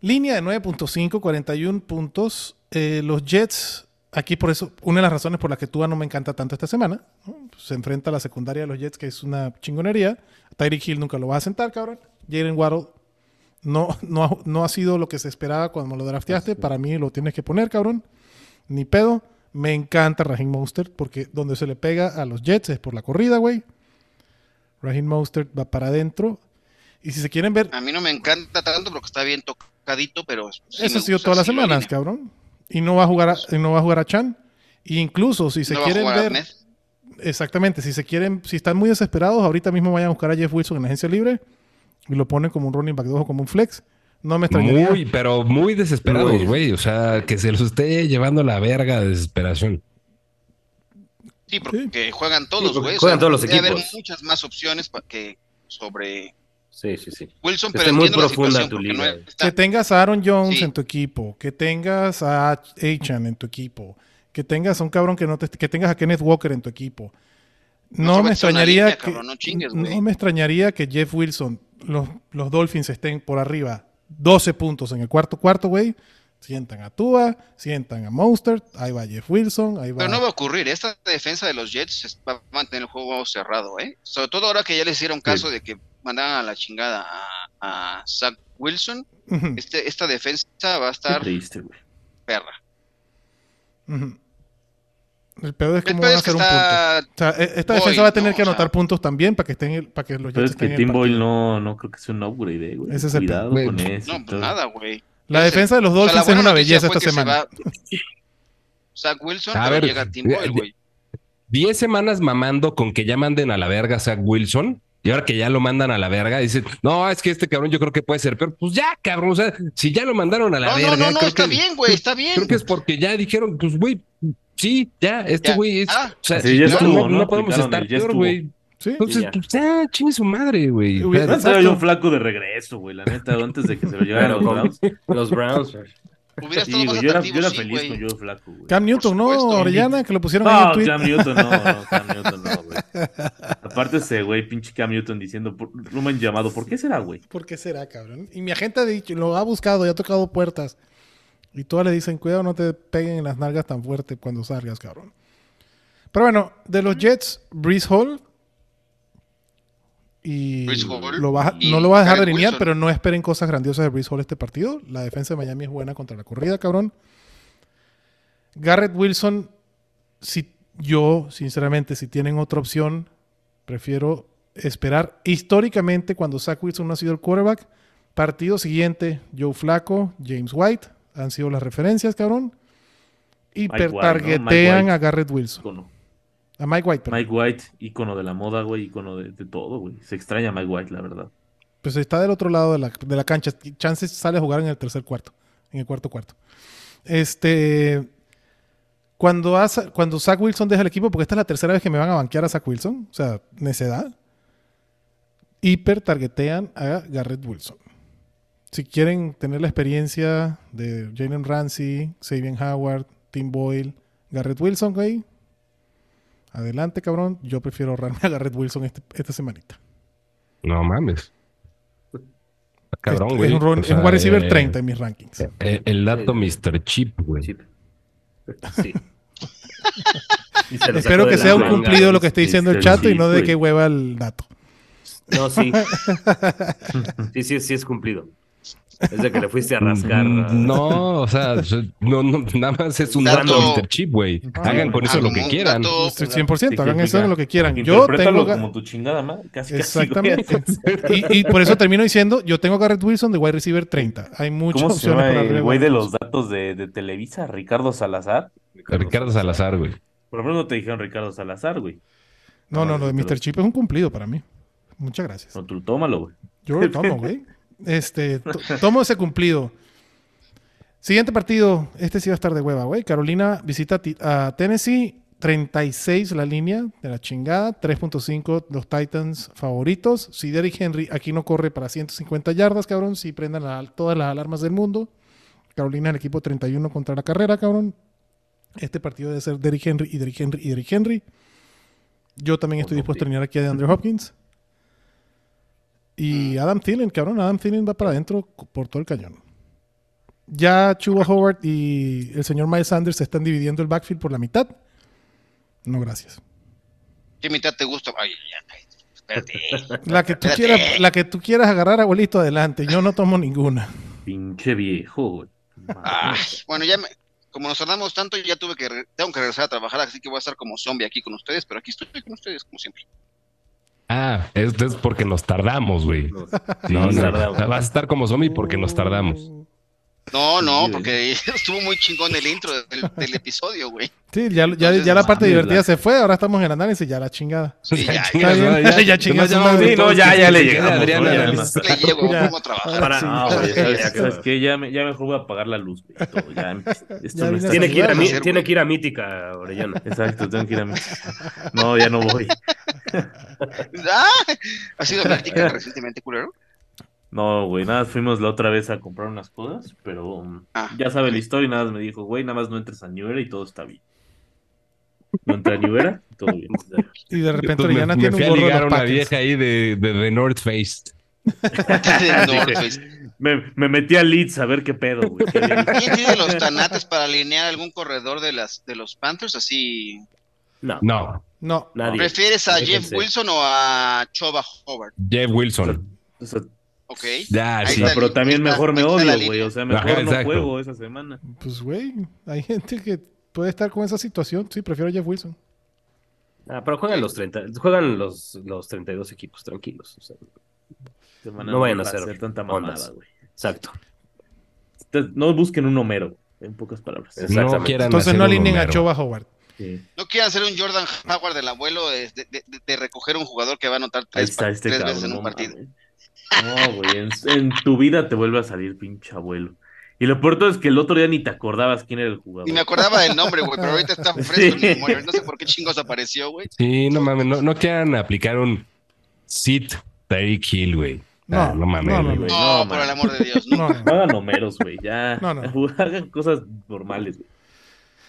Línea de 9.5, 41 puntos. Eh, los Jets, aquí por eso, una de las razones por las que Tua no me encanta tanto esta semana, ¿no? Pues, se enfrenta a la secundaria de los Jets, que es una chingonería. Tyreek Hill nunca lo va a sentar, cabrón. Jalen Waddle no, no, ha- no ha sido lo que se esperaba cuando lo drafteaste. Para mí lo tienes que poner, cabrón. Ni pedo. Me encanta Raheem Mostert porque donde se le pega a los Jets es por la corrida, güey. Raheem Mostert va para adentro. Y si se quieren ver
A mí no me encanta tanto porque está bien tocadito, pero... sí
eso
me
ha sido
gusta,
todas las
sí lo
semanas,
alinean.
cabrón. Y no va a jugar a, y no va a jugar a Chan. Y incluso si se
No va a
quieren
jugar
ver.
Ahmed.
Exactamente, si se quieren, si están muy desesperados, ahorita mismo vayan a buscar a Jeff Wilson en la agencia libre y lo ponen como un running back 2 o como un flex. No me extrañaría.
Muy, pero muy desesperados,
Muy.
güey. O sea, que se los esté llevando la verga de desesperación.
Sí, porque juegan todos,
porque
güey. o
juegan
sea,
todos los
debe haber
equipos.
muchas más opciones para que sobre
Sí, sí, sí.
Wilson,
Está
pero
muy
entiendo la
profunda
situación
tu
porque
liga,
no
eh.
güey.
está-
Que tengas a Aaron Jones
Ah. Sí.
en tu equipo, que tengas a Achan en tu equipo, que tengas a un cabrón que no te, que tengas a Kenneth Walker en tu equipo.
No
No, me
se metes a una
extrañaría
limpia,
que
cabrón, no chingues,
no
güey.
me extrañaría que Jeff Wilson, los, los Dolphins estén por arriba, 12 puntos en el cuarto cuarto, güey. Sientan a Tua, sientan a Mostert, ahí va Jeff Wilson, ahí va.
Pero no va a ocurrir. Esta defensa de los Jets es- va a mantener el juego cerrado, ¿eh? Sobre todo ahora que ya les hicieron caso de que mandaban a la chingada a, a Zach Wilson.
Ujú,
Este, esta defensa va a
Qué
estar
triste, güey.
perra.
ujú. El peor es
El
cómo
peor
van a
es que
hacer un punto.
está
O sea, e- esta
Boyd,
defensa va a tener
¿no?
que
O sea-
anotar puntos también para que estén el- para que los
Pero
Jets
es que
estén en el
Tim
partido.
Boyle no, no creo que sea un upgrade, eh, güey.
Ese es el
Cuidado
pedo.
con
Güey,
eso.
No, pues
todo.
nada, güey.
La
Ese-
defensa de los
O sea, la
Dolphins es
buena
una
noticia
belleza
fue
esta
que se
semana.
va Zach Wilson,
A
pero
ver,
llega Tim Boyle,
eh,
güey.
10 semanas mamando con que ya manden a la verga a Zach Wilson y ahora que ya lo mandan a la verga, dicen, no, es que este cabrón yo creo que puede ser peor. Pues ya, cabrón, o sea, si ya lo mandaron a la
No,
verga.
no, no, no,
creo
está
que-
bien, güey, está bien.
Creo que es porque ya dijeron, pues güey, sí, ya, este
Ya.
güey es.
Ah.
o sea,
Sí, ya
no-
estuvo,
no,
¿no?
no podemos
Aplicaron
estar
el ya
peor,
estuvo.
güey.
Sí.
Entonces,
Y ya.
pues ya, chingue su madre, güey.
Hubiera-
Pero-
Estaba yo
Exacto.
un flaco de regreso, güey, la neta, antes de que se lo llevaran
Pero
los
con
Browns.
los Browns. güey.
Hubiera
Sí,
estado más
güey, yo era, yo
atractivo,
era
sí,
feliz
güey.
con yo flaco, güey.
Cam Newton, ¿no?
supuesto.
Orellana, que lo pusieron ahí en
No,
Twitter.
Cam Newton no, no, Cam Newton no, güey. Aparte ese güey, pinche Cam Newton diciendo, por- Rumen llamado, ¿por qué será, güey?
¿Por qué será, cabrón? Y mi agente ha dicho, lo ha buscado y ha tocado puertas. Y todas le dicen, cuidado, no te peguen en las nalgas tan fuerte cuando salgas, cabrón. Pero bueno, de los Jets, Breeze Hall. Y
Breece Hall
lo vas a-
y
no lo vas a dejar de
Garrett
alinear,
Wilson.
pero no esperen cosas grandiosas de Breeze Hall este partido. La defensa de Miami es buena contra la corrida, cabrón. Garrett Wilson, si yo, sinceramente, si tienen otra opción, prefiero esperar. Históricamente, cuando Zach Wilson no ha sido el quarterback, partido siguiente, Joe Flaco, James White, han sido las referencias, cabrón.
White, ¿no?
Hipertargetean
Mike
a Garrett Wilson.
Ícono.
A Mike White, perdón.
Mike White, ícono de la moda, güey, ícono de, de todo, güey. Se extraña a Mike White, la verdad.
Pues está del otro lado de la, de la cancha. Chances sale a jugar en el tercer cuarto. En el cuarto cuarto. Este. Cuando, hace- cuando Zach Wilson deja el equipo, porque esta es la tercera vez que me van a banquear a Zach Wilson, o sea, necedad, hiper targetean a Garrett Wilson. si quieren tener la experiencia de Jalen Ramsey, Sabian Howard, Tim Boyle, Garrett Wilson, güey, adelante, cabrón. Yo prefiero ahorrarme a Garrett Wilson este- esta semanita.
No mames. Está Cabrón,
Este-
güey.
Es un, run-
O
es
sea,
un wide receiver
eh,
30 en mis rankings.
eh, el dato Mr. Chip, güey.
Sí. Sí. Y se lo sacó
Espero
de
que
la
sea un
manga,
cumplido lo que esté
este,
diciendo el
sí,
chato y no de
güey.
que hueva el dato.
No, sí. Sí, sí, sí es cumplido. Es de que le fuiste a rascar. a-
Mm, No, o sea, no, no, nada más es un
Dato-
dato Mr. Chip, güey. Hagan con eso lo que
Algún
quieran.
dato-
Estoy 100%, hagan
Significa-
eso lo que quieran. Yo
Interprétalo
tengo... ga-
como tu chingada madre. Casi, casi, güey.
Exactamente. y, y por eso termino diciendo, yo tengo a Garrett Wilson de wide receiver 30. Hay muchas
¿Cómo se
opciones
llama
para
el
arriba.
güey de los datos de, de Televisa? Ricardo Salazar.
Ricardo Salazar, güey.
Por lo menos no te dijeron Ricardo Salazar, güey.
No, no, lo de Mr. Chip es un cumplido para mí. Muchas gracias.
No, tú tómalo, güey.
Yo lo tomo, güey. Este, to- tomo ese cumplido. Siguiente partido. Este sí va a estar de hueva, güey. Carolina visita a Ti- a Tennessee. 36 la línea de la chingada. 3.5 los Titans favoritos. Si Derrick Henry aquí no corre para 150 yardas, cabrón. Si prendan la- todas las alarmas del mundo. Carolina es el equipo 31 contra la carrera, cabrón. Este partido debe ser Derrick Henry y Derrick Henry y Derrick Henry. Yo también estoy dispuesto a alinear aquí a DeAndre Hopkins.
Mm.
Y Adam Thielen, cabrón, Adam Thielen va para adentro cu- por todo el cañón. Ya
Ah.
Chuba Howard y el señor Miles Sanders se están dividiendo el backfield por la mitad. No, gracias.
¿Qué mitad te gusta? Ay, ya, ay, espérate.
La que tú
Espérate.
quieras, la que tú quieras agarrar, abuelito, adelante. Yo no tomo ninguna.
Pinche viejo, güey. Madre.
Ay, bueno, ya me- como nos tardamos tanto, ya tuve que re- tengo que regresar a trabajar, así que voy a estar como zombie aquí con ustedes, pero aquí estoy con ustedes como siempre.
Ah, esto es porque nos tardamos, güey.
No,
No,
nos
no.
tardamos.
Vas a estar como zombie porque nos tardamos.
No, no,
Sí, güey.
porque estuvo muy chingón el intro del, del episodio, güey.
Sí, ya, ya, ya la
Entonces, ah,
parte
mames,
divertida
la-
se fue, ahora estamos en el análisis, ya la chingada.
Sí, ya, ya
chingas,
bien.
¿no?
Ya
Nomás
chingas,
llamamos
madre.
de
Sí, no,
todos
ya,
que
ya
se
le
chinguen
llegamos,
a Adrián
¿no? Ya
analizar.
le llevo,
Ya.
vamos a trabajar.
Ahora
Para,
sí.
Ah, no, güey,
Sí,
¿sabes,
ya
¿sabes
quedó.
qué? Ya me, ya mejor voy a apagar la luz, güey, todo, ya. esto
Ya
me
vine
está-
a
Tiene que, ir a,
saludar,
mí-
¿no?
tiene que ir a Mítica, Orellana.
Exacto, tengo que ir a mi... No, ya no voy.
Ah, ¿Ha sido práctica recientemente, culero?
No, güey, nada, más fuimos la otra vez a comprar unas cosas, pero um,
Ah,
ya sabe la historia y nada más me dijo, güey, nada más no entres a New Era y todo está bien. No entré a New Era, todo bien.
Y de repente
pues me,
Oriana
me
tiene
fui
un
a
gorro de
ligar a
los
una
Packers.
vieja ahí de, de, de North Face.
de North Face.
Me, me metí a Leeds a ver qué pedo, güey. qué había.
¿Quién tiene los tanates para alinear algún corredor de las de los Panthers? Así.
No,
No,
No,
nadie.
¿Prefieres a
Déjense.
Jeff Wilson o a Choba Howard?
Jeff Wilson.
O sea,
Ok.
Ya,
Ahí
sí.
o sea,
está.
pero también mejor me
Ahí está la
odio,
línea.
güey. O sea,
Ajá,
mejor no
exacto.
juego esa semana.
pues güey, hay gente que puede estar con esa situación. Sí, prefiero a Jeff Wilson.
Ah, pero juegan los 30, juegan los, los 32 equipos tranquilos. o sea,
Semana
No vayan a
va
hacer
tanta
ondas.
mamada, güey.
exacto.
Entonces, No busquen un Homero, en pocas palabras.
Es-
No
Exactamente.
quieran
Entonces
hacer
no
un
alineen a
Homero.
Choba Howard.
Ah,
Sí.
No quieran ser un Jordan Howard del abuelo de, de- de- de recoger un jugador que va a anotar
Ahí
tres,
está
pa-
este
tres
cabrón.
veces en
no
un partido.
mames. No, güey, en, en tu vida te vuelve a salir pinche abuelo. Y lo peor de todo es que el otro día ni te acordabas quién era el jugador.
Y me acordaba del nombre, güey, pero ahorita está fresco en mi memoria. No sé por qué chingos apareció, güey.
Sí, no mames, no, no quieran aplicar un sit Tyreek Hill, güey.
No,
Ah,
no, no,
no mames, güey.
Güey,
No,
no,
por
man.
el amor de Dios. No.
No, no,
No
no.
hagan homeros, güey, ya.
No, no.
Hagan cosas normales, güey.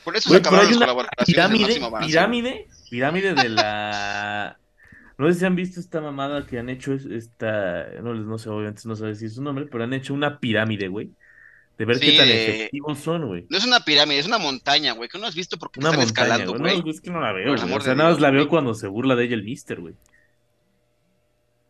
Por eso se
Güey, pero
acabaron
hay
las
una
colaboraciones del
pirámide,
máximo avance.
pirámide, pirámide de la... No sé si han visto esta mamada que han hecho es- esta... No, les- no sé, obviamente no sé si es su nombre, pero han hecho una pirámide, güey. De ver
Sí,
qué tan
de-
efectivos son, güey.
No es una pirámide, es una montaña, güey, que no has visto porque
Una
están
montaña,
escalando,
güey.
güey.
No, es que no la veo,
Por
güey.
amor
O sea,
de
nada más
Dios,
la veo
güey.
cuando se burla de ella el mister, güey.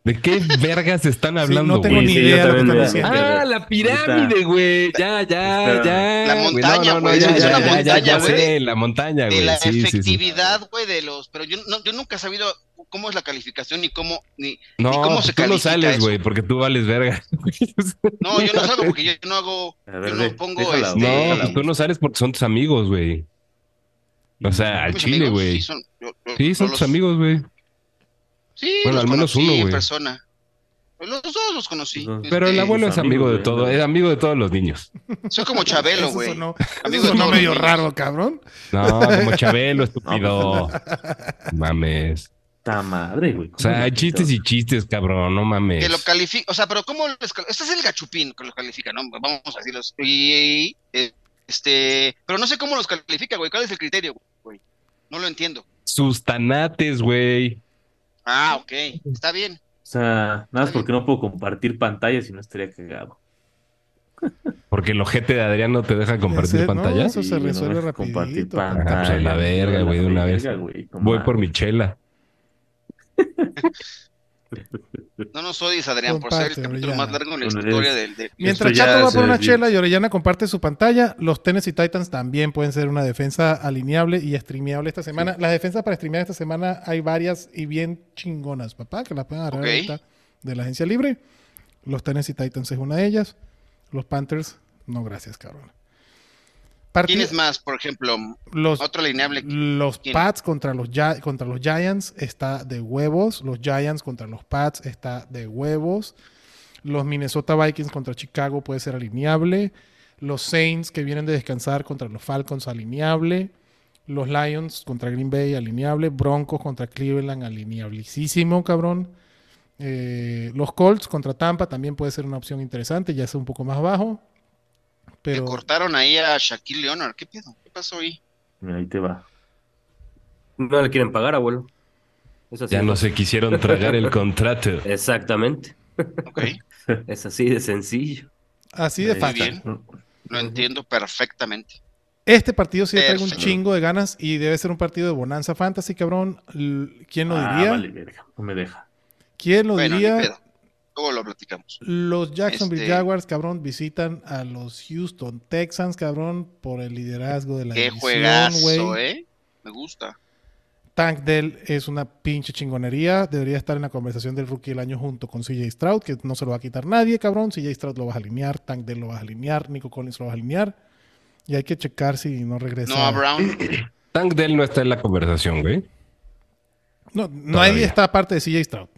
¿De qué vergas están hablando,
no
güey?
tengo ni
Sí, sí,
idea de lo
yo
que
también
están
me-
haciendo.
Ah, la pirámide, güey. Ya, ya,
Espera.
ya.
La
güey.
montaña,
No, no, no,
güey,
ya,
es
ya,
una
ya, ya,
montaña,
ya
güey.
sé, la montaña,
de
güey.
la
Sí, sí, sí.
efectividad, güey, de los. Pero yo, no, yo nunca he sabido cómo es la calificación ni cómo. ni
No, pues
¿Y cómo se
tú no
califica
sales,
eso?
güey, porque tú vales verga. pues
No, yo no salgo porque yo no hago.
A ver,
yo
ve,
no pongo.
déjala,
este,
No,
Sí.
pues tú no sales porque son tus amigos, güey. O sea, al
mis
chile,
amigos,
güey.
Sí, son, yo- yo-
Sí,
yo
son
los- este,
tus amigos, güey.
Sí,
Bueno,
los
al menos
conocí
uno,
en
güey.
persona. Pues Los dos los conocí.
Los dos.
Pero el
este,
abuelo
tus
es amigo
amigos,
de
güey,
todo,
¿no?
es amigo de todos los niños.
Soy como Chabelo,
Eso
güey.
sonó, eso
Amigo de
sonó
todos
medio
los niños.
raro, cabrón.
pues,
No, como Chabelo, estúpido. Mames.
puta madre, güey.
O sea, hay chistes y chistes, cabrón, no mames.
Que lo califica, o sea, pero ¿cómo lo Este es el gachupín que lo califica, ¿no? Vamos a decirlo. Y, eh, este, pero no sé cómo los califica, güey. ¿Cuál es el criterio, güey? No lo entiendo.
Sus tanates, güey.
Ah, ok. Está bien.
O sea, nada más porque no puedo compartir pantalla si no estaría cagado.
Porque el ojete de Adrián no te deja compartir
Ese, ¿no?
pantalla.
Eso se
Sí,
resuelve
no,
rapidito.
compartir
pa.
pantalla.
Ah, pues a la verga, güey, de una vez. Voy por mi chela.
No nos odies, Adrián, por ser
Comparte,
el capítulo
Orellana.
más largo en la
Bueno,
historia
es-
del. de-
Mientras
Esto ya
Chato va
se
por una
desvió.
chela y Orellana comparte su pantalla, los Tennessee Titans también pueden ser una defensa alineable y streameable esta semana. Las defensas para streamear esta semana hay varias y bien chingonas, papá, que las pueden agarrar
Ok.
ahorita de la agencia libre. Los Tennessee Titans es una de ellas. Los Panthers, no gracias, cabrón. Partid-
¿Quién es más, por ejemplo?
Los,
Otro alineable.
los
¿Quién?
Pats contra los, Gi- contra los Giants está de huevos. Los Giants contra los Pats está de huevos. Los Minnesota Vikings contra Chicago puede ser alineable. Los Saints que vienen de descansar contra los Falcons alineable. Los Lions contra Green Bay alineable. Broncos contra Cleveland alineablicísimo, cabrón. Eh, los Colts contra Tampa también puede ser una opción interesante, ya es un poco más bajo.
Que
Pero
cortaron ahí a Shaquille Leonard. ¿Qué pedo? ¿Qué pasó ahí?
Mira, ahí te va.
No le quieren pagar, abuelo. Es así.
Ya no se quisieron tragar el contrato.
Exactamente.
Ok.
Es así de sencillo.
así de
Ahí
fácil.
bien. Lo entiendo perfectamente.
Este partido sí le traigo un
Perfecto.
chingo de ganas y debe ser un partido de bonanza fantasy, cabrón. L- ¿Quién lo
Ah,
diría?
vale, verga, no me deja.
¿Quién lo
bueno, ni
diría?
pedo. Luego lo platicamos.
Los Jacksonville
Este-
Jaguars, cabrón, visitan a los Houston Texans, cabrón, por el liderazgo de la
Qué
división,
juegazo,
güey.
¿eh? Me gusta.
Tank Dell es una pinche chingonería. Debería estar en la conversación del rookie del año junto con CJ Stroud, que no se lo va a quitar nadie, cabrón. CJ Stroud lo vas a alinear, Tank Dell lo vas a alinear, Nico Collins lo vas a alinear. Y hay que checar si no regresa.
Noah Brown.
Tank Dell no está en la conversación, güey.
No, nadie
Todavía.
está aparte de CJ Stroud.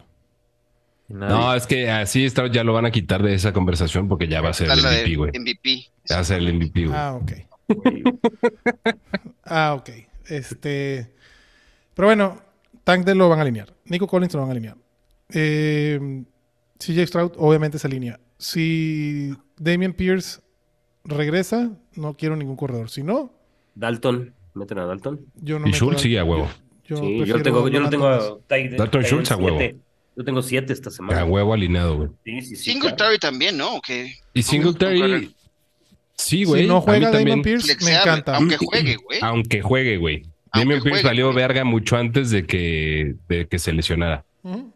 Y
Ah,
No,
nada,
es que así Stroud ya lo van a quitar de esa conversación porque ya va a ser
Está
el
la de
MVP, güey.
MVP.
Ya va a ser el MVP, güey.
Ah, ok.
güey.
Ah, ok. Este. Pero bueno, Tank Dell lo van a alinear. Nico Collins lo van a alinear. Eh, CJ Stroud, obviamente, se alinea. Si Damian Pierce regresa, no quiero ningún corredor. Si no,
Dalton. Meten a Dalton.
yo no
Y
me quedo-
Schultz sí, a huevo.
Yo,
sí, yo,
prefiero
tengo, yo no
Jonathan
tengo
Taylor.
a Ty-
Dalton
Ty-
Schultz a
siete.
huevo.
Yo tengo siete esta
A
semana.
huevo alineado, güey.
Sí, sí, sí, claro.
Singletary también, ¿no? ¿O qué?
Y Singletary.
Correcto.
Sí, güey.
si no
a mí
juega Damian
también.
Pierce, me
Flexible,
encanta.
Aunque juegue, güey.
Aunque juegue, güey.
Aunque
Damian Pierce
juegue,
valió
güey.
verga mucho antes de que, de que se lesionara.
Ujú.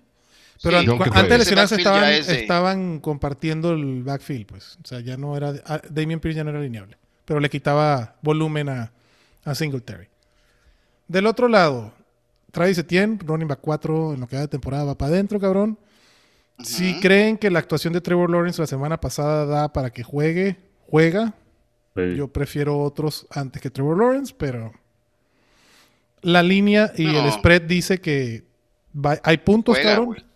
Pero
Sí.
an-
Aunque
cu-
juegue.
antes de lesionarse
Ese backfield
estaban,
ya es de-
estaban compartiendo el backfield, pues. O sea, ya no era. a- Damian Pierce ya no era alineable. Pero le quitaba volumen a, a Singletary. Del otro lado, Travis Etienne, running back 4 en lo que da de temporada, va para adentro, cabrón. Si
Ujú.
creen que la actuación de Trevor Lawrence la semana pasada da para que juegue, juega.
Güey,
Yo prefiero otros antes que Trevor Lawrence, pero la línea y el
No.
spread dice que va- hay puntos,
Juega,
cabrón.
güey.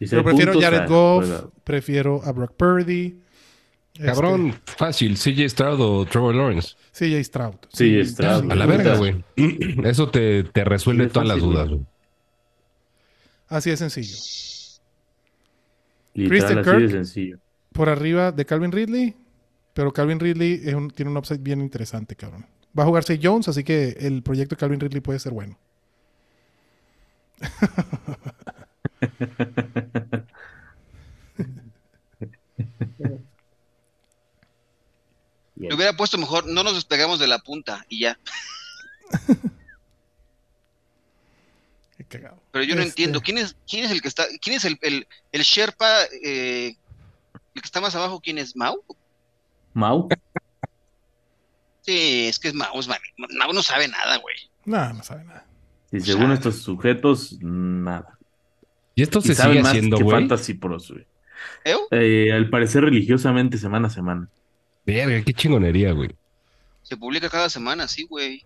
y si
Yo
hay
prefiero
puntos,
Jared
ah,
Goff,
juega.
prefiero a Brock Purdy. este,
Cabrón, fácil. CJ Stroud o Trevor Lawrence.
CJ Stroud.
Sí, Stroud,
Ah, A la
Puta.
verga, güey. Eso te, te resuelve
Sí, es
todas las
fácil,
dudas,
güey.
güey.
Así de sencillo. Christian
Literal, así de
Kirk.
sencillo.
Por arriba de Calvin Ridley, pero Calvin Ridley es un- tiene un upside bien interesante, cabrón. Va a jugar Zay Jones, así que el proyecto de Calvin Ridley puede ser bueno.
Bien.
Le hubiera puesto mejor, no nos despegamos de la punta y ya.
Qué cagado.
Pero yo no
Este,
entiendo. ¿Quién es, quién es el que está, quién es el, el, el Sherpa, eh, el que está más abajo, quién es Mau?
Mau,
Sí, es que es Mau, es mami. Mau no sabe nada, güey.
No, no sabe nada.
y según estos sujetos, nada.
Y esto
Y
se
saben
sigue
más
haciendo,
que
güey.
Fantasy Pros, güey.
¿Eh?
Eh, al parecer religiosamente, semana a semana.
Verga, qué chingonería, güey.
Se publica cada semana, sí, güey.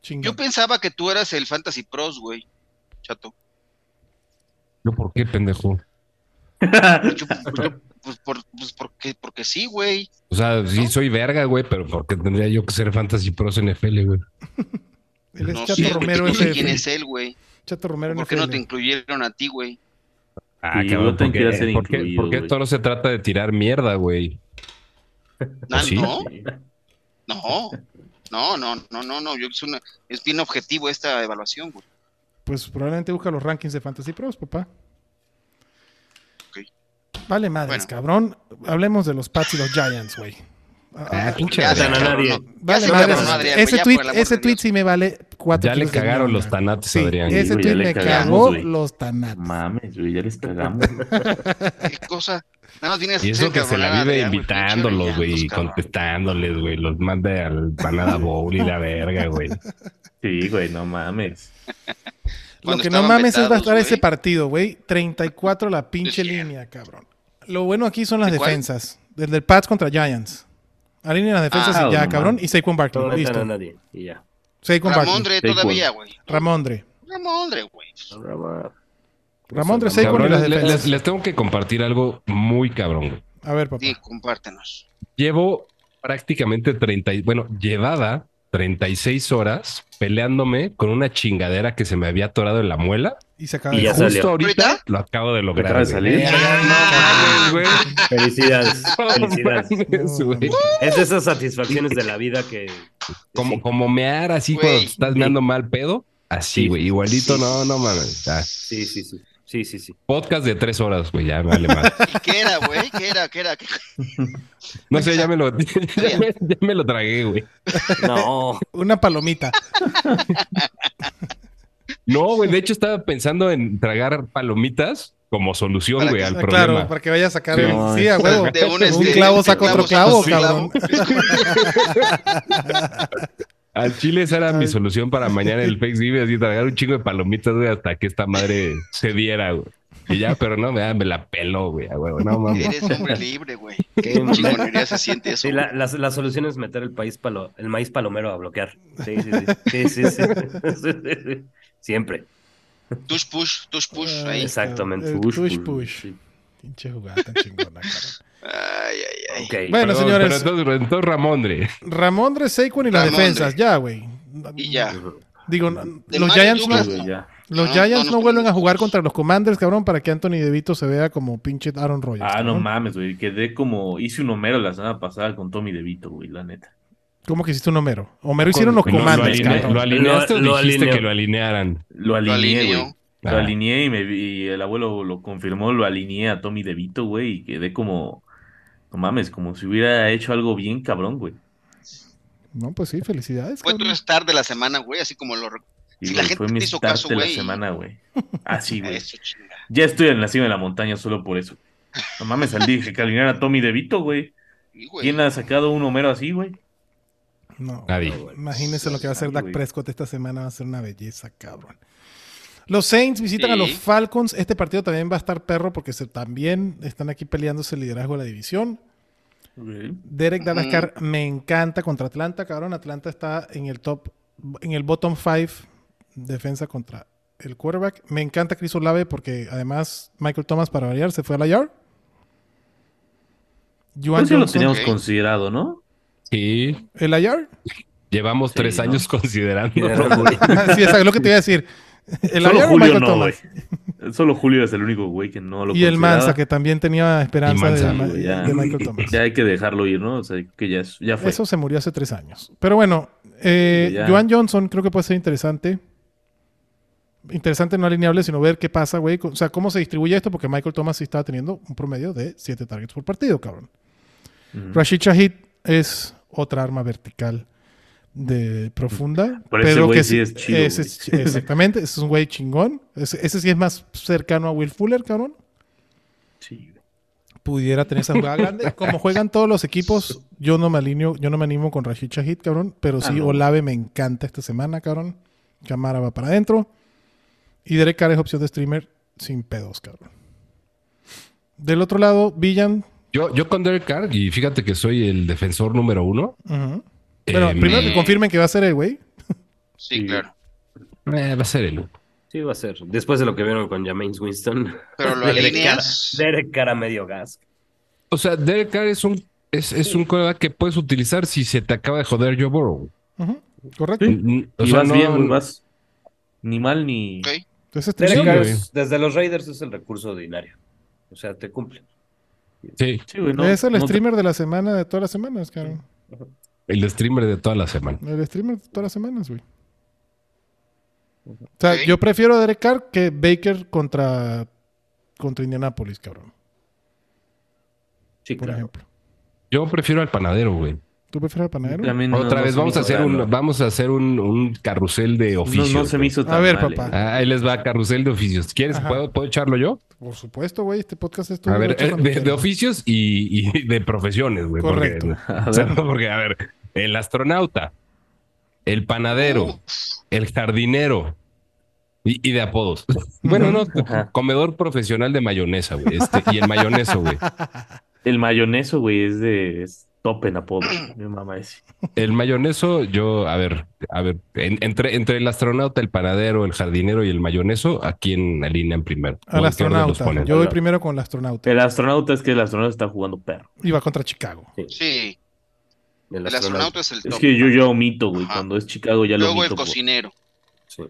Chingón.
Yo pensaba que tú eras el Fantasy Pros, güey. Chato.
¿Yo por qué, pendejo?
Yo- yo- pues, por- pues, porque, porque sí, güey.
O sea, sí soy verga, güey, pero ¿por qué tendría yo que ser Fantasy Pros NFL, güey?
Él es
No
Chato
sé, güey,
Romero
no sé
FF.
quién es él, güey.
Chato Romero
¿Por qué no
NFL.
te incluyeron a ti, güey?
Ah,
Y
cabrón,
no te
porque,
quieras ser
porque-
incluido,
porque esto
güey.
no se trata de tirar mierda, güey.
Ah,
Pues Sí.
No, no, no, no, no, no, no. Yo, es, una, es bien objetivo esta evaluación, güey.
Pues probablemente busca los rankings de Fantasy Pros, papá.
Ok.
Vale, madres,
Bueno.
cabrón. Hablemos de los Pats y los Giants, güey. Ah,
Ah, pinche.
Ya se
ganó
cabronó.
nadie.
Ya
Vale,
se
madres.
cabronó Adrián, güey,
ese
ya,
tweet,
por el amor
ese
de
tweet
Dios.
sí me vale cuatro
Ya le
kilos de
cagaron
mierda.
los tanates,
Sí,
Adrián.
ese
güey, ya
tweet
le
me
cagamos,
cagó
güey.
los tanates.
Mames, güey, ya les cagamos. güey.
¿Qué cosa? Nada más vienes
Y eso que se
encabronar
la
a
vive
Adrián, güey, pinche
invitándolos, güey, y
villanos, cabrón.
contestándoles, güey. Los manda al panada bowl y la verga, güey.
Sí, güey, no mames.
Lo
Cuando
que no
estaban
mames es va a
vetados,
estar ese
güey.
partido, güey. 34 la pinche
Sí.
línea, cabrón. Lo bueno aquí son las
¿De cuál?
defensas. Desde del Pats contra Giants. Alineen las defensas
Ah,
y ya,
no
cabrón.
mames.
Y Saquon Barkley.
No metan
listo.
a nadie. Y ya.
Saquon Barkley.
Ramondre
Take one.
todavía, güey.
Ramondre.
Ramondre, güey.
Ramondre
Pues,
Saquon y las
Cabrones, le-
defensas.
les, les tengo que compartir algo muy cabrón, güey.
A ver, papá.
Sí, compártenos.
Llevo prácticamente 30, y- bueno, llevaba 36 horas peleándome con una chingadera que se me había atorado en la muela.
Y se acaba
Y
de
ya
Justo
jugar.
salió.
ahorita
¿Ahorita?
lo acabo de lograr.
Acaba de
güey.
salir.
Ah, güey.
Felicidades. Felicidades.
Mames, güey.
Es de esas satisfacciones de la vida que.
Como, como mear así
Güey.
cuando te estás meando mal pedo. Así,
Sí.
güey. Igualito, no, no mames. Ah,
Sí, sí, sí. Sí, sí, sí.
podcast de tres horas, güey. Ya me vale más.
¿Y qué era, güey? ¿Qué era? ¿Qué era? ¿Qué-
No sé, ya me lo, ya me, ya me lo tragué, güey.
No.
Una palomita.
No, güey. De hecho, estaba pensando en tragar palomitas como solución,
Para
güey,
que-
al
Ah,
problema.
claro, para que vaya a sacar
Sí.
el.
No,
Sí, a huevo.
De un,
un,
este,
clavo
un
saca otro clavo,
clavo saca
cabrón.
otro
Al chile esa era mi
Ay.
solución para mañana el Thanksgiving, así tragar un chingo de palomitas, güey, hasta que esta madre se diera, güey. Y ya, pero no, me, me la peló, güey, a huevo, no mames.
Eres hombre libre, güey. Qué
Sí,
chingonería se siente eso.
Sí, la, la- la solución es meter el, país palo- el maíz palomero a bloquear. Sí, sí, sí. Sí, sí, sí. Sí, sí, sí. Siempre.
güey. Tush push, tush push.
Ay,
Ahí.
Exactamente.
Ah, el
Push,
push,
push.
push. Pinche jugada tan chingona, cabrón.
Ay, ay, ay.
Bueno,
Ok.
Perdón,
señores,
Pero entonces, entonces Ramondre.
Ramondre, Saquon y las
Ramondre.
defensas. Ya, güey.
Y ya.
Digo,
De
los
Mario
Giants, no,
Douglas,
Güey, ya.
los
No, no
Giants
nos
no vuelven a
perdemos.
jugar contra los Commanders, cabrón, para que Anthony DeVito se vea como pinche Aaron Rodgers.
Ah, no
cabrón.
mames, güey. Quedé como. Hice un Homero la semana pasada con Tommy DeVito, güey, la neta.
¿Cómo que hiciste un Homero? Homero hicieron los
Con- lo
Commanders,
alineé,
cabrón.
lo alineaste
Lo- lo
o dijiste
alineó.
que lo alinearan.
Lo
Lo
alineé,
alineó.
güey. Lo
Ah.
alineé y, me vi- y el abuelo lo confirmó, lo alineé a Tommy DeVito, güey, y quedé como, no mames, como si hubiera hecho algo bien cabrón, güey.
No, pues sí, felicidades.
Fue tu
cabrón.
star de la semana, güey, así como lo recuerdo.
Y
Si la
güey,
gente
fue
te
mi
hizo
start
caso,
de la
güey.
semana, güey. Así, güey.
Eso, chinga.
Ya estoy en la cima de la montaña solo por eso. No mames, al dije que alinear a Tommy DeVito, güey.
Sí, güey.
¿Quién ha sacado un Homero así, güey?
No,
Nadie.
Ah,
Imagínense lo que va a hacer
Ay,
Dak
güey.
Prescott esta semana, va a ser una belleza, cabrón. Los Saints visitan a los
Sí.
Falcons. Este partido también va a estar perro porque se, también están aquí peleándose el liderazgo de la división. Derek
Ujú.
Dalascar me encanta contra Atlanta, cabrón. Atlanta está en el top, en el bottom five defensa contra el quarterback. Me encanta Chris Olave porque además Michael Thomas para variar se fue a la yard. Joan
Por eso Pues lo
Johnson,
teníamos
Ok.
considerado, ¿no?
Sí,
¿El IR?
llevamos
Sí,
tres
¿no?
años considerándolo.
Güey.
Ah, sí, exacto, es lo que te iba a decir. El
Solo
IR o
Julio
Michael
no,
Thomas.
güey. Solo Julio es el único, güey, que no lo
Y el Mansa,
consideraba.
que también tenía esperanza
Y
de,
Mansa,
Ma-
güey, ya.
de Michael Thomas.
Ya hay que dejarlo ir, ¿no? O sea, que ya, es- ya fue.
Eso se murió hace tres años. Pero bueno, eh,
Ya.
Joan Johnson creo que puede ser interesante. Interesante no alineable, sino ver qué pasa, güey. O sea, cómo se distribuye esto, porque Michael Thomas sí estaba teniendo un promedio de 7 targets por partido, cabrón.
Ujú.
Rashid Shahid es otra arma vertical de profunda.
Pero ese güey sí
sí-
es chido,
ese
güey.
es- exactamente, ese es un güey chingón. Ese, ese sí es más cercano a Will Fuller, cabrón.
Sí, güey.
pudiera tener esa jugada grande. Como juegan todos los equipos, yo no me alineo, yo no me animo con Rashid Shahid, cabrón. Pero sí,
Ah, no.
Olave me encanta esta semana, cabrón. Camara va para adentro. Y Derek Carr es opción de streamer sin pedos, cabrón. Del otro lado, Villan.
Yo, yo con Derek Carr, y fíjate que soy el defensor número uno.
ujú. Bueno,
eh,
primero
me-
que confirmen que va a ser el güey.
Sí,
Sí.
claro.
eh, va a ser el uno.
Sí, va a ser. Después de lo que vieron con James Winston.
Pero lo
Derek
alineas.
Carr- Derek cara medio gas.
O sea, Derek Carr es un, es, es un coreback que puedes utilizar si se te acaba de joder Joe Burrow.
Ujú. Correcto.
Sí.
O
Y
sea,
vas
no-
bien, güey, vas ni mal ni...
Ok.
Entonces,
Derek
Sí,
Carr
güey.
es- desde los Raiders es el recurso ordinario. O sea, te cumple.
Sí,
Sí, güey, no-
es el
no te-
streamer de la semana, de todas las semanas, cabrón.
el streamer de toda la semana.
El streamer de todas las semanas, güey. O sea,
Ok.
yo prefiero a Derek Carr que Baker contra, contra Indianapolis, cabrón.
Sí,
Por
claro.
ejemplo.
Yo prefiero al panadero, güey.
¿Tú prefieres al panadero?
También no-
Otra
no
vez
se me
vamos a
hizo
hacer
tan-
un,
no-
vamos a hacer un, un carrusel de oficios.
No, se me
güey.
hizo tan
A ver,
mal, eh.
papá.
Ah, ahí les va carrusel de oficios. ¿Quieres?
Ajá.
¿puedo, ¿Puedo echarlo yo?
Por supuesto, güey. Este podcast es tu
A ver,
derecho
eh,
cuando
de, de
quieras.
oficios y, y de profesiones, güey. porque-
Correcto.
A
o sea,
ver,
Porque, a ver, el astronauta, el panadero, el jardinero y, y de apodos. Bueno, no,
Ajá.
comedor profesional de mayonesa, güey. este, y el mayoneso, güey.
el mayoneso, güey, es de es top en apodo. Mi mamá es.
El mayoneso, yo, a ver, a ver, en- entre, entre el astronauta, el panadero, el jardinero y el mayoneso, ¿a quién alinean primero? ¿O en
Al
qué orden los
astronauta.
ponen?
Yo voy primero con el astronauta.
El astronauta es que el astronauta está jugando perro.
Y va contra Chicago.
Sí,
El
el
astronauta.
astronauta es el top.
Es que yo ya omito, güey.
Ajá.
Cuando es Chicago ya lo
Luego
omito.
el
por-
cocinero.
Sí.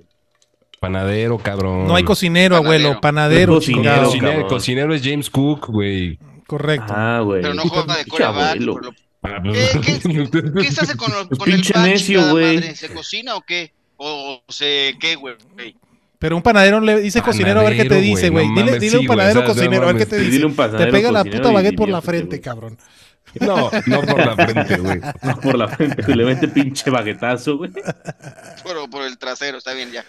Panadero, cabrón.
No hay cocinero,
Panadero.
abuelo. Panadero,
No hay cocinero,
chingado.
cabrón.
Cocinero, cocinero es James Cook, güey.
Correcto.
Ah, güey.
Pero no juega de
Pinche
coreback.
abuelo.
por lo-
Ah, pues,
¿Qué, qué se hace con, lo- con el
Pinche
pan,
necio,
chingada
güey.
madre? ¿Se cocina o qué? ¿O se qué, güey?
Pero un panadero le dice cocinero a ver qué te
Panadero,
dice,
güey,
güey.
no
dile
mames,
dile
sí,
un
güey,
panadero
o sea, no
cocinero a ver qué
mames,
te
y
dice.
dile un
Te
panadero,
pega la
cocinero
puta
y
baguette por la
diviértete,
frente,
güey.
cabrón.
No, no por la frente, güey.
No, Ah, por la frente, güey, le mete pinche baguetazo, güey.
Por, por el trasero, está bien ya.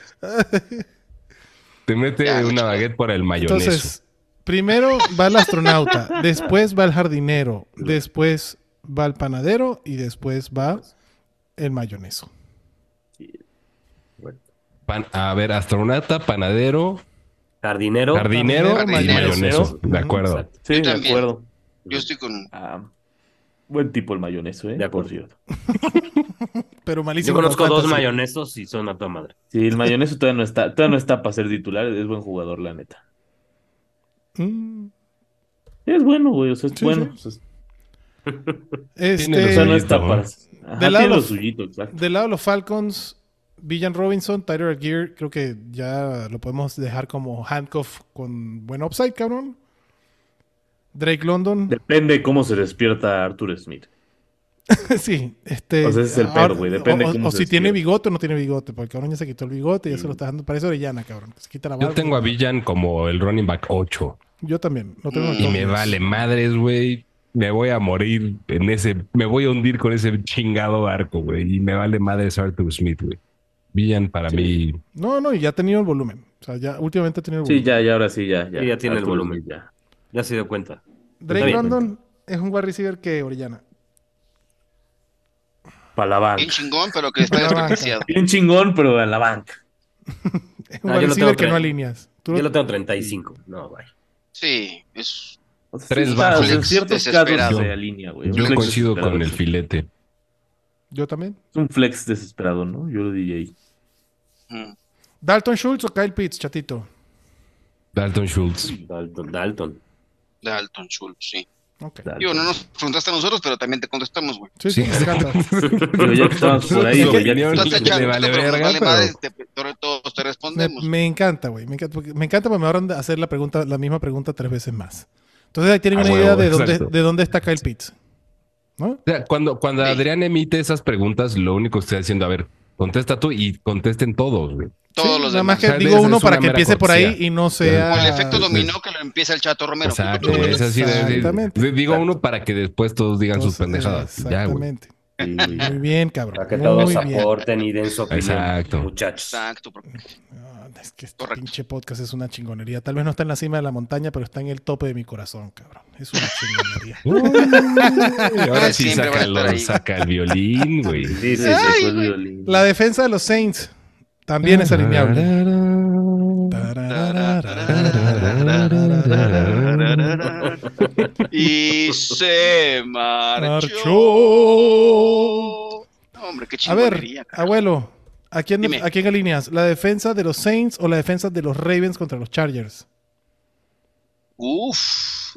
Te mete
Ya,
una
chico.
baguette para el mayoneso.
Entonces, primero va el astronauta, después va el jardinero, después va el panadero y después va el mayoneso.
Pan- a ver, astronauta, panadero,
Jardinero.
jardinero, y
Jardinero,
mayoneso.
¿no?
De acuerdo.
Exacto.
Sí, de
también.
acuerdo.
Yo estoy con.
Ah, buen tipo el mayoneso, ¿eh?
De acuerdo.
Por cierto.
Pero malísimo.
Yo conozco
para
dos
fantasy.
mayonesos y son a toda madre.
Sí, el mayoneso todavía no está, todavía no está para ser titular, es buen jugador, la neta.
Mm,
Es bueno, güey, o sea, es
Sí,
bueno.
sí.
o sea, es-
Tiene
o sea,
Este,
no
razón.
está
Suyito,
para.
¿no?
Ajá,
Del lado
tiene lo
los-
suyito, exacto.
del lado de los Falcons, Villan Robinson, Tyler Gear, creo que ya lo podemos dejar como handcuff con buen upside, cabrón. Drake London.
Depende cómo se despierta Arthur Smith.
Sí, este.
O sea, ese es el
ahora-
pedo, güey, depende
o- o-
cómo
O
se
si tiene
despierta.
bigote o no tiene bigote, porque cabrón ya se quitó el bigote, ya se lo está dando. Parece Orellana, cabrón. que se quita la barba.
Yo tengo a Villan como el running back 8
Yo también. No tengo
Mm. y me
bigotes.
vale madres, güey. Me voy a morir en ese, me voy a hundir con ese chingado barco, güey. Y me vale madres Arthur Smith, güey. Villan para mí
No, no, y ya ha tenido el volumen. O sea, ya últimamente ha tenido el
Sí,
volumen.
ya, ya, ahora sí, ya. Ya,
Sí, ya tiene el
Arthur
volumen.
Smith, ya.
Ya se dio cuenta.
Drake
Está bien.
London es un wide receiver que Orellana.
Para la
Bien
banca.
chingón, pero que está
Para la banca.
desperdiciado.
Bien chingón, pero en la banca.
Es un
Ah, yo
wide
lo
receiver
tengo
que no
tres.
alineas. Tú lo-
Yo lo tengo 35. No, vaya.
Sí, es.
O sea,
Tres
sí, claro, o sea, en
bajos.
ciertos
Desesperado.
casos se alinea,
Pues,
güey. Un
yo
flex
coincido
desesperado,
con el
sí.
filete.
Yo también.
Es un flex desesperado, ¿no? Yo lo diría ahí.
mm,
Dalton Schultz o Kyle Pitts, chatito.
Dalton Schultz.
Dalton. Dalton.
Dalton Schultz, sí.
Ok.
Digo, no nos preguntaste a nosotros, pero también te contestamos, güey.
Sí, sí,
Sí.
me encanta.
Pero ya que estabas por ahí,
Su
güey, ya
opinión
que
Estás
estabas-
le- echando-
echando,
vale
pero
verga,
vale
pero-
madre, te- te- todos te
Me,
respondemos.
me encanta, güey. Me encanta, porque, me encanta porque me ahorran de hacer la pregunta, la misma pregunta tres veces más. Entonces ahí tienen
Ah,
una
huevo,
idea de dónde,
exacto.
de dónde está Kyle Pitts. ¿No?
O sea, cuando, cuando
Sí.
Adrián emite esas preguntas, lo único que está diciendo, a ver, contesta tú y contesten todos, güey.
Todos
Sí,
los
Nada más
demás.
que
Tal
digo
vez
uno
es
para
una
que
mera
empiece por ahí
cortesía.
y no sea.
Con el efecto dominó que lo empieza el Chato Romero.
Exacto,
Ah, Exacto.
güey, es así. de- de-
Exactamente.
de- digo uno para que después todos digan sus
Entonces,
pendejadas. Ya, güey.
Exactamente.
Sí, güey.
Muy bien,
Para
cabrón.
que
Muy
todos
bien.
aporten y den su opinión.
Exacto.
Muchachos.
Exacto. porque-
Ah, es que este
Correcto.
pinche podcast es una chingonería. Tal vez no está en la cima de la montaña, pero está en el tope de mi corazón, cabrón. Es una chingonería.
Uy, ahora sí
Siempre
saca,
van a estar
lo-
ahí.
saca el violín, güey.
Sí, sí,
Ay,
sacó el
güey.
violín.
la defensa de los Saints también es alineable.
Y se marchó.
Marchó.
No, hombre, qué
A ver,
chingonería. cabrón.
abuelo, ¿a quién,
Dime.
¿a quién alineas? ¿La defensa de los Saints o la defensa de los Ravens contra los Chargers?
Uf,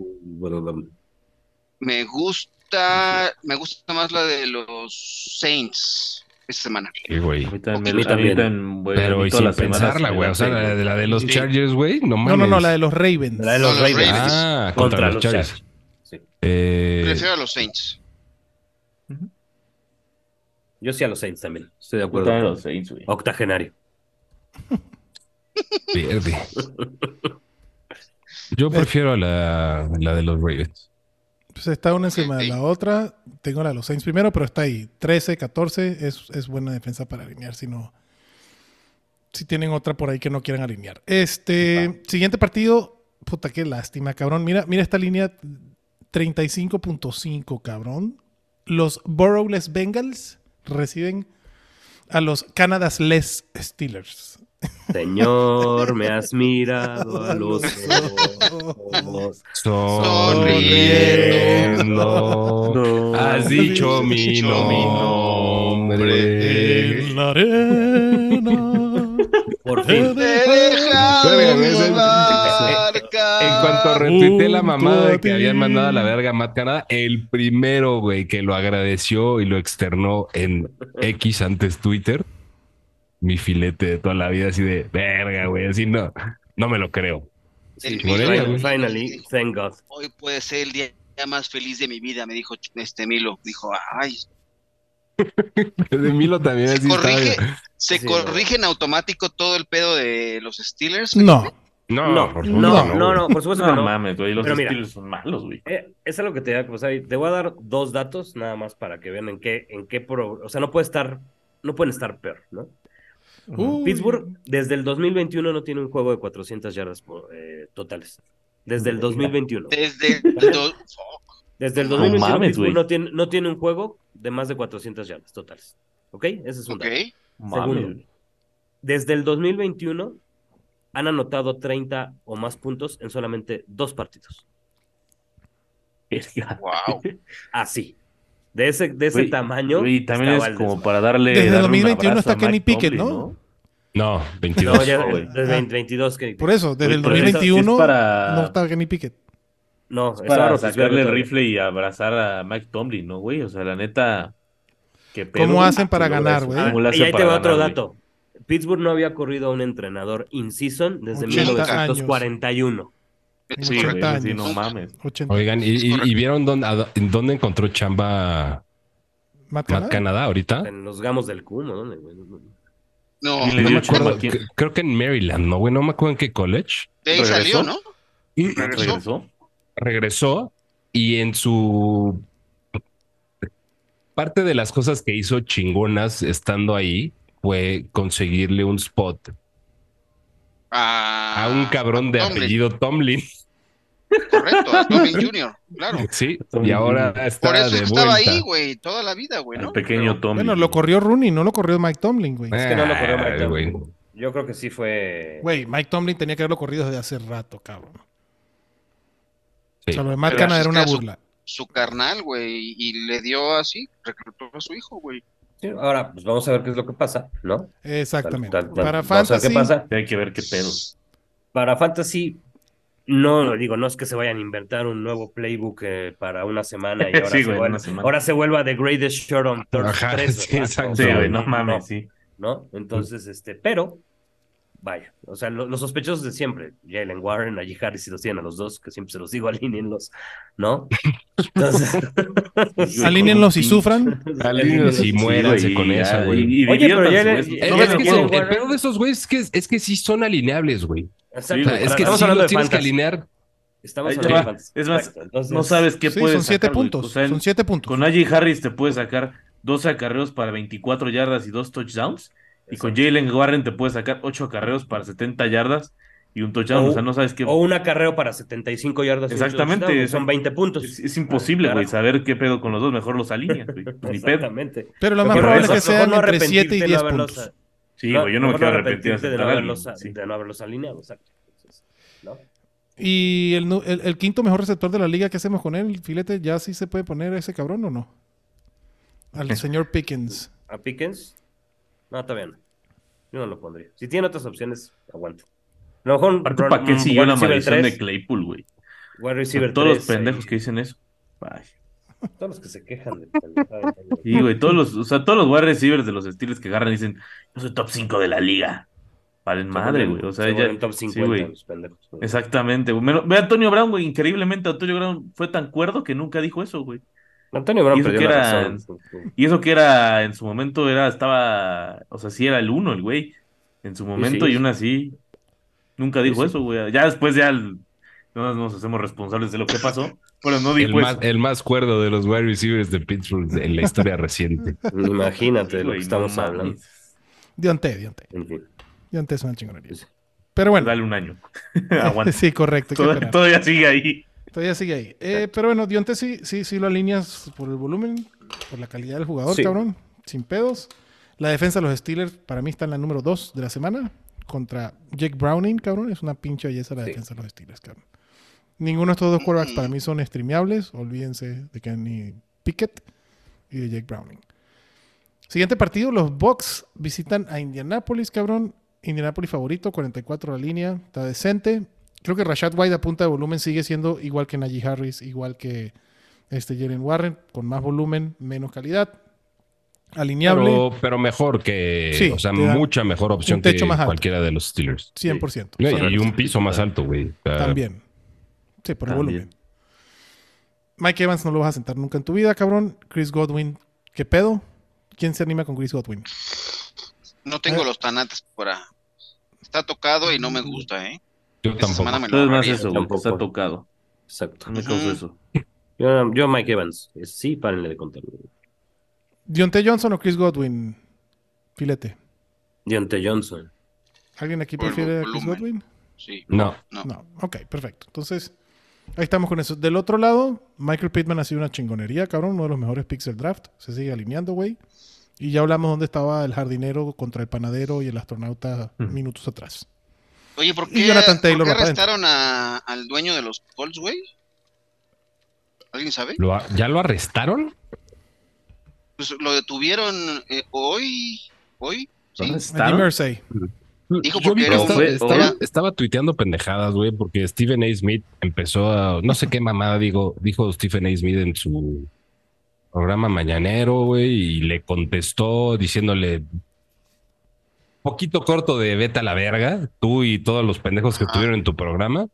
me gusta, me gusta más la de los Saints. esta semana.
Sí, güey.
A mí también,
A mí
a mí también, güey, a
Pero
mí
y
todas
sin
las semanas
pensarla,
me
güey.
da
O sea,
pena.
la de, la de los
Sí.
Chargers, güey. No
No,
mames.
no, no, la de los Ravens.
La de
No,
los
los
Ravens.
Ravens.
Ah,
Contra
contra, los,
los
Chargers.
Chargers. Sí.
Eh,
Prefiero a los Saints.
Yo sí a los Saints también. Estoy de
Yo también
acuerdo.
los Saints,
Oh.
güey.
Octagenario.
pierde.
Eh.
Yo prefiero a la, la de los Ravens.
Pues está una encima de la otra. Tengo la de los Saints primero, pero está ahí. 13, 14 es, es buena defensa para alinear. Si no, si tienen otra por ahí que no quieran alinear. Este siguiente partido, puta, qué lástima, cabrón. Mira, mira esta línea 35.5, cabrón. Los Burrowless Bengals reciben a los Canada's Less Steelers.
Señor, me has
Pues
mirado a los ojos.
Sonriendo.
No.
Has dicho mi
Dicho mi
nombre.
En la arena.
Por fin.
Te he dejado
Oigan, es- es-
embarcar.
En cuanto retuiteé la
Junto
mamada
a
de que habían
ti.
mandado a la verga a Matt Canada, el primero, güey, que lo agradeció y lo externó en X antes Twitter, mi filete de toda la vida, así de verga, güey, así no, no me lo creo.
El
Sí,
Morelia,
fin-
güey.
finally, thank God.
Hoy puede ser el día más feliz de mi vida, me dijo este Milo. Dijo, ay,
De Milo también
se
así
corrige,
estaba.
se
Sí,
corrige en automático todo el pedo de los Steelers.
No,
No,
No,
Ah,
no,
por favor,
supuesto
no,
güey.
no, por supuesto que
No
no.
mames, güey. Los
Pero mira.
Steelers son malos, güey.
Eh, es algo que te da que pasar. y Te voy a dar dos datos nada más para que vean en qué, en qué pro- o sea, no puede estar, no pueden estar peor, ¿no?
Uy.
Uh, Pittsburgh desde el 2021 no tiene un juego de 400 yardas por, eh, totales. Desde el 2021.
Desde oh, el do-
Desde el
No
2021
mames,
Pittsburgh
güey.
no tiene, no tiene un juego de más de 400 yardas totales. ¿Ok? Ese es un
Ok,
dato.
Mames,
Segundo,
güey.
desde el 2021 han anotado 30 o más puntos en solamente dos partidos.
Verga.
wow.
Así. De ese, de ese
Güey,
tamaño.
Güey, también
estaba
es
el
como
desmadre.
para darle.
Desde
darle un
2021
abrazo
está
a Mike
Kenny Pickett,
Tomlin,
¿no?
No, 22.
No, ya
No, güey.
desde 2022 que...
Por eso, desde el
Pero es- es
2021
para-
no estaba Kenny Pickett.
No,
Es
estaba
para
Roethlisberger
sacarle el
todavía.
rifle y abrazar a Mike Tomlin, ¿no, güey? O sea, la neta. ¿qué pedo,
¿Cómo
güey?
hacen para
¿Cómo
ganar,
lo
güey?
hacen? ¿Cómo lo
Y
hacen
ahí te
para
va otro
ganar, güey?
dato. Pittsburgh no había corrido a un entrenador in-season desde
80 años.
1941.
En
Sí,
80
güey, sí, sí,
años.
no mames.
80.
Oigan, ¿y, y- y vieron dónde, a dó- en dónde encontró chamba
Matt
Matt
Canada.
Canadá ahorita?
En los gamos del cumo, ¿dónde? güey?
No,
Y le
No
dio
me
chamba
acuerdo,
a quién.
cre- creo que en Maryland, ¿no, güey? No me acuerdo en qué college.
de ahí
¿Regresó?
salió, ¿no?
Y
¿Regresó?
¿Regresó?
regresó y en su parte de las cosas que hizo chingonas estando ahí fue conseguirle un spot
A, Ah.
a un cabrón de
Tomlin,
apellido Tomlin.
Correcto, a Tomlin Jr., claro.
Sí,
Tomlin.
y ahora
Por
está
eso
de
estaba ahí,
vuelta.
güey, toda la vida, güey,
El
¿no?
pequeño Tomlin.
Bueno, lo corrió Rooney, no lo corrió Mike Tomlin, güey.
que no lo corrió Mike
Ah,
Tomlin.
güey.
Yo creo que sí fue.
Güey, Mike Tomlin tenía que haberlo corrido desde hace rato, cabrón. O
Sí.
sea, lo de Matt
Pero
Canada
eso
era
es
una
caso.
burla.
Su carnal, güey, y le dio así, reclutó a su hijo, güey.
Sí, Ahora, pues vamos a ver qué es lo que pasa, ¿no?
Exactamente.
Tal- tal- tal-
Para
vamos a ver
Fantasy,
qué pasa.
Hay que ver qué pedo.
Para Fantasy, no, no, digo, no es que se vayan a inventar un nuevo playbook eh, para una semana y ahora,
Sí,
se,
güey,
vuelva,
una semana.
ahora se vuelva The Greatest Short on Third
Ajá, sí, exacto.
Sí, güey, no mames, sí.
¿no? Entonces, este, pero, vaya, o sea, lo- los sospechosos de siempre, Jalen Warren, Najee Harris, si los tienen a los dos, que siempre se los digo, alínenlos, ¿no? Entonces,
alínenlos y sufran.
Alíneos y
Sí,
muéranse
güey,
con
ya,
esa,
y-
güey.
y
Oye, pero
diviértanse,
ya le-
güey.
ya-
No
No,
me
es
acuerdo,
que
Jalen
sí, el
Warren-
peor de esos güeyes es que, es que sí son alineables, güey.
Exacto,
O sea,
Sí,
es que
estamos
sí
hablando
los
de
tienes que
fantasy.
alinear.
Estamos
Ahí te
hablando de
va.
fantasy.
Es más,
Exacto, entonces,
No sabes qué
Sí,
puedes
son siete
sacar, güey.
puntos.
O sea,
son siete puntos.
Con Najee Harris te puedes sacar 12 acarreos para 24 yardas y 2 touchdowns. Y con Jalen Warren te puedes sacar 8 acarreos para 70 yardas y un touchdown.
O-
O sea, no sabes qué.
O un acarreo para 75 yardas. y ocho
Exactamente,
touchdowns,
exacto.
Son 20 puntos.
Es, es imposible, güey,
Carajo.
saber qué pedo con los dos. Mejor los alineas, güey. pues Ni pedo.
Exactamente.
Pero lo más
Pero
probable es
eso,
que sean
no
entre 7 y
arrepentirte,
10
no haberlos-
puntos.
Sí, güey, yo no me
mejor
quiero
arrepentirte de
arrepentir
no
aceptar a alguien,
haberlos-
sí.
de no haberlos alineado. exacto. Entonces, ¿no?
Y el, nu- el- el quinto mejor receptor de la liga, ¿qué hacemos con él? Filete, ¿ya sí se puede poner ese cabrón o no? Al señor Pickens.
¿A Pickens? No, todavía no. Yo no lo pondría. Si tiene otras opciones, aguanta. A lo mejor un
Aparte,
run-
¿para qué
un
siguió
wide
la
receiver
maldición de
3,
Claypool, güey?
wide
O sea,
receiver
todos los
3,
pendejos
eh,
que dicen eso. Ay,
Todos los que se quejan de pendejada.
Sí, güey, todos los, o sea, todos los wide receivers de los Steelers que agarran dicen, yo soy top 5 de la liga. Valen madre, güey. O sea,
Se
ya.
vuelven top
sí,
50
güey.
los pendejos. güey.
Exactamente, güey. Menos- Ve a Antonio Brown, güey. Increíblemente, Antonio Brown fue tan cuerdo que nunca dijo eso, güey.
Antonio Brown
Y eso
perdió
que
la
era-
razón. Pues,
Y eso que era, en su momento, era, estaba, o sea, sí era el uno, el güey. En su momento,
sí.
y aún así, nunca dijo
sí.
eso, güey. Ya después, ya el- no nos hacemos responsables de lo que pasó. Pero no
El
dijo
más,
eso.
el más cuerdo de los wide receivers de Pittsburgh en la historia reciente.
pues, Imagínate de lo
Güey,
que
no
estamos
mames.
hablando.
Dionte, Dionte.
En fin.
Dionte es una chingonería.
Sí.
Pero bueno,
Dale un año. Aguanta.
sí, correcto. hay que
Tod-
esperar.
Todavía sigue ahí.
Todavía sigue ahí. Eh, pero bueno, Dionte sí, sí, sí lo alineas por el volumen, por la calidad del jugador,
Sí.
cabrón. Sin pedos. La defensa de los Steelers para mí está en la número 2 de la semana contra Jake Browning, cabrón. Es una pinche belleza la
Sí.
defensa de los Steelers, cabrón. Ninguno de estos dos quarterbacks para mí son streameables. Olvídense de Kenny Pickett y de Jake Browning. Siguiente partido, los Bucks visitan a Indianapolis, cabrón. Indianapolis favorito, 44 la línea, está decente. Creo que Rashad White a punta de volumen sigue siendo igual que Najee Harris, igual que este Jalen Warren, con más volumen, menos calidad. Alineable,
Pero, pero mejor que,
Sí,
o sea,
te da
mucha mejor opción
un techo
que
más alto.
cualquiera de los Steelers.
100%.
No,
Sí,
y un eh, piso más alto, güey. O sea,
También. Sí, por el
También.
volumen. Mike Evans no lo vas a sentar nunca en tu vida, cabrón. Chris Godwin, ¿qué pedo? ¿Quién se anima con Chris Godwin?
No tengo
Eh.
Ah.
los tanates para. Está tocado y no me gusta, ¿eh?
Yo
Esta
tampoco.
semana me lo
Todo es más
ahorraría.
eso, güey. que Está
Tampoco.
tocado.
Exacto.
No me causó
Ujú.
eso.
Yo, yo Mike Evans. Es- Sí, párenle de contar.
¿Dionte Johnson o Chris Godwin? Filete.
Deontay Johnson.
¿Alguien aquí
Por el
prefiere a Chris
volumen.
Godwin?
Sí.
No.
No.
No. Ok, perfecto. Entonces, ahí estamos con eso. Del otro lado, Michael Pittman ha sido una chingonería, cabrón. Uno de los mejores picks del draft. Se sigue alineando, güey. Y ya hablamos dónde estaba el jardinero contra el panadero y el astronauta
Mm.
minutos atrás.
Oye, ¿por
Y
qué,
Jonathan
¿por qué
Taylor va para adentro.
arrestaron a- al dueño de los Colts, güey? ¿Alguien sabe?
¿Lo a- ¿Ya lo arrestaron?
Pues lo detuvieron eh, hoy. Hoy. Sí.
Andy Mersey.
Dijo
Yo
porque
vi que
era
estaba,
un-
estaba,
era-
estaba tuiteando pendejadas, güey, porque Stephen A. Smith empezó a. No sé qué mamada digo, dijo Stephen A. Smith en su programa mañanero, güey, y le contestó diciéndole. Poquito corto de vete a la verga, tú y todos los pendejos que
Ajá.
estuvieron en tu programa,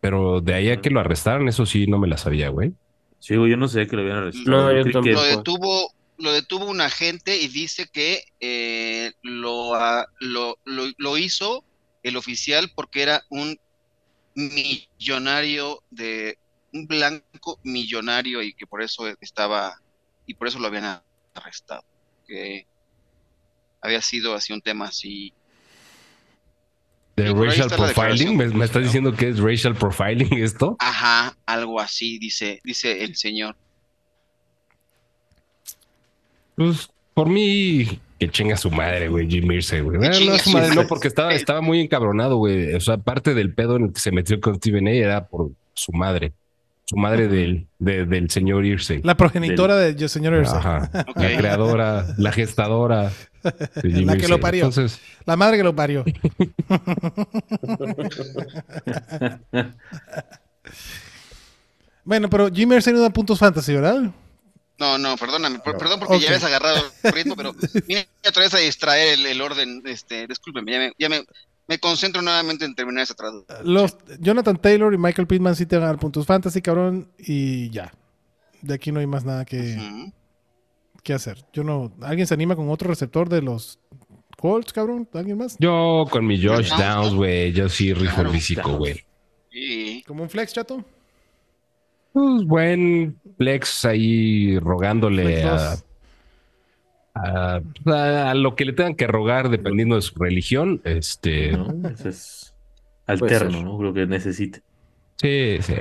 pero de ahí a que lo arrestaran, eso sí, no me la sabía, güey.
Sí, güey, yo no sé que lo habían arrestado.
No, yo
creí
tampoco.
que-
lo detuvo lo detuvo un agente y dice que eh, lo, ah, lo, lo- lo hizo el oficial porque era un millonario de un blanco millonario y que por eso estaba y por eso lo habían a- arrestado que había sido así un tema así
De
Sí, por ahí
racial
está la
profiling,
declaración.
¿Me, me estás diciendo que es racial profiling esto.
ajá algo así dice dice el señor
Pues por mí, que chinga su madre, güey, Jim Irsay, güey.
Que
No, no,
chinga
su
su
madre, no,
madre.
porque
Eh.
estaba, estaba muy encabronado, güey. O sea, parte del pedo en el que se metió con Steven A era por su madre. Su madre del, de- del señor Irsay.
La progenitora de Yo Señor Irsay.
Ajá.
Ok.
La creadora, la gestadora. de Jim
La que
Irsay.
lo parió.
Entonces,
La madre que lo parió. bueno, pero Jim Mercer no da puntos fantasy, ¿verdad?
no no perdóname per- perdón porque
Ok.
ya habías agarrado el ritmo pero vine otra vez a distraer el, el orden este discúlpeme ya me, ya me me concentro nuevamente en terminar esa traducción
Los Jonathan Taylor y Michael Pittman sí te van a dar puntos fantasy, cabrón, y ya. De aquí no hay más nada que,
Ujú.
que hacer. Yo no. ¿Alguien se anima con otro receptor de los Colts, cabrón? ¿Alguien más?
yo con mi Josh
Downs,
Downs,
¿no?
güey, yo sí rifo el
Claro,
físico, güey.
Sí.
¿Como un flex, chato?
Pues buen flex ahí rogándole
Flex
a,
dos.
a, a lo que le tengan que rogar dependiendo de su religión. Este,
¿no? Ese es alterno,
ser.
¿no? Creo que necesita.
sí, sí.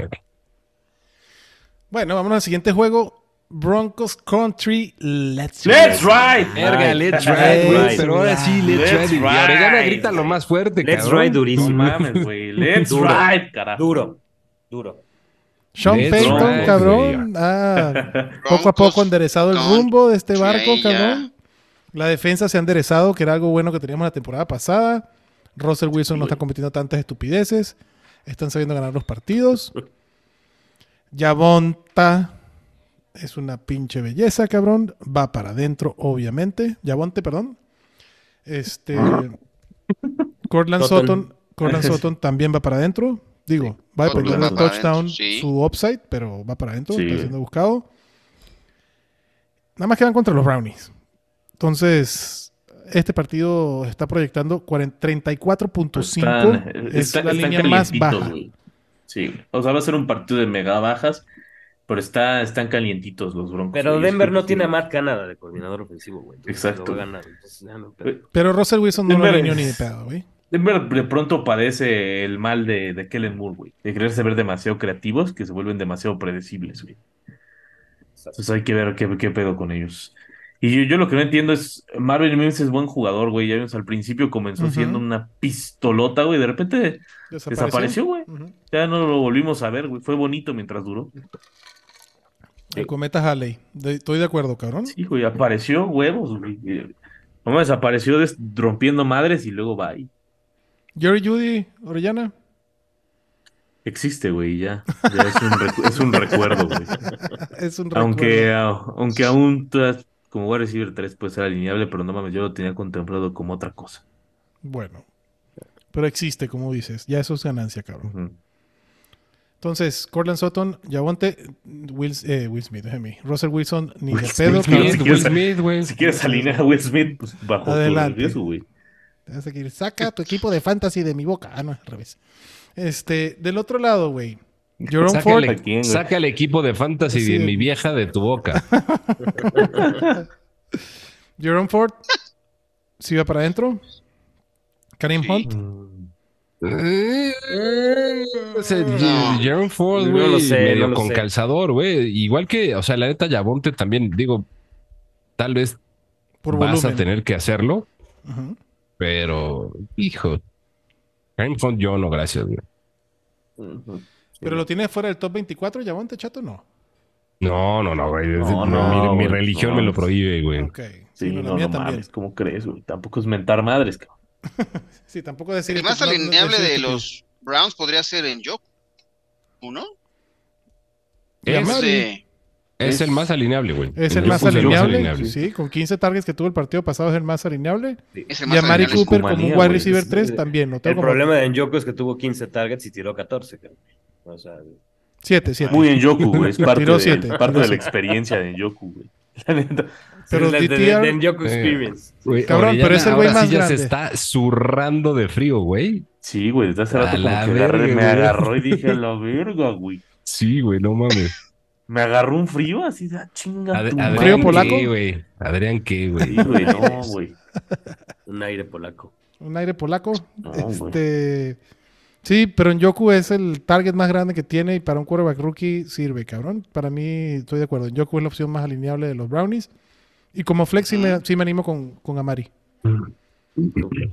Bueno, vámonos al siguiente juego. Broncos Country Let's,
¡Let's ride!
Verga, let's ride,
Let's
güey,
ride.
eh, pero ahora sí, let's,
Let's
ride. Y
ride,
Orellana grita lo
güey.
más fuerte,
Let's
cabrón.
ride
No
durísimo.
mames, güey. Let's
Duro.
ride, carajo.
Duro. Duro.
Sean
Let's
Payton,
ride,
cabrón. Ah, poco a poco enderezado el
Broncos,
rumbo de este barco,
Trey, ya.
cabrón. La defensa se ha enderezado, que era algo bueno que teníamos la temporada pasada. Russell Wilson no está cometiendo tantas estupideces. Están sabiendo ganar los partidos. Yavonta Es una pinche belleza, cabrón. Va para adentro, obviamente. Yabonte, perdón. Este. Cortland Sutton. Cortland Sutton también va para adentro. Digo, va a
Cortland
perder
va
el
para
touchdown,
adentro, sí.
su upside, pero va para adentro.
Sí.
Está siendo buscado. Nada más quedan contra los Brownies. Entonces, este partido está proyectando 40
Están-
34.5. Es
está-
la
están
línea más
calientitos,
baja.
güey. Sí, o sea, va a ser un partido de mega bajas, pero está, están calientitos los Broncos.
Pero
güey.
Denver no
Sí.
tiene a Matt Canada de coordinador ofensivo, güey. Entonces,
Exacto.
lo va a ganar. Entonces, ya no, pero-
Pero Russell Wilson no lo
Denver
alineó ni de
es-
pedo, güey.
Denver de pronto padece el mal de, de Kellen Moore, güey, de quererse ver demasiado creativos que se vuelven demasiado predecibles, güey. Entonces hay que ver qué, qué pedo con ellos. Y yo, yo lo que no entiendo es, Marvin Mims es buen jugador, güey, ya vimos al principio comenzó
Ujú.
siendo una pistolota, güey, de repente desapareció, güey.
Ujú.
Ya no lo volvimos a ver, güey. Fue bonito mientras duró.
El cometa Halley. De- estoy de acuerdo, cabrón.
Sí, güey, apareció huevos, güey. No desapareció des- rompiendo madres y luego va ahí.
Jerry Judy, Orellana.
Existe, güey, ya. Ya es un, recu- es un recuerdo, güey.
Es un
Aunque, a- aunque aún tras- como wide receiver 3 puede ser pues, alineable, pero no mames, yo lo tenía contemplado como otra cosa.
Bueno. Pero existe, como dices. Ya eso es ganancia, cabrón.
Ujú.
Entonces, Cortland Sutton, Yavonte, Will, eh, Will Smith, déjame. Russell Wilson, ni de
Will
pedo,
Smith.
cabrón.
Smith, Will Smith, güey.
Si quieres alinear a Will Smith, pues bajo tu
Adelante.
riesgo, güey.
Te vas a seguir. Saca tu equipo de fantasy de mi boca. Ah, no, al revés. Este, del otro lado, güey. Jerome
Saca
Ford.
¿A quién, güey?
el, saca el equipo de fantasy
Sí.
de mi vieja de tu boca.
Jerome Ford. Si va para adentro. Karim
Sí.
Hunt.
Mm.
Eh, ese Jer- Jerome Ford,
No
güey,
lo sé,
medio
no lo
con
sé.
calzador, güey. Igual que, o sea, la neta, Yabonte también, digo, tal vez
Por
vas
volumen.
a tener que hacerlo,
Ujú.
pero, hijo, Karim Hunt, yo no, gracias, güey.
mm.
Ujú.
Pero lo tiene fuera del top 24, Yavonte, chato, no.
No, no, no, güey.
No,
No,
no,
mi, mi
güey,
religión
no.
me lo prohíbe, güey.
Ok.
Sí,
no, la
no,
mía
no
también.
mames, ¿cómo crees, güey? Tampoco es mentar madres, cabrón.
Sí, tampoco decir.
El más
no- no
alineable
decir
de
que-
los Browns podría ser en Joku, ¿no?
Es,
Este,
es el más alineable, güey.
Es el
Yo
más
puse el
alineable. Sí, con 15 targets que tuvo el partido pasado es el más alineable.
es el
Y
más
a Mari
alineable.
Cooper
Manía,
como un wide
güey.
receiver
Es-
3 también. No
El
tengo
problema de Njoku es que tuvo 15 targets y tiró 14. cabrón. O sea,
7, 7.
Muy en Yoku, güey. Es parte,
Tiró
de,
siete,
parte
tiró
de la
siete.
experiencia de Yoku, güey. La neta.
Pero
es la- de, de-
DTR
de Njoku
Eh.
Experience.
Güey,
Cabrón,
Orellana
pero es el güey
ahora sí
más
ya
grande.
se está zurrando de frío, güey.
Sí, güey, desde hace
A
rato como
la
que agarré-
verga,
me
güey.
agarró y dije, a la verga, güey.
Sí, güey, no mames.
Me agarró un frío así, da chinga
Ad-
tu
Adrián,
madre.
¿Frío polaco?
¿qué, güey? Adrián, ¿qué,
Sí,
güey?
güey, no, güey.
Un aire polaco.
Un aire polaco.
No,
este. Sí, pero en Yoku es el target más grande que tiene y para un quarterback rookie sirve, cabrón. Para mí, estoy de acuerdo. En Yoku es la opción más alineable de los Brownies. Y como flex sí
Mm.
me, sí me animo con, con Amari.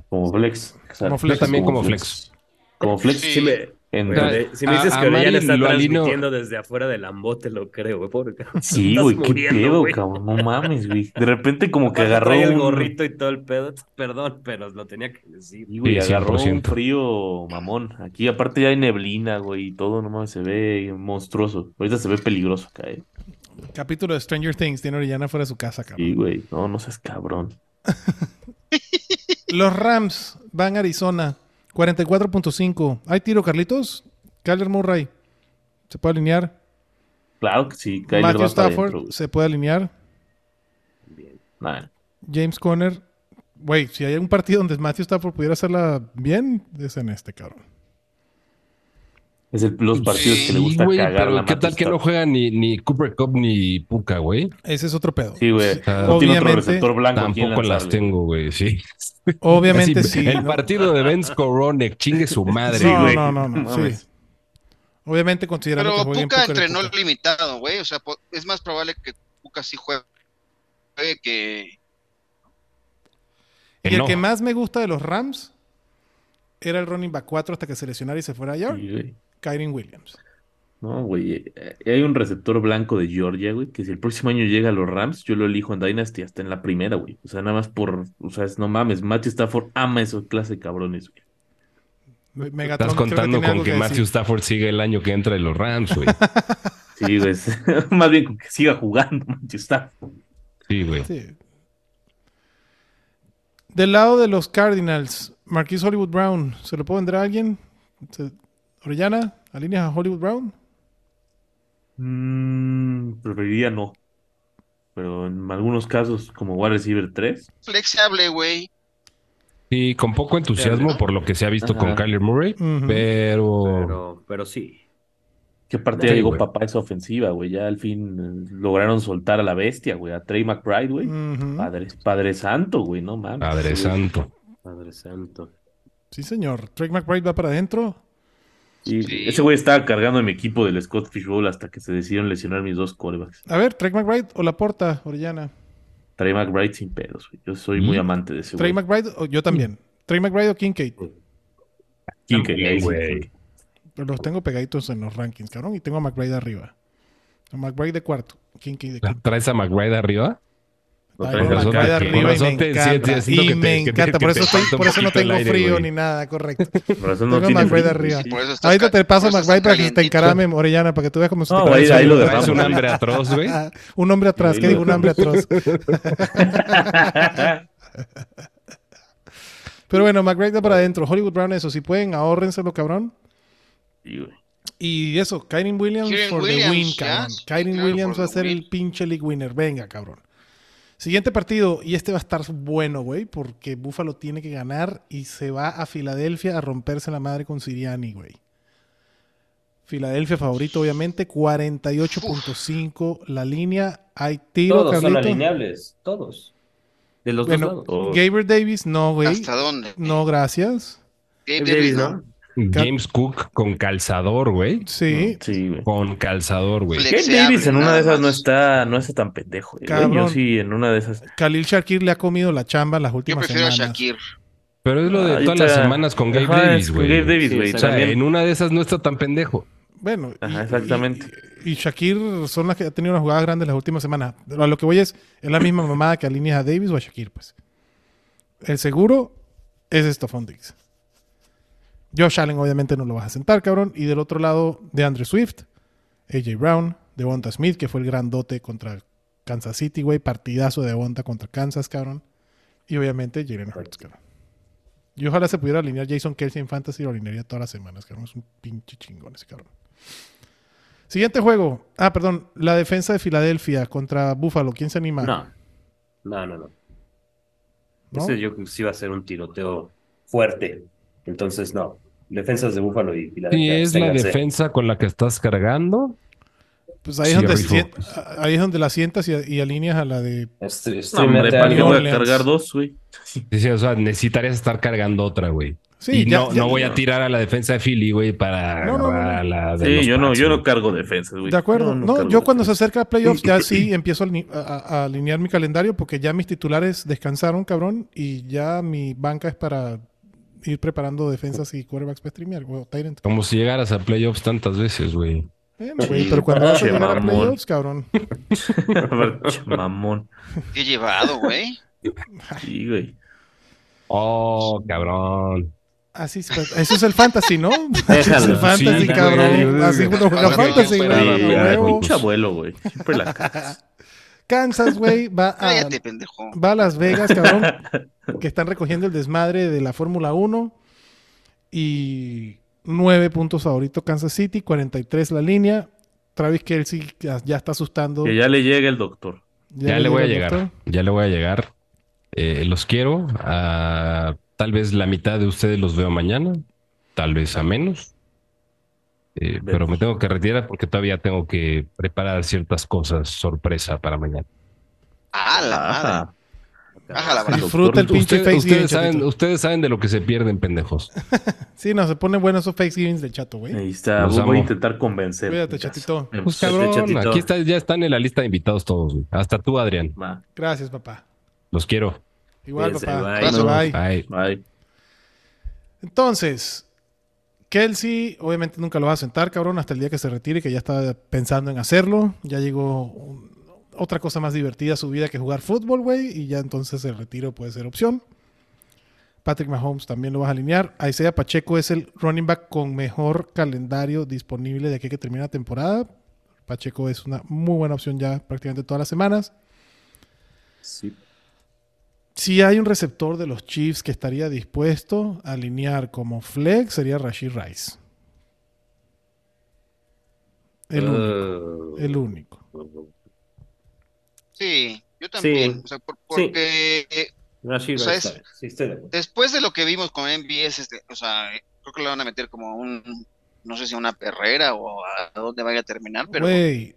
Como flex.
Como flex.
Yo también como flex.
Como flex.
Sí.
Sí me-
en-
Bueno,
Ah,
de- si me
a-
dices
a
que Orellana
Mari
está
lo alino-
transmitiendo desde afuera del ambó, te lo creo, güey. Pobre cabrón.
Sí,
Estás
güey, qué
muriendo,
pedo,
güey.
cabrón. No mames, güey. De repente como que
Aparte
agarró
trae el
un-
gorrito y todo el pedo. Perdón, pero lo tenía que decir.
Sí, güey,
Sí,
agarró un
100%.
frío mamón. Aquí aparte ya hay neblina, güey, y todo, no mames, se ve monstruoso. Ahorita se ve peligroso acá, eh.
Capítulo de Stranger Things tiene Orellana fuera de su casa, cabrón.
Sí, güey, no, no seas cabrón.
Los Rams van a Arizona. 44.5. Hay tiro, Carlitos. Kyler Murray. Se puede alinear.
Claro que sí, Kyler
Matthew
va para
Stafford.
adentro, güey.
se puede alinear.
Nah.
James Conner. Güey, si hay un partido donde Matthew Stafford pudiera hacerla bien, es en este, cabrón.
Es el- los partidos que le
Sí,
gusta
güey,
cagar
pero
la
¿qué
Matthew
tal que no
Stafford.
juega ni, ni Cooper Cup ni Puka, güey?
Ese es otro pedo.
Sí, güey. No tiene otro
Obviamente,
receptor blanco a quien
Tampoco las
lanzarle.
tengo, güey, sí.
Obviamente
Así,
sí.
El
¿no?
partido de Benz Coronek, chingue su madre,
Sí,
güey.
güey.
No, no, no,
No
sí.
mames.
Obviamente considerando
Pero
que jueguen
Puka
Puka y
entrenó
Puka.
limitado, güey. O sea, po- es más probable que Puka sí juegue que.
Y el
No.
que más me gusta de los Rams era el running back 4 hasta que se lesionara y se fuera ayer,
Sí, güey.
Kyren Williams.
No, güey. eh, Hay un receptor blanco de Georgia, güey, que si el próximo año llega a los Rams, yo lo elijo en Dynasty hasta en la primera, güey. O sea, nada más por, o sea, es- no mames, Matthew Stafford ama esa clase de cabrones, güey.
Me-
Estás
Megatron creo que
contando
tiene
con
algo
que
decir.
Matthew Stafford sigue el año que entra en los Rams, güey.
Sí, Sí, güey. Más bien con que siga jugando, Manchester.
Sí, güey. Sí.
Del lado de los Cardinals, Marquis Hollywood Brown, ¿se lo puede vender a alguien? ¿Orellana? ¿Alineas a Hollywood Brown?
Mm, preferiría no. Pero en algunos casos, como wide receiver 3.
Flexible, güey.
Sí, con poco entusiasmo por lo que se ha visto Ajá. con Kyler Murray, uh -huh. pero...
pero... pero. sí.
¿Qué parte sí, ya llegó wey. papá esa ofensiva, güey? Ya al fin eh, lograron soltar a la bestia, güey. A Trey McBride, güey. Uh -huh. padre, padre santo, güey, no mames.
Padre wey. santo.
Padre santo.
Sí, señor. Trey McBride va para adentro.
Sí, sí. Ese güey estaba cargando en mi equipo del Scott Fishbowl hasta que se decidieron lesionar mis dos corebacks.
A ver, Trey McBride o la porta, Orellana.
Trey McBride sin pedos, güey. Yo soy muy amante de ese
Trey güey. McBride, o yo también. Trey McBride o Kincaid.
Kincaid, güey.
Pero los tengo pegaditos en los rankings, cabrón, y tengo a McBride arriba. A McBride de cuarto, Kincaid de quinto.
¿Traes a McBride arriba?
Ay, traes a McBride que, arriba por eso y me encanta. Sí, y que me te, encanta. Que por eso, estoy, por eso no tengo aire, frío güey. ni nada, correcto. Por eso no tengo a McBride arriba. Ahorita te paso a McBride para que te encarame, Orellana, para que tú veas cómo se
no,
te Ah,
ahí, ahí lo dejamos. un hambre atroz, güey.
un hombre atrás, ¿qué digo? Un hambre atroz. Pero bueno, McBride para adentro. Hollywood Brown, eso. Si pueden, ahórrenselo, cabrón.
Sí, güey.
Y eso, Kyren Williams por the win, cabrón. Kyren Williams va a ser el pinche league winner. Venga, cabrón. Siguiente partido, y este va a estar bueno, güey, porque Buffalo tiene que ganar y se va a Filadelfia a romperse la madre con Siriani, güey. Filadelfia favorito, obviamente, 48.5 la línea. Hay tiro,
Todos
Carlito.
son alineables, todos. De los bueno, dos
Oh.
lados.
Gabriel Davis, no, güey.
¿Hasta dónde? Güey?
No, gracias.
Gabe Davis, no.
James Cook con calzador, güey.
Sí.
sí güey.
Con calzador, güey.
Gabe Davis en una de esas no está, no está tan pendejo. Güey. Cabrón. Yo sí, en una de esas.
Khalil Shakir le ha comido la chamba las últimas
Yo prefiero
semanas.
A Shakir.
Pero es lo de Ahí todas está... las semanas con Gabe Ajá, Davis, güey.
Gabe Davis, sí, güey.
O sea, en una de esas no está tan pendejo.
Bueno,
Ajá, y, exactamente.
Y, y, Shakir son las que ha tenido unas jugadas grandes las últimas semanas. A lo que voy es, es la misma mamada que alineas a Davis o a Shakir, pues. El seguro es Stephon Diggs. Josh Allen obviamente no lo vas a sentar, cabrón. Y del otro lado, de Andrew Swift, AJ Brown, Devonta Smith, que fue el grandote contra Kansas City, güey. Partidazo de Devonta contra Kansas, cabrón. Y obviamente Jalen Hurts, cabrón. Y ojalá se pudiera alinear Jason Kelsey en Fantasy, lo alinearía todas las semanas, cabrón. Es un pinche chingón ese cabrón. Siguiente juego. Ah, perdón. La defensa de Filadelfia contra Buffalo. ¿Quién se anima?
No. No, no, no. ¿No? Ese yo creo que sí va a ser un tiroteo fuerte. Entonces, no defensas de Búfalo y Filadelfia.
¿Y es la defensa con la que estás cargando?
Pues ahí es, sí, donde, sienta, ahí es donde la sientas y, y, alineas a la de.
Estoy, estoy no, para que voy a cargar dos, güey.
Sí, o sea, necesitarías estar cargando otra, güey. Sí, y ya, no, ya, no ya. voy a tirar a la defensa de Philly, güey, para
no,
no, la
de Sí, yo, no, yo no cargo defensas, güey.
De acuerdo. No, yo cuando defensa. se acerca a playoffs ya sí empiezo a, a, a alinear mi calendario porque ya mis titulares descansaron, cabrón, y ya mi banca es para ir preparando defensas y quarterbacks para streamear, güey.
Como si llegaras a playoffs tantas veces, güey.
Bueno, güey, Eh, pero cuando vas a llegar mamón. a playoffs, cabrón.
mamón.
Qué llevado, güey.
Sí, güey.
Oh, cabrón.
Así es, pues, eso es el fantasy, ¿no?
Ah,
Eso es el fantasy, sí, cabrón. Así uno juega fantasy,
güey. Pinche abuelo, güey. Siempre la cagas.
Kansas, güey, va a,
Cállate, pendejo.
va a Las Vegas, cabrón, que están recogiendo el desmadre de la Fórmula 1 y 9 puntos favorito Kansas City, 43 la línea. Travis Kelsey ya, ya está asustando.
Que ya le llega el doctor.
Ya, ya le, voy a llegar. Doctor. Ya le voy a llegar. Eh, los quiero. A, tal vez la mitad de ustedes los veo mañana. Tal vez a menos. Eh, pero me tengo que retirar porque todavía tengo que preparar ciertas cosas sorpresa para mañana.
¡Ala!
Disfruta el pinche
Usted, ustedes, saben, ustedes saben de lo que se pierden, pendejos.
sí, no, se ponen buenos esos Thanksgivings del chato, güey.
Ahí está, Los voy a intentar Este, convencer.
Cuídate, chatito.
Pues, cabrón, chatito. aquí está, ya están en la lista de invitados todos, güey. Hasta tú, Adrián.
Va. Gracias, papá.
Los quiero.
Igual, Cuídense, papá. Bye, no. bye.
Bye.
bye.
Entonces, Kelsey, obviamente nunca lo va a sentar, cabrón, hasta el día que se retire, que ya está pensando en hacerlo. Ya llegó un, otra cosa más divertida a su vida que jugar fútbol, güey, y ya entonces el retiro puede ser opción. Patrick Mahomes también lo vas a alinear. Isaiah Pacheco es el running back con mejor calendario disponible de aquí que termina la temporada. Pacheco es una muy buena opción ya prácticamente todas las semanas.
Sí.
Si hay un receptor de los Chiefs que estaría dispuesto a alinear como flex, sería Rashid Rice. El
Eh,
único. El único.
Sí, yo también. O sea, por-
Sí.
porque eh,
Ah,
Rashid
O sea,
Rice,
es-
está bien. Sí, estoy de acuerdo.
después de lo que vimos con MBS, este, o sea, eh, creo que le van a meter como un, no sé si a una perrera o a dónde vaya a terminar, pero mm,
Güey,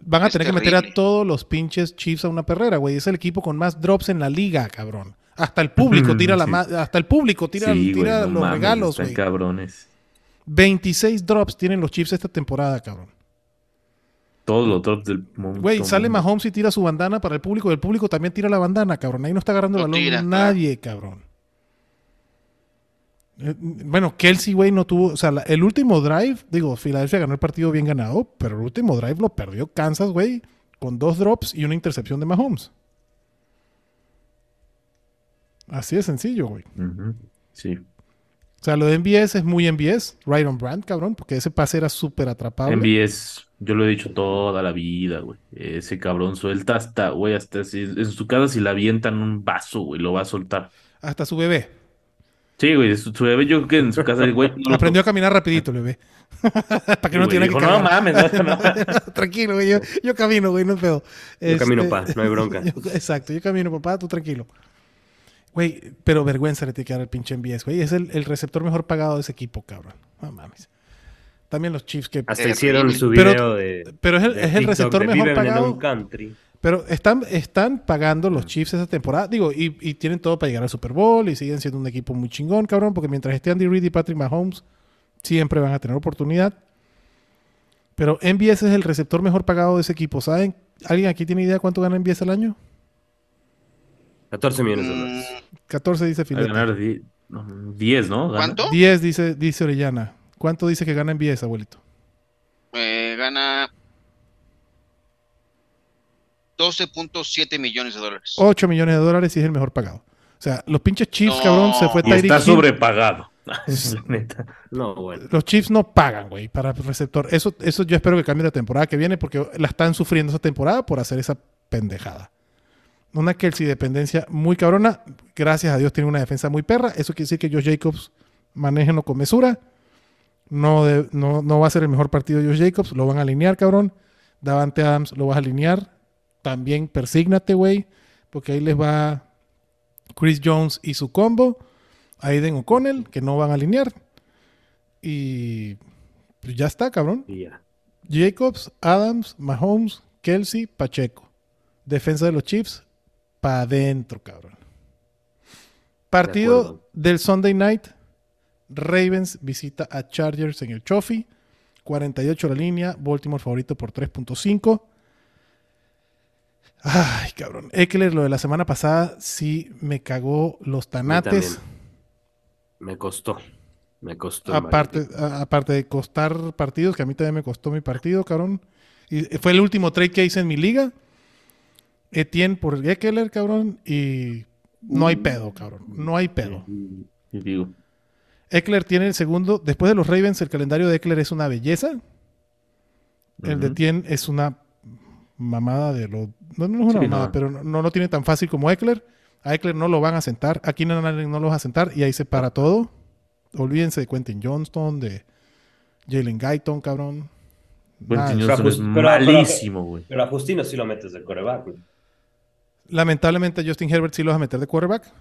van a
es
tener que meter a
terrible.
todos los pinches Chiefs a una perrera, güey. Es el equipo con más drops en la liga, cabrón. Hasta el público tira la
Mm, Sí.
ma- hasta el público tira,
Sí, güey,
tira
no
los
mames,
regalos,
están
güey.
cabrones.
26 drops tienen los Chiefs esta temporada, cabrón.
Todos los drops del mundo.
Güey, sale Mahomes y tira su bandana para el público. El público también tira la bandana, cabrón. Ahí no está agarrando el
Lo
balón
tira,
nadie, cabrón. Eh, Bueno, Kelsey, güey, no tuvo. O sea, la- el último drive, digo, Filadelfia ganó el partido bien ganado, pero el último drive lo perdió Kansas, güey, con dos drops y una intercepción de Mahomes. Así de sencillo, güey.
Ujú, Sí.
O sea, lo de MBS es muy MBS, right on brand, cabrón, porque ese pase era súper atrapable.
MBS, yo lo he dicho toda la vida, güey. Ese cabrón suelta hasta, güey, hasta si en su casa si le avientan un vaso, güey, lo va a soltar.
Hasta su bebé.
Sí, güey, su, su bebé, yo creo que en su casa, el güey, no lo
Aprendió a caminar rapidito, el bebé. Para que
Sí,
no
güey,
tiene que
dijo, no
cargar".
mames, no, no".
tranquilo, güey. Yo, yo camino, güey, no es pedo.
eh, Yo camino,
Este,
pa, no hay bronca.
yo- exacto, yo camino, papá, tú tranquilo. Güey, pero vergüenza le tiene que dar el pinche MBS, güey. Es el, el receptor mejor pagado de ese equipo, cabrón. No mames. También los Chiefs que.
Hasta
Terrible.
hicieron su
Pero-
video de.
Pero es el,
de
es el
TikTok
receptor
de
mejor
"Viven en
pagado.
un country.
Pero están, están pagando los Chiefs esa temporada. Digo, y, y tienen todo para llegar al Super Bowl y siguen siendo un equipo muy chingón, cabrón, porque mientras esté Andy Reid y Patrick Mahomes, siempre van a tener oportunidad. Pero MBS es el receptor mejor pagado de ese equipo. ¿Saben? ¿Alguien aquí tiene idea cuánto gana MBS al año?
14 millones de
mm,
dólares.
14 dice
Va a
Filete.
ganar die- no, 10, ¿no? Gana.
¿cuánto?
10 dice, dice Orellana. ¿Cuánto dice que gana MBS, abuelito?
Eh, gana 12.7 millones de dólares.
8 millones de dólares y es el mejor pagado. O sea, los pinches Chiefs,
No.
cabrón, se fue
Y
Tyreek
está
Hill.
sobrepagado. Es la neta.
No, bueno.
Los Chiefs no pagan, güey, para receptor. Eso, eso yo espero que cambie la temporada que viene porque la están sufriendo esa temporada por hacer esa pendejada. Una Kelsey dependencia muy cabrona. Gracias a Dios tiene una defensa muy perra. Eso quiere decir que Josh Jacobs manéjenlo con mesura. No, de- no, no va a ser el mejor partido de Josh Jacobs. Lo van a alinear, cabrón. Davante Adams lo vas a alinear. También persígnate, güey. Porque ahí les va Chris Jones y su combo. Aiden O'Connell, que no van a alinear. Y pues ya está, cabrón.
Y ya.
Jacobs, Adams, Mahomes, Kelsey, Pacheco. Defensa de los Chiefs, pa' adentro, cabrón. Partido
acuerdo.
del Sunday night. Ravens visita a Chargers en el Trophy. 48 la línea. Baltimore favorito por 3.5. Ay, cabrón. Eckler, lo de la semana pasada sí me cagó los
A mí
tanates.
también. Me costó. Me costó.
Aparte, a- aparte de costar partidos, que a mí también me costó mi partido, cabrón. Y fue el último trade que hice en mi liga. Etienne por Eckler, cabrón. Y no hay pedo, cabrón. No hay pedo.
Y digo,
Eckler tiene el segundo. Después de los Ravens, el calendario de Eckler es una belleza. El de
Ujú.
Tien es una mamada de lo. No, no es una
Sí,
mamada,
no.
pero no, no lo tiene tan fácil como Eckler. A Eckler no lo van a sentar. Aquí no, no lo van a sentar y ahí se para todo. Olvídense de Quentin Johnston, de Jalen Guyton, cabrón. Nada.
Quentin Johnson
Pero,
es
pero- pero-
malísimo, güey.
Pero a Justino sí lo metes de coreback. güey.
Lamentablemente Justin Herbert sí lo vas a meter de quarterback.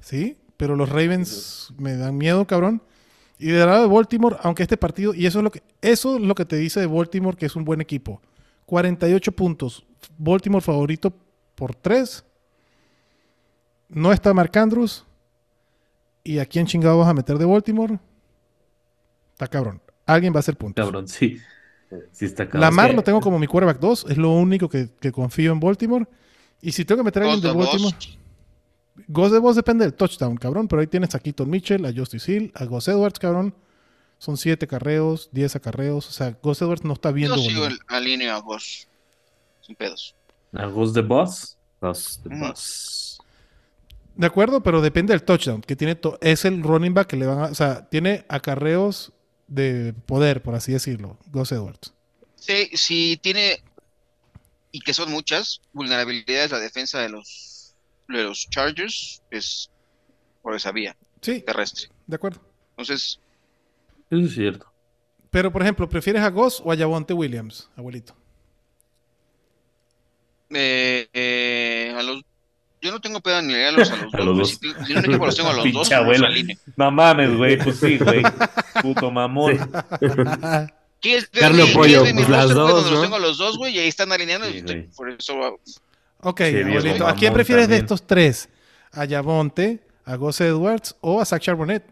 Sí, pero los Ravens me dan miedo, cabrón. Y del lado de Baltimore, aunque este partido, y eso es lo que, eso es lo que te dice de Baltimore, que es un buen equipo. 48 puntos. Baltimore favorito por 3. No está Mark Andrews. ¿Y a quién chingado vas a meter de Baltimore? Está cabrón. Alguien va a hacer puntos.
Cabrón, sí. Sí está cabrón.
Lamar
que-
lo tengo como mi quarterback 2. Es lo único que, que confío en Baltimore. Y si tengo que meter a alguien
Dos
de
de
Baltimore.
vos.
Ghost de vos depende del touchdown, cabrón. Pero ahí tienes a Keaton Mitchell, a Justice Hill, a Ghost Edwards, cabrón. Son 7 carreos, 10 acarreos. O sea, Ghost Edwards no está viendo.
Yo sigo
volumen.
el- alineo a vos. Sin pedos.
¿A Ghost the Boss?
Dos,
Mm.
dos.
De acuerdo, pero depende del touchdown. Que tiene to- es el running back que le van a. O sea, tiene acarreos de poder, por así decirlo. Ghost Edwards.
Sí, sí tiene, y que son muchas, vulnerabilidades la defensa de los, de los Chargers es por esa vía
Sí,
terrestre.
de acuerdo.
Entonces,
Eso es cierto.
Pero, por ejemplo, ¿prefieres a Goss o a Javonte Williams, abuelito?
eh, eh, a los, yo no tengo pedo en alinearlos a los
A
dos.
los
güey.
dos.
Si, te- si en un equipo los tengo a los
Pinche
dos, no los
abuelo.
alineo.
No mames, güey, pues sí, güey. Puto mamón.
¿Quieres ver
Carne o
mi-
pollo,
quieres ver mi
pues las dos,
roster, güey, donde los
¿no?
tengo a los dos, güey, y ahí están alineados.
Sí,
y estoy-
güey.
por eso
Ok,
Sí, viejo
abuelito. ¿A
mamón
quién prefieres de
también.
estos tres? ¿A Javonte, a Goss Edwards o a Zach Charbonnet?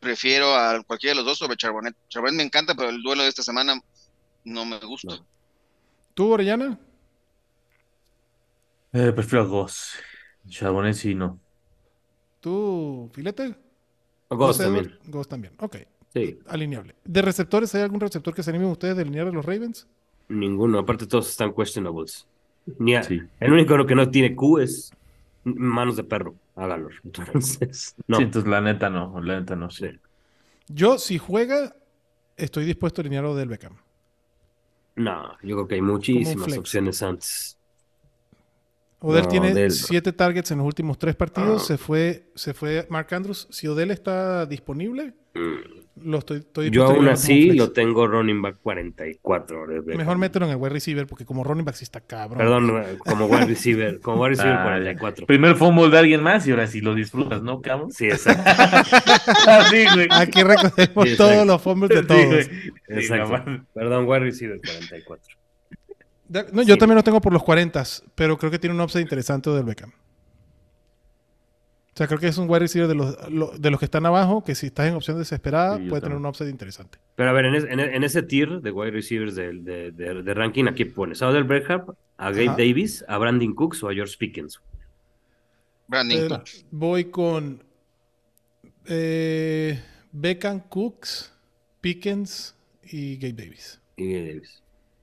prefiero a cualquiera de los dos sobre Charbonnet. Charbonnet me encanta, pero el duelo de esta semana no me gusta.
No.
¿Tú, Orellana?
Eh, prefiero a Goss. Chabonet sí, no.
¿Tú, Filete? Edwards?
Goss también.
Goss también. Ok,
Sí,
alineable. ¿De receptores hay algún receptor que se animen ustedes de alinear a los Ravens?
ninguno. Aparte, todos están questionables. Ni a-
Sí.
El único que no tiene Q es manos de perro. Hágalo. Entonces, no.
Sí, entonces la neta no, la neta no, sí.
Sí.
Yo, si juega, estoy dispuesto a alinearlo del Beckham.
No, yo creo que hay muchísimas
flex.
opciones antes.
Odell
No,
tiene
Odell.
siete targets en los últimos tres partidos.
Ah.
Se fue, se fue Mark Andrews. Si Odell está disponible,
Mm.
lo estoy, estoy
Yo
dispuesto a alinearlo pues,
aún
como
así
flex.
lo tengo running back 44. de- de-
Mejor mételo en el wide receiver porque como running back sí está cabrón.
Perdón, eh, como wide receiver, como wide receiver
Ah,
44.
Primer fumble de alguien más y ahora sí lo disfrutas, ¿no, cabrón?
Sí, exacto.
Así, güey.
Aquí recogemos
Sí,
todos
exacto.
los fumbles de
Sí,
todos.
güey. Sí,
Exacto.
no mames.
Perdón, wide receiver 44.
De- No, yo
Sí.
también lo tengo por los 40, pero creo que tiene un upside interesante del Beckham. O sea, creo que es un wide receiver de los, lo- de los que están abajo, que si estás en opción desesperada,
Sí, yo
puede tener
también.
un upside interesante.
Pero a ver, en, es- en- en ese tier de wide receivers de, de- de- de ranking, aquí pones a Odell Beckham, a Gabe
Ajá.
Davis, a Brandon Cooks o a George Pickens.
Brandon
Pero
Cooks.
voy con eh, Beckham, Cooks, Pickens y Gabe Davis.
Y Gabe Davis.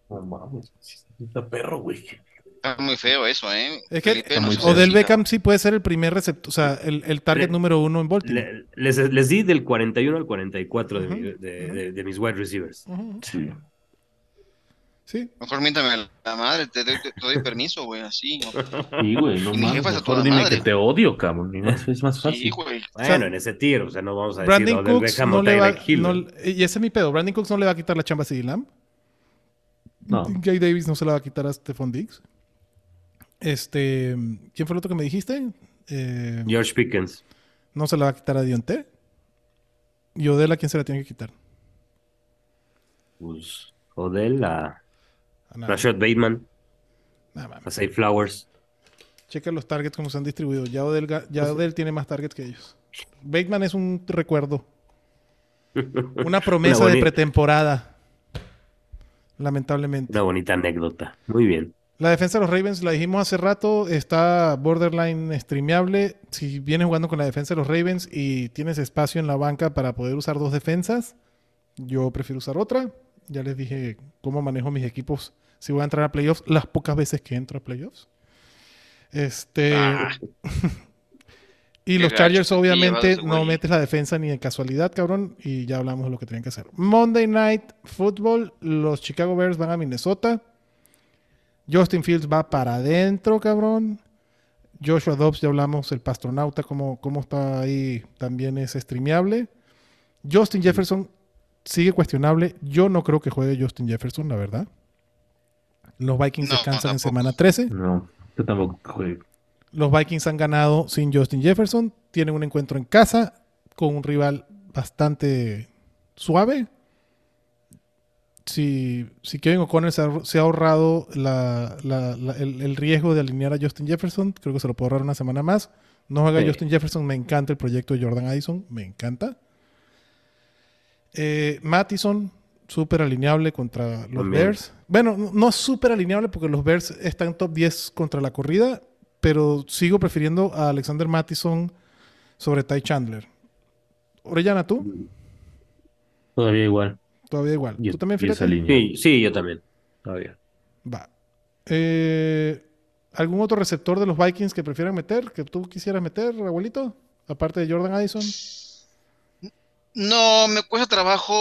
No mames, está perro, güey.
Está Ah, muy feo eso, ¿eh?
Es que
Felipe, no
muy
se
feo.
Odell
necesita.
Beckham sí puede ser el primer receptor, o sea, el, el target
Le-
número uno en Baltimore.
Le- les, les di del 41 al 44 de,
Ujú,
mi- de-
ujú.
de- de mis wide receivers.
Ujú,
Sí.
Sí,
Mejor miéntame a la madre, te doy, te doy permiso, güey, así. ¿no?
Sí, güey, no
Y mi
mames.
jefa es a
mejor
toda
dime
madre.
que te odio, cabrón. ni más- es más fácil.
Sí, güey.
sea,
Bueno, en ese tier, o sea, no vamos a decir
Brandon
Odell
Cooks
Beckham
no
o
le va,
Tyreek Hill. ¿eh?
no-
güey.
y ese es mi pedo. Brandon Cooks no le va a quitar la chamba a CD Lamb.
No.
Gabe Davis no se la va a quitar a Stephon Diggs. Este, ¿quién fue el otro que me dijiste? Eh,
George Pickens.
no se la va a quitar a Dionte. Y Odell a quién se la tiene que quitar.
Pues, Odell, a
A nada.
Rashad Bateman,
Nada más.
a Say Flowers.
Checa los targets como se han distribuido. Ya Odell, ga- ya Odell tiene más targets que ellos. Bateman es un recuerdo. Una promesa
Una
de
boni-
pretemporada. Lamentablemente.
Una bonita anécdota. Muy bien.
La defensa de los Ravens, la dijimos hace rato, está borderline streameable. Si vienes jugando con la defensa de los Ravens y tienes espacio en la banca para poder usar dos defensas, yo prefiero usar otra. Ya les dije cómo manejo mis equipos si voy a entrar a playoffs, las pocas veces que entro a playoffs. Este.
Ah.
y
Qué
los
gacho,
Chargers,
qué llevado
obviamente,
ese
no
güey.
metes la defensa ni de casualidad, cabrón. Y ya hablamos de lo que tenían que hacer. Monday Night Football. Los Chicago Bears van a Minnesota. Justin Fields va para adentro, cabrón. Joshua Dobbs, ya hablamos, el pastronauta, cómo, cómo está ahí, también es streameable. Justin Jefferson sigue cuestionable. Yo no creo que juegue Justin Jefferson, la verdad. Los Vikings
No,
descansan en
tampoco.
semana 13.
No, yo tampoco, güey.
Los Vikings han ganado sin Justin Jefferson. Tienen un encuentro en casa con un rival bastante suave. Si, si Kevin O'Connell se ha, se ha ahorrado la- la- la- el, el riesgo de alinear a Justin Jefferson, creo que se lo puede ahorrar una semana más. No juega
Sí.
Justin Jefferson, me encanta el proyecto de Jordan Addison, me encanta. Eh, Mattison, súper alineable contra los
También.
Bears. Bueno, no- no súper alineable porque los Bears están top 10 contra la corrida, pero sigo prefiriendo a Alexander Mattison sobre Ty Chandler. Orellana, tú
Todavía igual.
todavía igual.
Y-
¿Tú también,
y esa
Filete?
línea.
Sí, sí, yo también. Todavía.
Va. Eh, ¿Algún otro receptor de los Vikings que prefieran meter, que tú quisieras meter, abuelito? Aparte de Jordan Addison.
No, me cuesta trabajo.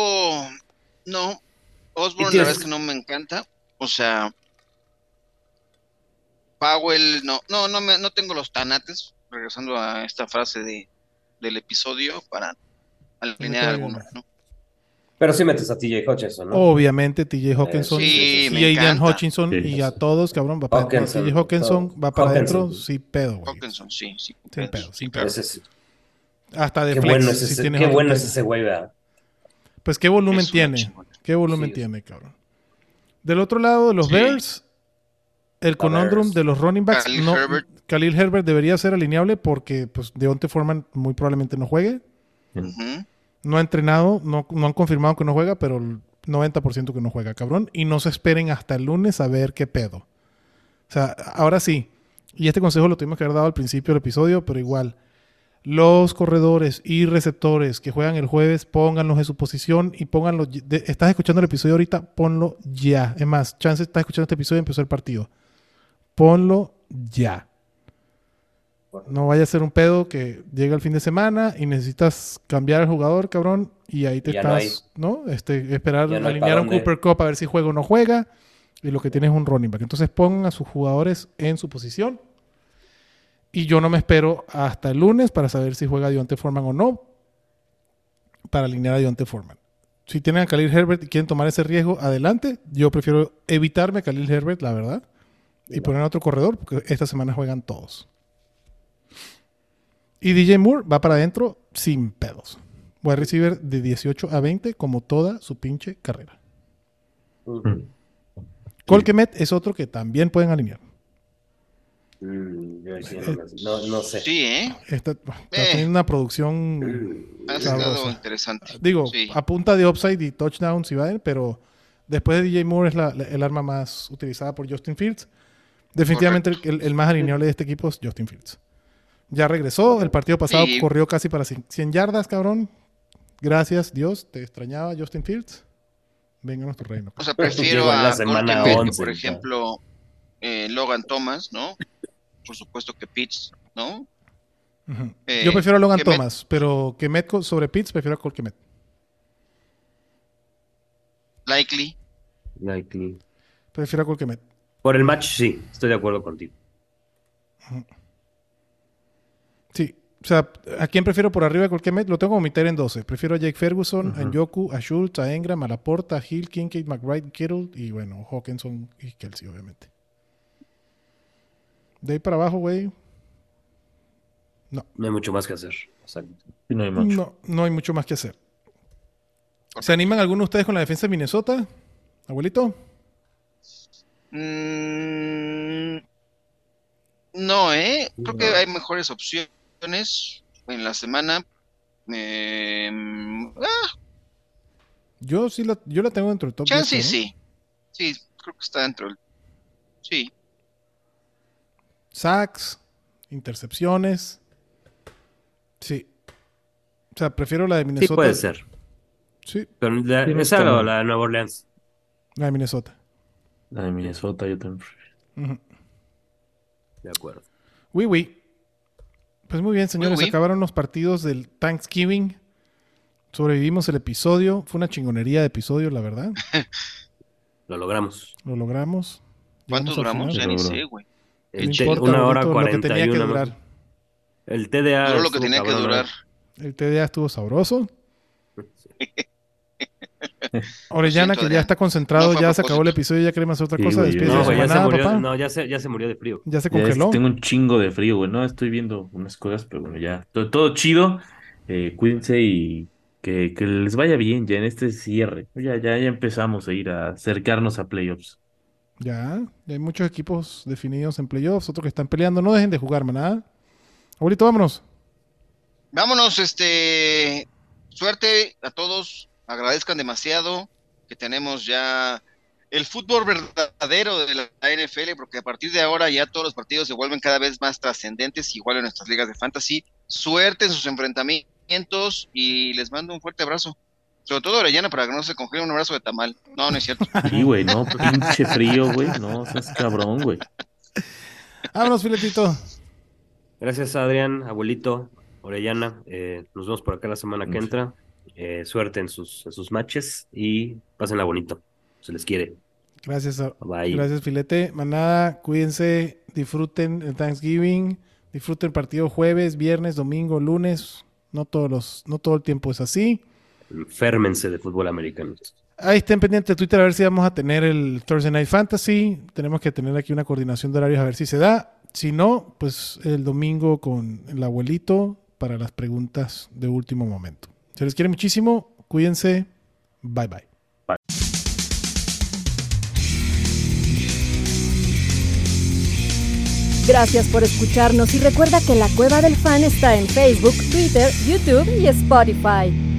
No. Osborne, la verdad es que no me encanta. O sea. Powell, no. No, no, me, no tengo los tanates. Regresando a esta frase de, del episodio para alinear algunos, ¿no?
Pero sí metes a TJ Hawkinson,
Oh,
¿no?
Obviamente, TJ Hawkinson
Eh, sí, me
y Aidan
encanta.
Hutchinson
Sí.
y a todos, cabrón, va para adentro.
Hawkinson,
TJ Hawkinson
todo.
va para
Hawkinson.
adentro, sí pedo, güey.
Hawkinson, sí, sí.
Sin pedo, sin pedo.
Ese es-
Hasta de
qué
flex,
bueno es
si
ese,
tienes
qué
otro
bueno
tema.
es ese güey, ¿verdad?
Pues qué volumen
Es una
tiene.
chingona.
Qué volumen
Sí, es-
tiene, cabrón. Del otro lado de los
Sí.
Bears, el conundrum
Bears.
de los running backs.
Khalil
no-
Herbert.
Khalil Herbert debería ser alineable porque pues, Deontay Foreman muy probablemente no juegue.
Ujú.
No ha entrenado, no, no han confirmado que no juega, pero el 90% que no juega, cabrón. Y no se esperen hasta el lunes a ver qué pedo. O sea, ahora sí, y este consejo lo tuvimos que haber dado al principio del episodio, pero igual. Los corredores y receptores que juegan el jueves, pónganlos en su posición y pónganlos. y- de- estás escuchando el episodio ahorita, ponlo ya. Es más, chance estás escuchando este episodio y empezó el partido. Ponlo ya. No vaya a ser un pedo que llega el fin de semana y necesitas cambiar al jugador, cabrón, y ahí te
Ya no
estás, ¿no? Este, esperar,
ya no hay
alinear
pa'
a un
dónde.
Cooper Cup a ver si juega o no juega, y lo que tienes es un running back. Entonces pongan a sus jugadores en su posición. Y yo no me espero hasta el lunes para saber si juega Dionte Foreman o no, para alinear a Dionte Foreman. Si tienen a Khalil Herbert y quieren tomar ese riesgo, adelante. Yo prefiero evitarme a Khalil Herbert, la verdad, y poner a otro corredor, porque esta semana juegan todos. Y DJ Moore va para adentro sin pedos. Wide receiver de 18 a 20, como toda su pinche carrera. Colquemet es otro que también pueden alinear.
Mm, yo ahí sí no, me- no, no sé.
Sí, ¿eh?
Esta, esta
Eh.
tiene una producción.
Ha
Sabroso.
estado interesante.
Digo,
Sí.
a punta de upside y touchdowns y va a ir, pero después de DJ Moore es la- la- el arma más utilizada por Justin Fields. Definitivamente el, el- el más alineable de este equipo es Justin Fields. Ya regresó, el partido pasado
Sí.
corrió casi para 100 100 yardas, cabrón. Gracias, Dios, te extrañaba Justin Fields. Venga a nuestro reino.
O sea,
Pues Llegó
prefiero
en la
a
semana
Colquemet que,
11,
por
ya.
ejemplo, eh, Logan Thomas, ¿no? Por supuesto que Pitts, ¿no?
Ujú.
Eh,
Yo prefiero a Logan
Kemet.
Thomas, pero Kemet co- sobre Pitts prefiero a Cole Kemet.
Likely.
Likely.
Prefiero a Cole Kemet.
Por el match, sí, estoy de acuerdo contigo.
Sí. O sea, ¿a quién prefiero por arriba de Cole Kemet? Lo tengo como mi tier en 12. Prefiero a Jake Ferguson, a Yoku, a Schultz, a Engram, a Laporta, a Hill, Kincaid, McBride, Kittle y bueno, Hawkinson y Kelsey, obviamente. De ahí para abajo, güey.
No hay mucho más que hacer. Exacto.
Sí, no hay mucho.
No, no hay mucho más que hacer. ¿Se animan alguno de ustedes con la defensa de Minnesota? Abuelito.
Mm, no, ¿eh? Creo que hay mejores opciones en la semana. Eh, ah,
Yo sí la, yo la tengo dentro del top 10.
chance y
¿no?
sí. Sí, creo que está dentro. del- Sí.
sacks, intercepciones. Sí. O sea, prefiero la de
Sí,
Minnesota.
puede ser.
Sí,
Pero la,
Sí, no
esa
está
o
mal.
la de Nueva Orleans.
la de Minnesota.
La de Minnesota, yo también.
Ujú.
De acuerdo.
Oui, oui. Pues muy bien, señores.
oui.
Acabaron los partidos del Thanksgiving. Sobrevivimos el episodio. Fue una chingonería de episodio, la verdad.
Lo logramos.
Lo logramos.
¿Cuánto
Llegamos al
duramos? Ya
final.
ni
Seguro.
sé, güey.
No
El te-
importa,
Eh, una hora
Roberto, lo que
cuarenta
tenía
y
que
una.
durar.
El TDA.
Duró lo que
estuvo
tenía que
cabrón,
durar.
El TDA Este estuvo sabroso. Orellana,
siento,
que ya
Adrián.
está concentrado,
No fue a
ya se acabó el
propósito.
episodio, ya queremos hacer otra
Sí,
cosa.
güey,
Despide
¿Qué
No,
de
dices,
güey,
semana,
ya se murió,
papá.
no, ya se, ya se murió de frío.
Ya se
Ya es que
congeló.
tengo un chingo de frío, güey. No, estoy viendo unas cosas, pero bueno, ya. Todo, todo chido. Eh, cuídense y que, que les vaya bien ya en este cierre. Ya, ya, ya empezamos a ir a acercarnos a playoffs.
Ya, ya hay muchos equipos definidos en playoffs, otros que están peleando. No dejen de jugar, maná. Abuelito, vámonos.
Vámonos, este. Suerte a todos. Agradezcan demasiado que tenemos ya el fútbol verdadero de la NFL, porque a partir de ahora ya todos los partidos se vuelven cada vez más trascendentes, igual en nuestras ligas de fantasy. Suerte en sus enfrentamientos y les mando un fuerte abrazo. Sobre todo a Orellana para que no se congele un abrazo de tamal. No, no es cierto.
Sí, güey, no, pinche frío, güey. No, seas cabrón, güey.
Vámonos, filetito.
Gracias, Adrián, abuelito, Orellana. Eh, nos vemos por acá la semana que entra. Eh, suerte en sus, en sus matches y pásenla bonito. Se les quiere.
Gracias, Bye. gracias Filete. Manada, cuídense, disfruten el Thanksgiving, disfruten el partido jueves, viernes, domingo, lunes. No, todos los, no todo el tiempo es así.
Enférmense de fútbol americano.
Ahí estén pendientes de Twitter a ver si vamos a tener el Thursday Night Fantasy. Tenemos que tener aquí una coordinación de horarios a ver si se da. Si no, pues el domingo con el abuelito para las preguntas de último momento. Se les quiere muchísimo. Cuídense. Bye bye. Bye.
Gracias por escucharnos y recuerda que la Cueva del Fan está en Facebook, Twitter, YouTube y Spotify.